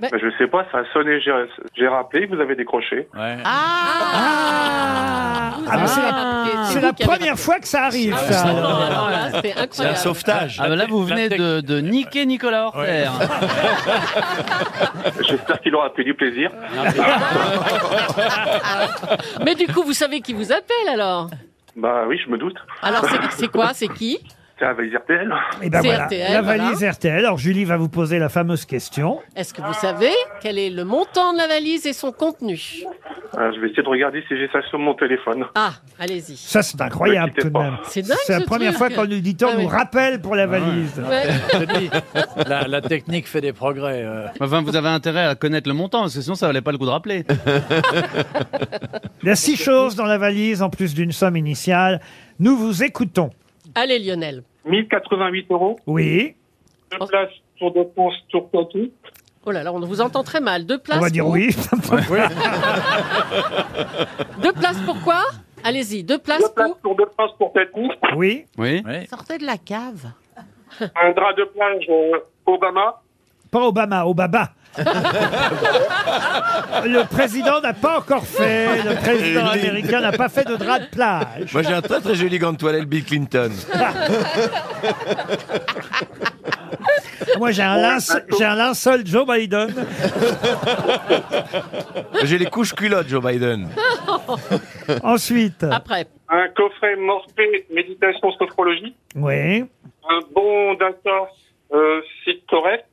Bah, je sais pas, ça a sonné, j'ai, j'ai rappelé, vous avez décroché. Ah, mais c'est la, c'est la première fois que ça arrive, ça. c'est incroyable. Ah, bah là, vous venez de, de niquer Nicolas Horter. [laughs] J'espère qu'il aura pris du plaisir. Mais du coup, vous savez qui vous appelle alors bah oui, je me doute. Alors c'est- c'est quoi C'est qui C'est avec RTL. Eh ben C'est voilà, RTL, la voilà. valise RTL. Alors Julie va vous poser la fameuse question. Est-ce que vous savez quel est le montant de la valise et son contenu Euh, je vais essayer de regarder si j'ai ça sur mon téléphone. Ah, allez-y. Ça, c'est incroyable Ne tout quittez de pas. même. C'est dingue, la ce première truc. fois qu'un auditeur Ah nous oui. rappelle pour la valise. Ouais. La, la technique fait des progrès. euh. Enfin, vous avez intérêt à connaître le montant, parce que sinon, ça valait pas le coup de rappeler. Il y a six choses dans la valise en plus d'une somme initiale. Nous vous écoutons. Allez Lionel. 1088 euros, Oui, deux places pour deux courses Tour Poitou. Oh là là, on vous entend très mal. Deux places. on va dire pour- oui. Deux places pour quoi Allez-y, deux places pour. Tour de France pour Tatou. oui. Oui. Sortez de la cave. Un drap de plage euh, Obama. Pas Obama, Obama. le président n'a pas encore fait, le président Et lui. américain n'a pas fait de drap de plage. Moi, j'ai un très très joli gant de toilette Bill Clinton. Moi, j'ai un, lince- j'ai un linceul Joe Biden. J'ai les couches culottes, Joe Biden. Ensuite, [laughs] Ah. Après. Un coffret morphé méditation sophrologie. oui, Un bon data euh, site correct.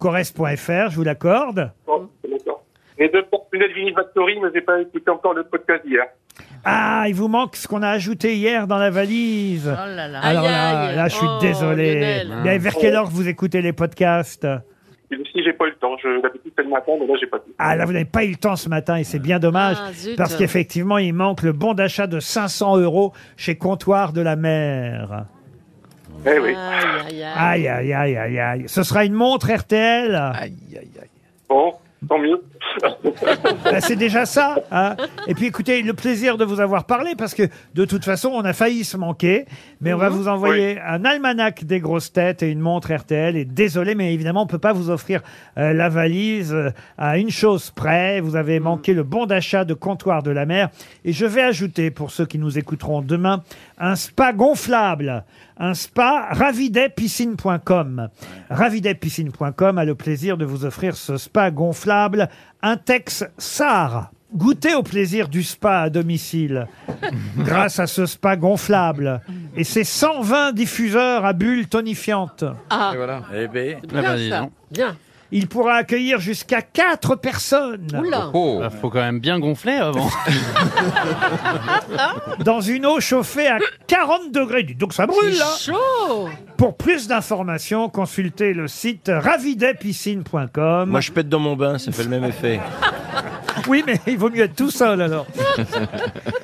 Corres.fr, je vous l'accorde. Bon, Oh, c'est d'accord. Et deux portes lunettes Vinivactory, mais j'ai pas écouté encore le podcast d'hier. Ah, il vous manque ce qu'on a ajouté hier dans la valise. Oh là là. Alors Aïe, là, aïe. là, je suis Oh, désolé. Lionel. Mais vers quelle heure vous écoutez les podcasts Même si j'ai pas eu le temps, je d'habitude c'est le matin, mais là j'ai pas pu. Ah là, vous n'avez pas eu le temps ce matin et c'est bien dommage Ah, zut. parce qu'effectivement, il manque le bon d'achat de 500 euros chez Comptoir de la Mer. Eh oui. Aïe, aïe, aïe. Aïe, aïe, aïe, aïe, aïe. Ce sera une montre RTL Bon, tant mieux. [laughs] Bah, c'est déjà ça. hein. Et puis écoutez, le plaisir de vous avoir parlé parce que de toute façon, on a failli se manquer. Mais on va Mhm. vous envoyer un almanach des grosses têtes et une montre RTL. Et désolé, mais évidemment, on peut pas vous offrir euh, la valise euh, à une chose près. Vous avez manqué le bon d'achat de comptoir de la mer. Et je vais ajouter, pour ceux qui nous écouteront demain, un spa gonflable. Un spa ravidetpiscine.com. Ravidetpiscine.com a le plaisir de vous offrir ce spa gonflable Intex SAR. Goûtez au plaisir du spa à domicile grâce à ce spa gonflable et ses 120 diffuseurs à bulles tonifiantes. Ah, Eh ben, bien ça. Bien. il pourra accueillir jusqu'à quatre personnes. Ah, Faut quand même bien gonfler avant. [laughs] Dans une eau chauffée à 40 degrés. Dites Donc ça Ah, brûle hein. là. C'est chaud Pour plus d'informations, consultez le site ravidetpiscine.com. Moi, je pète dans mon bain, ça fait le même effet. [laughs] Oui, mais il vaut mieux être tout seul [laughs] alors.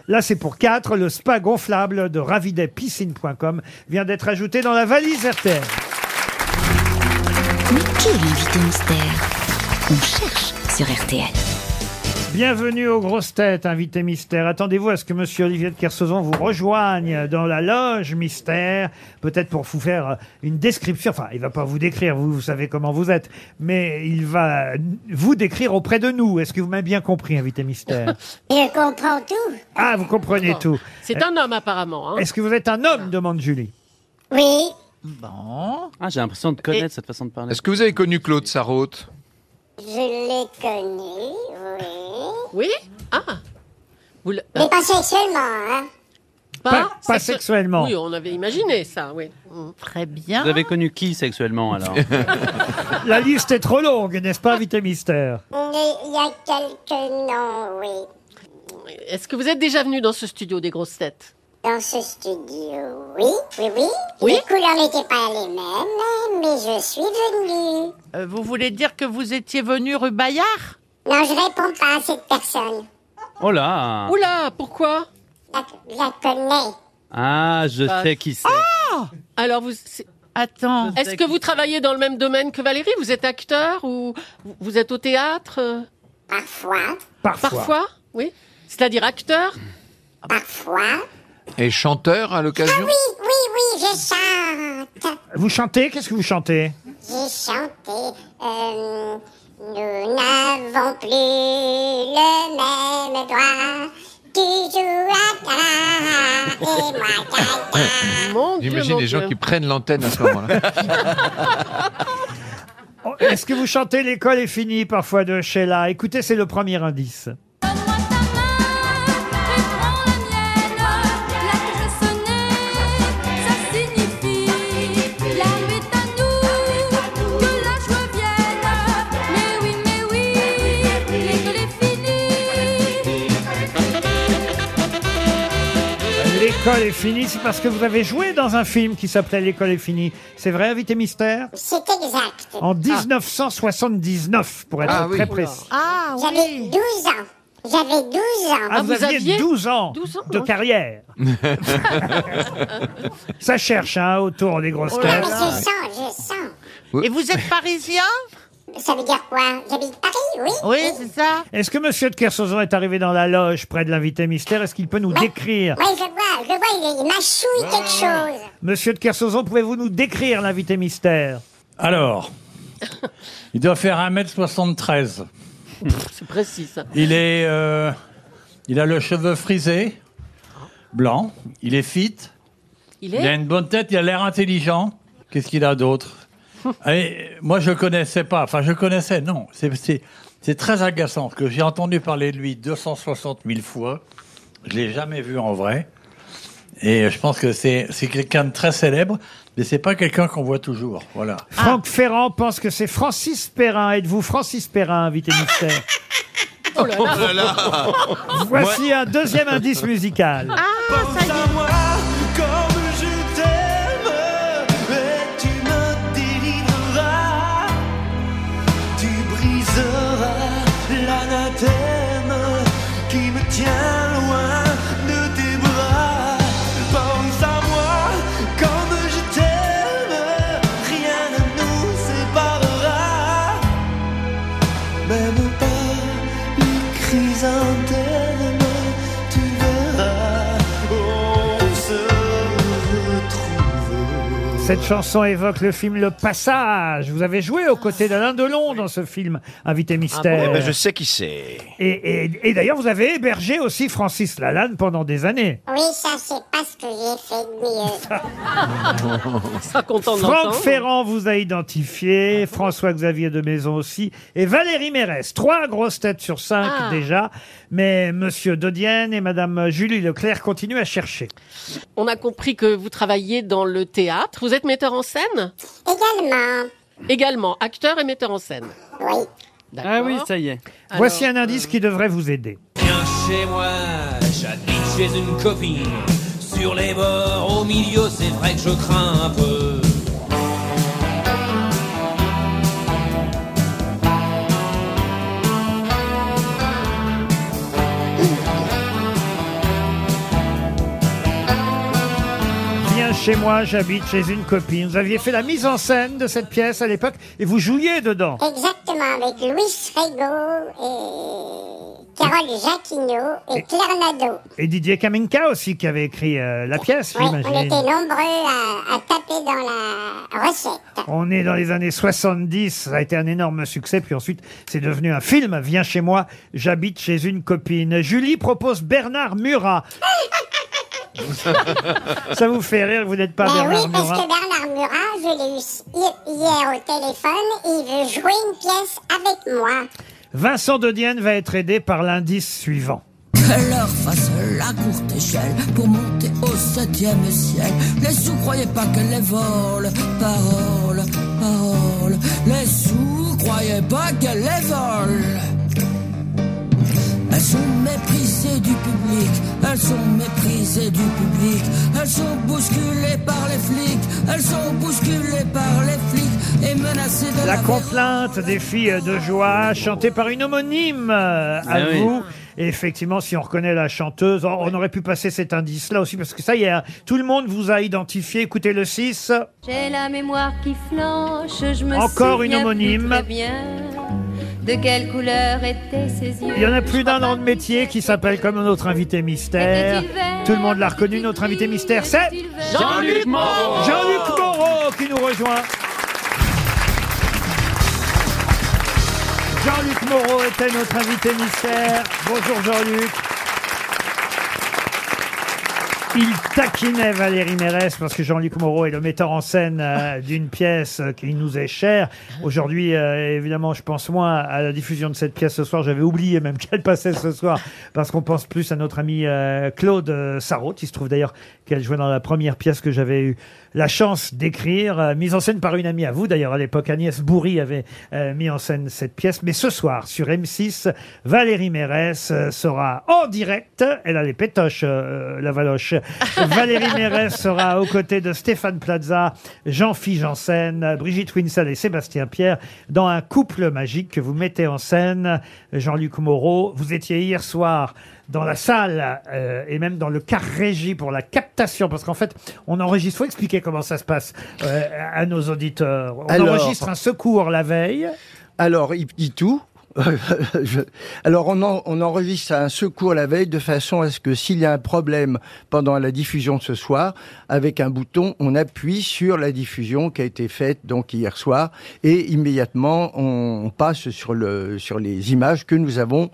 Là, c'est pour 4. Le spa gonflable de ravidetpiscine.com vient d'être ajouté dans la valise RTL. Mais qui est l'invité mystère On cherche sur RTL. Bienvenue aux grosses têtes, invité mystère. Attendez-vous à ce que monsieur Olivier de Kersauzon vous rejoigne dans la loge mystère, peut-être pour vous faire une description. Enfin, il va pas vous décrire, vous, vous savez comment vous êtes, mais il va vous décrire auprès de nous. Est-ce que vous m'avez bien compris, invité mystère Je comprends tout. Ah, vous comprenez tout. C'est un homme apparemment. hein. [laughs] Est-ce que vous êtes un homme demande Julie. Oui. Bon. Ah, j'ai l'impression de connaître cette façon de parler. Est-ce que vous avez connu Claude Sarraute Je l'ai connu, oui. Oui Ah Vous le- Mais pas sexuellement, hein. Pas- pas sexu- sexuellement. Oui, on avait imaginé ça, oui. Mm. Très bien. Vous avez connu qui [laughs] sexuellement alors La liste est trop longue, n'est-ce pas, invité mystère Mais il y a quelques noms, oui. Est-ce que vous êtes déjà venu dans ce studio des grosses têtes Dans ce studio, oui, oui, oui. Oui. Les couleurs n'étaient pas les mêmes, Oh, mais je suis venue. Euh, vous voulez dire que vous étiez venu rue Bayard Non, je réponds pas à cette personne. Oh là Ah. Oula, pourquoi La- Je la connais. Ah, je Ah. sais qui c'est. Alors vous. c'est- Attends. Est-ce que vous travaillez dans le même domaine que Valérie Vous êtes acteur ou vous- vous êtes au théâtre euh, Parfois, Parfois. Parfois, oui. C'est-à-dire acteur parfois. Et chanteur à l'occasion Ah Oui, oui, oui, je chante. Vous chantez Qu'est-ce que vous chantez J'ai chanté. euh, nous n'avons plus le même droit. Tu joues à ta et moi ta Mon Dieu, J'imagine mon les gens Dieu. qui prennent l'antenne à ce moment-là. [laughs] Oh, Est-ce que vous chantez L'école est finie parfois de Sheila Écoutez, c'est le premier indice. Ça signifie l'arme est à nous, que la joie vienne. Mais oui, mais oui, l'école est finie. L'école est finie, c'est parce que vous avez joué dans un film qui s'appelait L'école est finie. C'est vrai, invité mystère C'est exact. En 1979, pour être Ah oui. très précis. Ah J'avais 12 ans. J'avais 12 ans. Ah, vous, vous aviez aviez 12 ans, 12 ans, de hein. carrière. Ça cherche, hein, autour des grosses Oh Ah, là têtes. mais je sens, je sens. Et vous êtes parisien Ça veut dire quoi J'habite Paris, oui Oui, c'est ça. Est-ce que monsieur de Kersauzon est arrivé dans la loge près de l'invité mystère Est-ce qu'il peut nous décrire Oui, je vois, je vois, il, il m'achouille quelque Ah. chose. Monsieur de Kersauzon, pouvez-vous nous décrire l'invité mystère [laughs] Alors, il doit faire 1m73. C'est précis ça. Il est. euh, il a le cheveu frisé, blanc. Il est fit. Il Il a est une bonne tête. Il a l'air intelligent. Qu'est-ce qu'il [laughs] a d'autre Allez, Moi, je connaissais pas. Enfin, je connaissais, non. C'est- C'est c'est très agaçant. parce que J'ai entendu parler de lui 260 000 fois. Je l'ai jamais vu en vrai. Et je pense que c'est c'est quelqu'un de très célèbre, mais c'est pas quelqu'un qu'on voit toujours. Voilà. Franck Ferrand pense que c'est Francis Perrin. Êtes-vous Francis Perrin, invité [laughs] mystère Oh Voici un deuxième indice musical. Comme je t'aime, tu me délivreras, tu briseras l'anathème qui me tient loin de tes bras. Pense à moi, comme je t'aime, rien ne nous séparera, même pas une chrysanthème, tu verras, on se retrouve. Cette chanson évoque le film Le Passage. Vous avez joué aux côtés d'Alain Delon dans ce film, invité Eh mystère. ben, je sais qui c'est. Et, et- et d'ailleurs, vous avez hébergé aussi Francis Lalanne pendant des années. Oui, ça, c'est pas ce que j'ai fait de mieux. pas content de Franck l'entendre. Ferrand vous a identifié, François-Xavier de Maison aussi, et Valérie Mérès. Trois grosses têtes sur cinq Ah. déjà, mais Monsieur Dodienne et Madame Julie Leclerc continuent à chercher. On a compris que vous travaillez dans le théâtre. Vous êtes metteur en scène Également, Également acteur et metteur en scène. Oui. Ah oui, ça y est. Voici un indice qui devrait vous aider. Viens chez moi, j'habite chez une copine. Sur les bords, au milieu, c'est vrai que je crains un peu. Viens chez moi, j'habite chez une copine. Vous aviez fait la mise en scène de cette pièce à l'époque et vous jouiez dedans. Exactement, avec Louis Frigo et Carole Jacquignot et Claire Nadeau. Et Didier Kaminka aussi qui avait écrit euh, la pièce, Oui, on était j'imagine. nombreux à, à taper dans la recette. On est dans les années 70, ça a été un énorme succès, puis ensuite c'est devenu un film. Viens chez moi, j'habite chez une copine. Julie propose [laughs] Bernard Murat. ça vous fait rire, vous n'êtes pas Ben Bernard oui, parce Murat. que Bernard Murat, je l'ai eu hi- hier au téléphone, il veut jouer une pièce avec moi. Vincent Dodienne va être aidé par l'indice suivant. Que leur fasse la courte échelle pour monter au septième ciel. Les sous, croyez pas que les volent, parole, parole. Les sous, croyez pas que les volent. Elles sont méprisées du public, elles sont méprisées du public, elles sont bousculées par les flics, elles sont bousculées par les flics et menacées de La la complainte des filles de joie, chantée par une homonyme euh, à Ah oui. vous. Et effectivement, si on reconnaît la chanteuse, on- on aurait pu passer cet indice-là aussi, parce que ça y est, hein, tout le monde vous a identifié. Écoutez le 6. J'ai la mémoire qui flanche, je me Encore une souviens homonyme. plus très bien de quelle couleur étaient ses yeux. Il y en a plus d'un dans le métier qui s'appelle comme notre invité mystère. Tout le monde l'a reconnu, notre invité mystère, c'est Jean-Luc Moreau. Jean-Luc Moreau qui nous rejoint. Jean-Luc Moreau était notre invité mystère. Bonjour Jean-Luc. Il taquinait Valérie Mérès parce que Jean-Luc Moreau est le metteur en scène euh, d'une pièce euh, qui nous est chère. Aujourd'hui, euh, évidemment, je pense moins à la diffusion de cette pièce ce soir. J'avais oublié même [laughs] qu'elle passait ce soir parce qu'on pense plus à notre ami euh, Claude euh, Sarraute. Il se trouve d'ailleurs qu'elle jouait dans la première pièce que j'avais eu la chance d'écrire, euh, mise en scène par une amie à vous. D'ailleurs, à l'époque, Agnès Bourri avait euh, mis en scène cette pièce. Mais ce soir, sur M6, Valérie Mérès euh, sera en direct. Elle a les pétoches, euh, la valoche. Valérie Mérès sera aux côtés de Stéphane Plaza, Jean-Philippe Janssen, Brigitte Winsel et Sébastien Pierre dans un couple magique que vous mettez en scène. Jean-Luc Moreau, vous étiez hier soir dans la salle euh, et même dans le car régie pour la captation parce qu'en fait on enregistre faut expliquer comment ça se passe euh, à nos auditeurs on Alors- enregistre un secours la veille Alors, il dit tout. Je- [laughs] Alors, on, en- on enregistre un secours la veille de façon à ce que s'il y a un problème pendant la diffusion de ce soir, avec un bouton, on appuie sur la diffusion qui a été faite donc hier soir et immédiatement on, on passe sur, le, sur les images que nous avons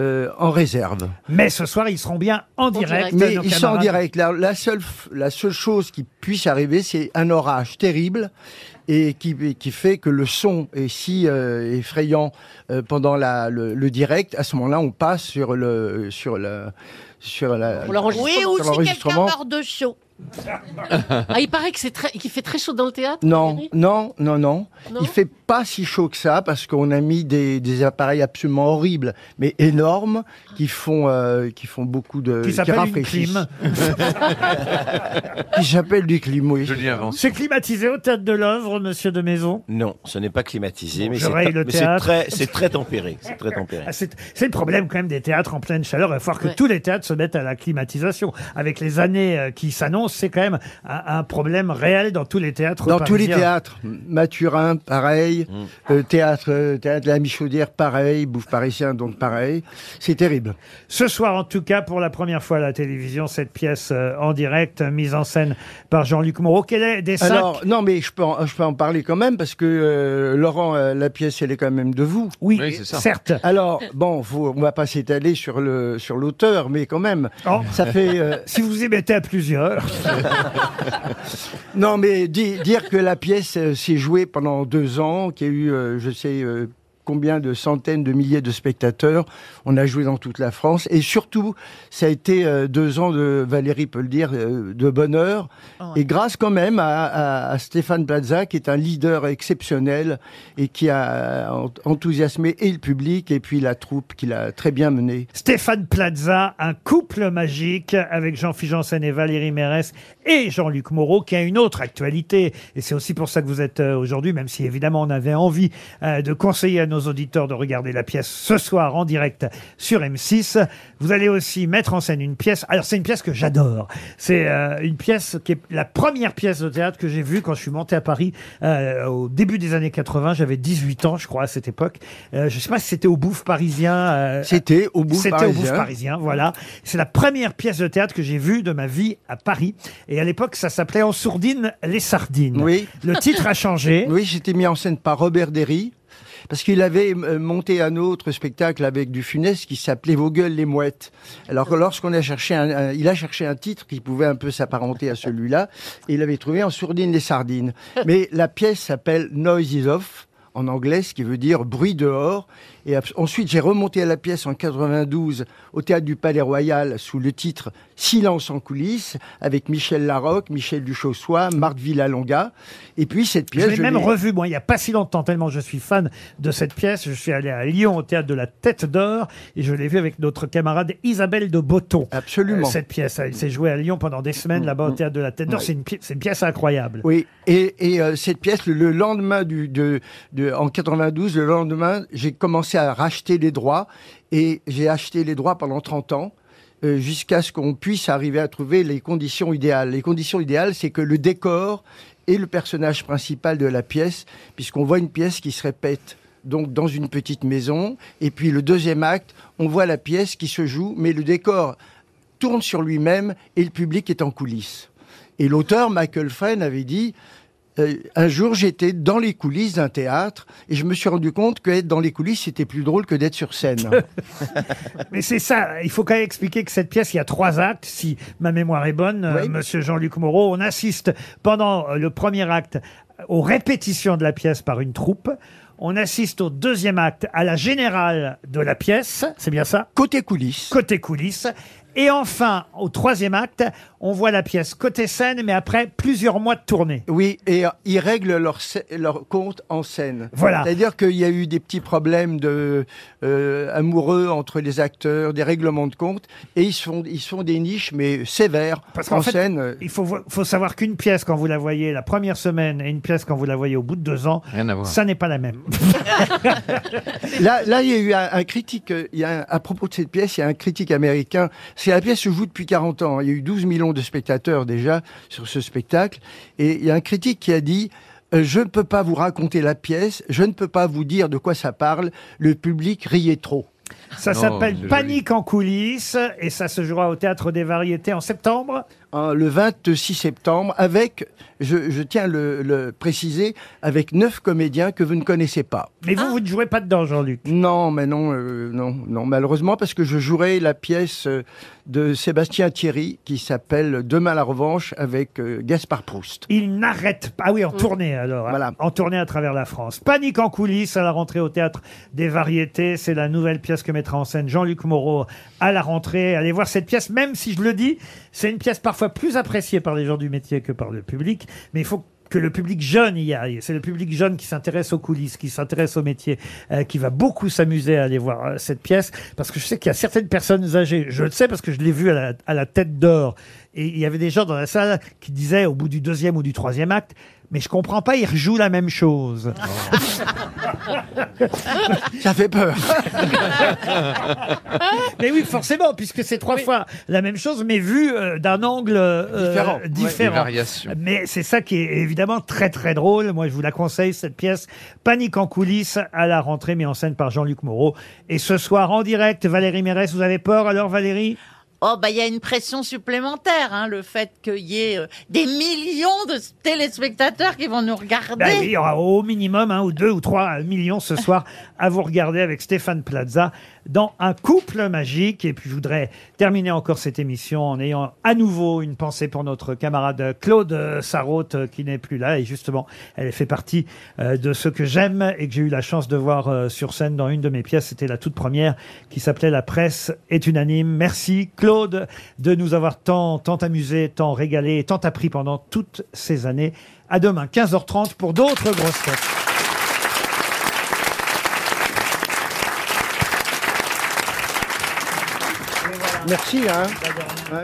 euh, en réserve. mais ce soir ils seront bien en, direct, Mais nos ils sont en camarades. direct. La, la seule, f- la seule chose qui puisse arriver, c'est un orage terrible et qui, et qui fait que le son est si euh, effrayant euh, pendant la, le, le direct. À ce moment-là, on passe sur le sur le sur la Oui, ou sur si quelqu'un l'enregistrement. meurt de chaud. [laughs] Ah, il paraît que c'est très, qu'il fait très chaud dans le théâtre. Non, non, non, non, Non Il fait pas si chaud que ça parce qu'on a mis des, des appareils absolument horribles, mais énormes, qui font euh, qui font beaucoup de Qui s'appelle une rafraîchissent. clim. [laughs] qui s'appelle du clim, oui. c'est climatisé au théâtre de l'œuvre monsieur de maison Non, ce n'est pas climatisé, Bon, mais je c'est raye ta- le mais c'est théâtre. très, c'est très tempéré. C'est très tempéré. Ah, C'est c'est le problème quand même des théâtres en pleine chaleur. Il va falloir que Ouais. tous les théâtres se mettent à la climatisation. Avec les années euh, qui s'annoncent, c'est quand même un, un problème réel dans tous les théâtres. Dans tous les parisiens. théâtres, Mathurin, pareil, Euh, théâtre, euh, théâtre de la Michaudière, pareil, Bouffe parisien, donc pareil. C'est terrible. Ce soir, en tout cas, pour la première fois à la télévision, cette pièce euh, en direct, euh, mise en scène par Jean-Luc Moreau. Quel est des cinq Alors, non, mais je peux, en, je peux en parler quand même parce que euh, Laurent, euh, la pièce, elle est quand même de vous. Oui, Oui, c'est ça. certes. Alors, bon, faut, on va pas s'étaler sur le sur l'auteur, mais quand même, ça fait. euh, Oh. [laughs] Si vous y mettez à plusieurs. non, mais di- dire que la pièce euh, s'est jouée pendant deux ans, qu'il y a eu, euh, je sais. euh, combien de centaines de milliers de spectateurs. On a joué dans toute la France. Et surtout, ça a été euh, deux ans de, Valérie peut le dire, euh, de bonheur. Et grâce quand même à, à- à Stéphane Plaza, qui est un leader exceptionnel et qui a euh, en- enthousiasmé et le public et puis la troupe qu'il a très bien menée. Stéphane Plaza, un couple magique avec Jean-Philippe Janssen et Valérie Mérès et Jean-Luc Moreau qui a une autre actualité. Et c'est aussi pour ça que vous êtes euh, aujourd'hui, même si évidemment on avait envie euh, de conseiller à nos auditeurs de regarder la pièce ce soir en direct sur M6. Vous allez aussi mettre en scène une pièce. Alors c'est une pièce que j'adore. C'est euh, une pièce qui est la première pièce de théâtre que j'ai vue quand je suis monté à Paris euh, au début des années 80. J'avais 18 ans, je crois, à cette époque. Euh, je ne sais pas si c'était au Bouffe Parisien. euh, C'était au Bouffe c'était au Bouffe Parisien. Parisien, voilà. C'est la première pièce de théâtre que j'ai vue de ma vie à Paris. Et à l'époque, ça s'appelait En sourdine, les sardines. Oui. Le titre a changé. [laughs] Oui, j'étais mis en scène par Robert Derry. Parce qu'il avait euh, monté un autre spectacle avec du funeste qui s'appelait Vos gueules les mouettes. Alors que lorsqu'on a cherché un, un- il a cherché un titre qui pouvait un peu s'apparenter à celui-là, et il avait trouvé en sourdine les sardines. Mais la pièce s'appelle Noise is off en anglais, ce qui veut dire bruit dehors. Et abs- ensuite, j'ai remonté à la pièce en 92 au théâtre du Palais Royal sous le titre Silence en coulisses avec Michel Larocque, Michel Duchaussois, Marthe Villalonga. Et puis cette pièce, je l'ai même l'ai- revu, moi, il n'y a pas si longtemps, tellement je suis fan de cette pièce. Je suis allé à Lyon au théâtre de la Tête d'Or et je l'ai vu avec notre camarade Isabelle de Botton. Euh, Absolument. Mm, cette pièce, elle s'est jouée à Lyon pendant des semaines là-bas au théâtre de la Tête d'Or. Oui. C'est une, pi- c'est une pièce incroyable. Oui, et, et, euh, cette pièce, le, le lendemain du, de, de- en 92, le lendemain, j'ai commencé à racheter les droits et j'ai acheté les droits pendant 30 ans. euh, jusqu'à ce qu'on puisse arriver à trouver les conditions idéales. Les conditions idéales, c'est que le décor est le personnage principal de la pièce, puisqu'on voit une pièce qui se répète donc dans une petite maison, et puis le deuxième acte, on voit la pièce qui se joue, mais le décor tourne sur lui-même et le public est en coulisses. Et l'auteur, Michael Frayn, avait dit euh, Un jour, j'étais dans les coulisses d'un théâtre et je me suis rendu compte qu'être dans les coulisses, c'était plus drôle que d'être sur scène. [laughs] Mais c'est ça, il faut quand même expliquer que cette pièce, il y a trois actes, si ma mémoire est bonne, euh, monsieur Jean-Luc Moreau. On assiste pendant euh, le premier acte aux répétitions de la pièce par une troupe. On assiste au deuxième acte, à la générale de la pièce, c'est bien ça Côté coulisses. Côté coulisses. Et enfin, au troisième acte, on voit la pièce côté scène, mais après plusieurs mois de tournée. Oui, et euh, ils règlent leur, sc- leur compte en scène. Voilà. C'est-à-dire qu'il y a eu des petits problèmes de, euh, amoureux entre les acteurs, des règlements de compte, et ils se font, ils se font des niches, mais sévères, Parce qu'en en fait, scène. euh, il faut, vo- faut savoir qu'une pièce, quand vous la voyez la première semaine, et une pièce, quand vous la voyez au bout de deux ans, Rien à voir. ça n'est pas la même. Là, là, il y a eu un, un critique, euh, il y a un- à propos de cette pièce, il y a un critique américain. C'est la pièce se joue depuis 40 ans. Il y a eu 12 millions de spectateurs déjà sur ce spectacle. Et il y a un critique qui a dit, euh, je ne peux pas vous raconter la pièce, je ne peux pas vous dire de quoi ça parle, le public riait trop. Ça s'appelle Panique en coulisses et ça se jouera au Théâtre des Variétés en septembre. hein, le 26 septembre avec, je, je tiens le, le préciser, avec neuf comédiens que vous ne connaissez pas. Mais vous, [laughs] vous ne jouez pas dedans, Jean-Luc Non, mais non, euh, non, non, malheureusement, parce que je jouerai la pièce euh, de Sébastien Thierry qui s'appelle Demain la revanche avec euh, Gaspard Proust. Il n'arrête pas. Ah oui, en tournée alors. hein. En tournée à travers la France. Panique en coulisses à la rentrée au Théâtre des Variétés. C'est la nouvelle pièce que mettra en scène Jean-Luc Moreau à la rentrée. Allez voir cette pièce, même si je le dis, c'est une pièce parfois plus appréciée par les gens du métier que par le public. Mais il faut que le public jeune y aille. C'est le public jeune qui s'intéresse aux coulisses, qui s'intéresse au métier, euh, qui va beaucoup s'amuser à aller voir euh, cette pièce. Parce que je sais qu'il y a certaines personnes âgées, je le sais parce que je l'ai vu à la, à la tête d'or. Et il y avait des gens dans la salle qui disaient au bout du deuxième ou du troisième acte, mais je comprends pas, ils rejouent la même chose. Oh. [laughs] Ça fait peur. [laughs] mais oui, forcément, puisque c'est trois fois la même chose, mais vue euh, d'un angle euh, Différent. Ouais. différent. Des variations. Mais c'est ça qui est évidemment très très drôle. Moi, je vous la conseille, cette pièce Panique en coulisses à la rentrée, mise en scène par Jean-Luc Moreau. Et ce soir, en direct, Valérie Mérès, vous avez peur alors, Valérie Oh, bah, il y a une pression supplémentaire, hein, le fait qu'il y ait euh, des millions de téléspectateurs qui vont nous regarder. Bah oui, il y aura au minimum un ou deux ou trois millions ce soir à vous regarder avec Stéphane Plaza, dans Un couple magique. Et puis je voudrais terminer encore cette émission en ayant à nouveau une pensée pour notre camarade Claude Sarraute euh, qui n'est plus là. Et justement, elle fait partie euh, de ceux que j'aime et que j'ai eu la chance de voir euh, sur scène dans une de mes pièces. C'était la toute première qui s'appelait La presse est unanime. Merci Claude de nous avoir tant, tant amusé, tant régalé, tant appris pendant toutes ces années. À demain, 15h30 pour d'autres grosses têtes. Merci. Hein. Ouais.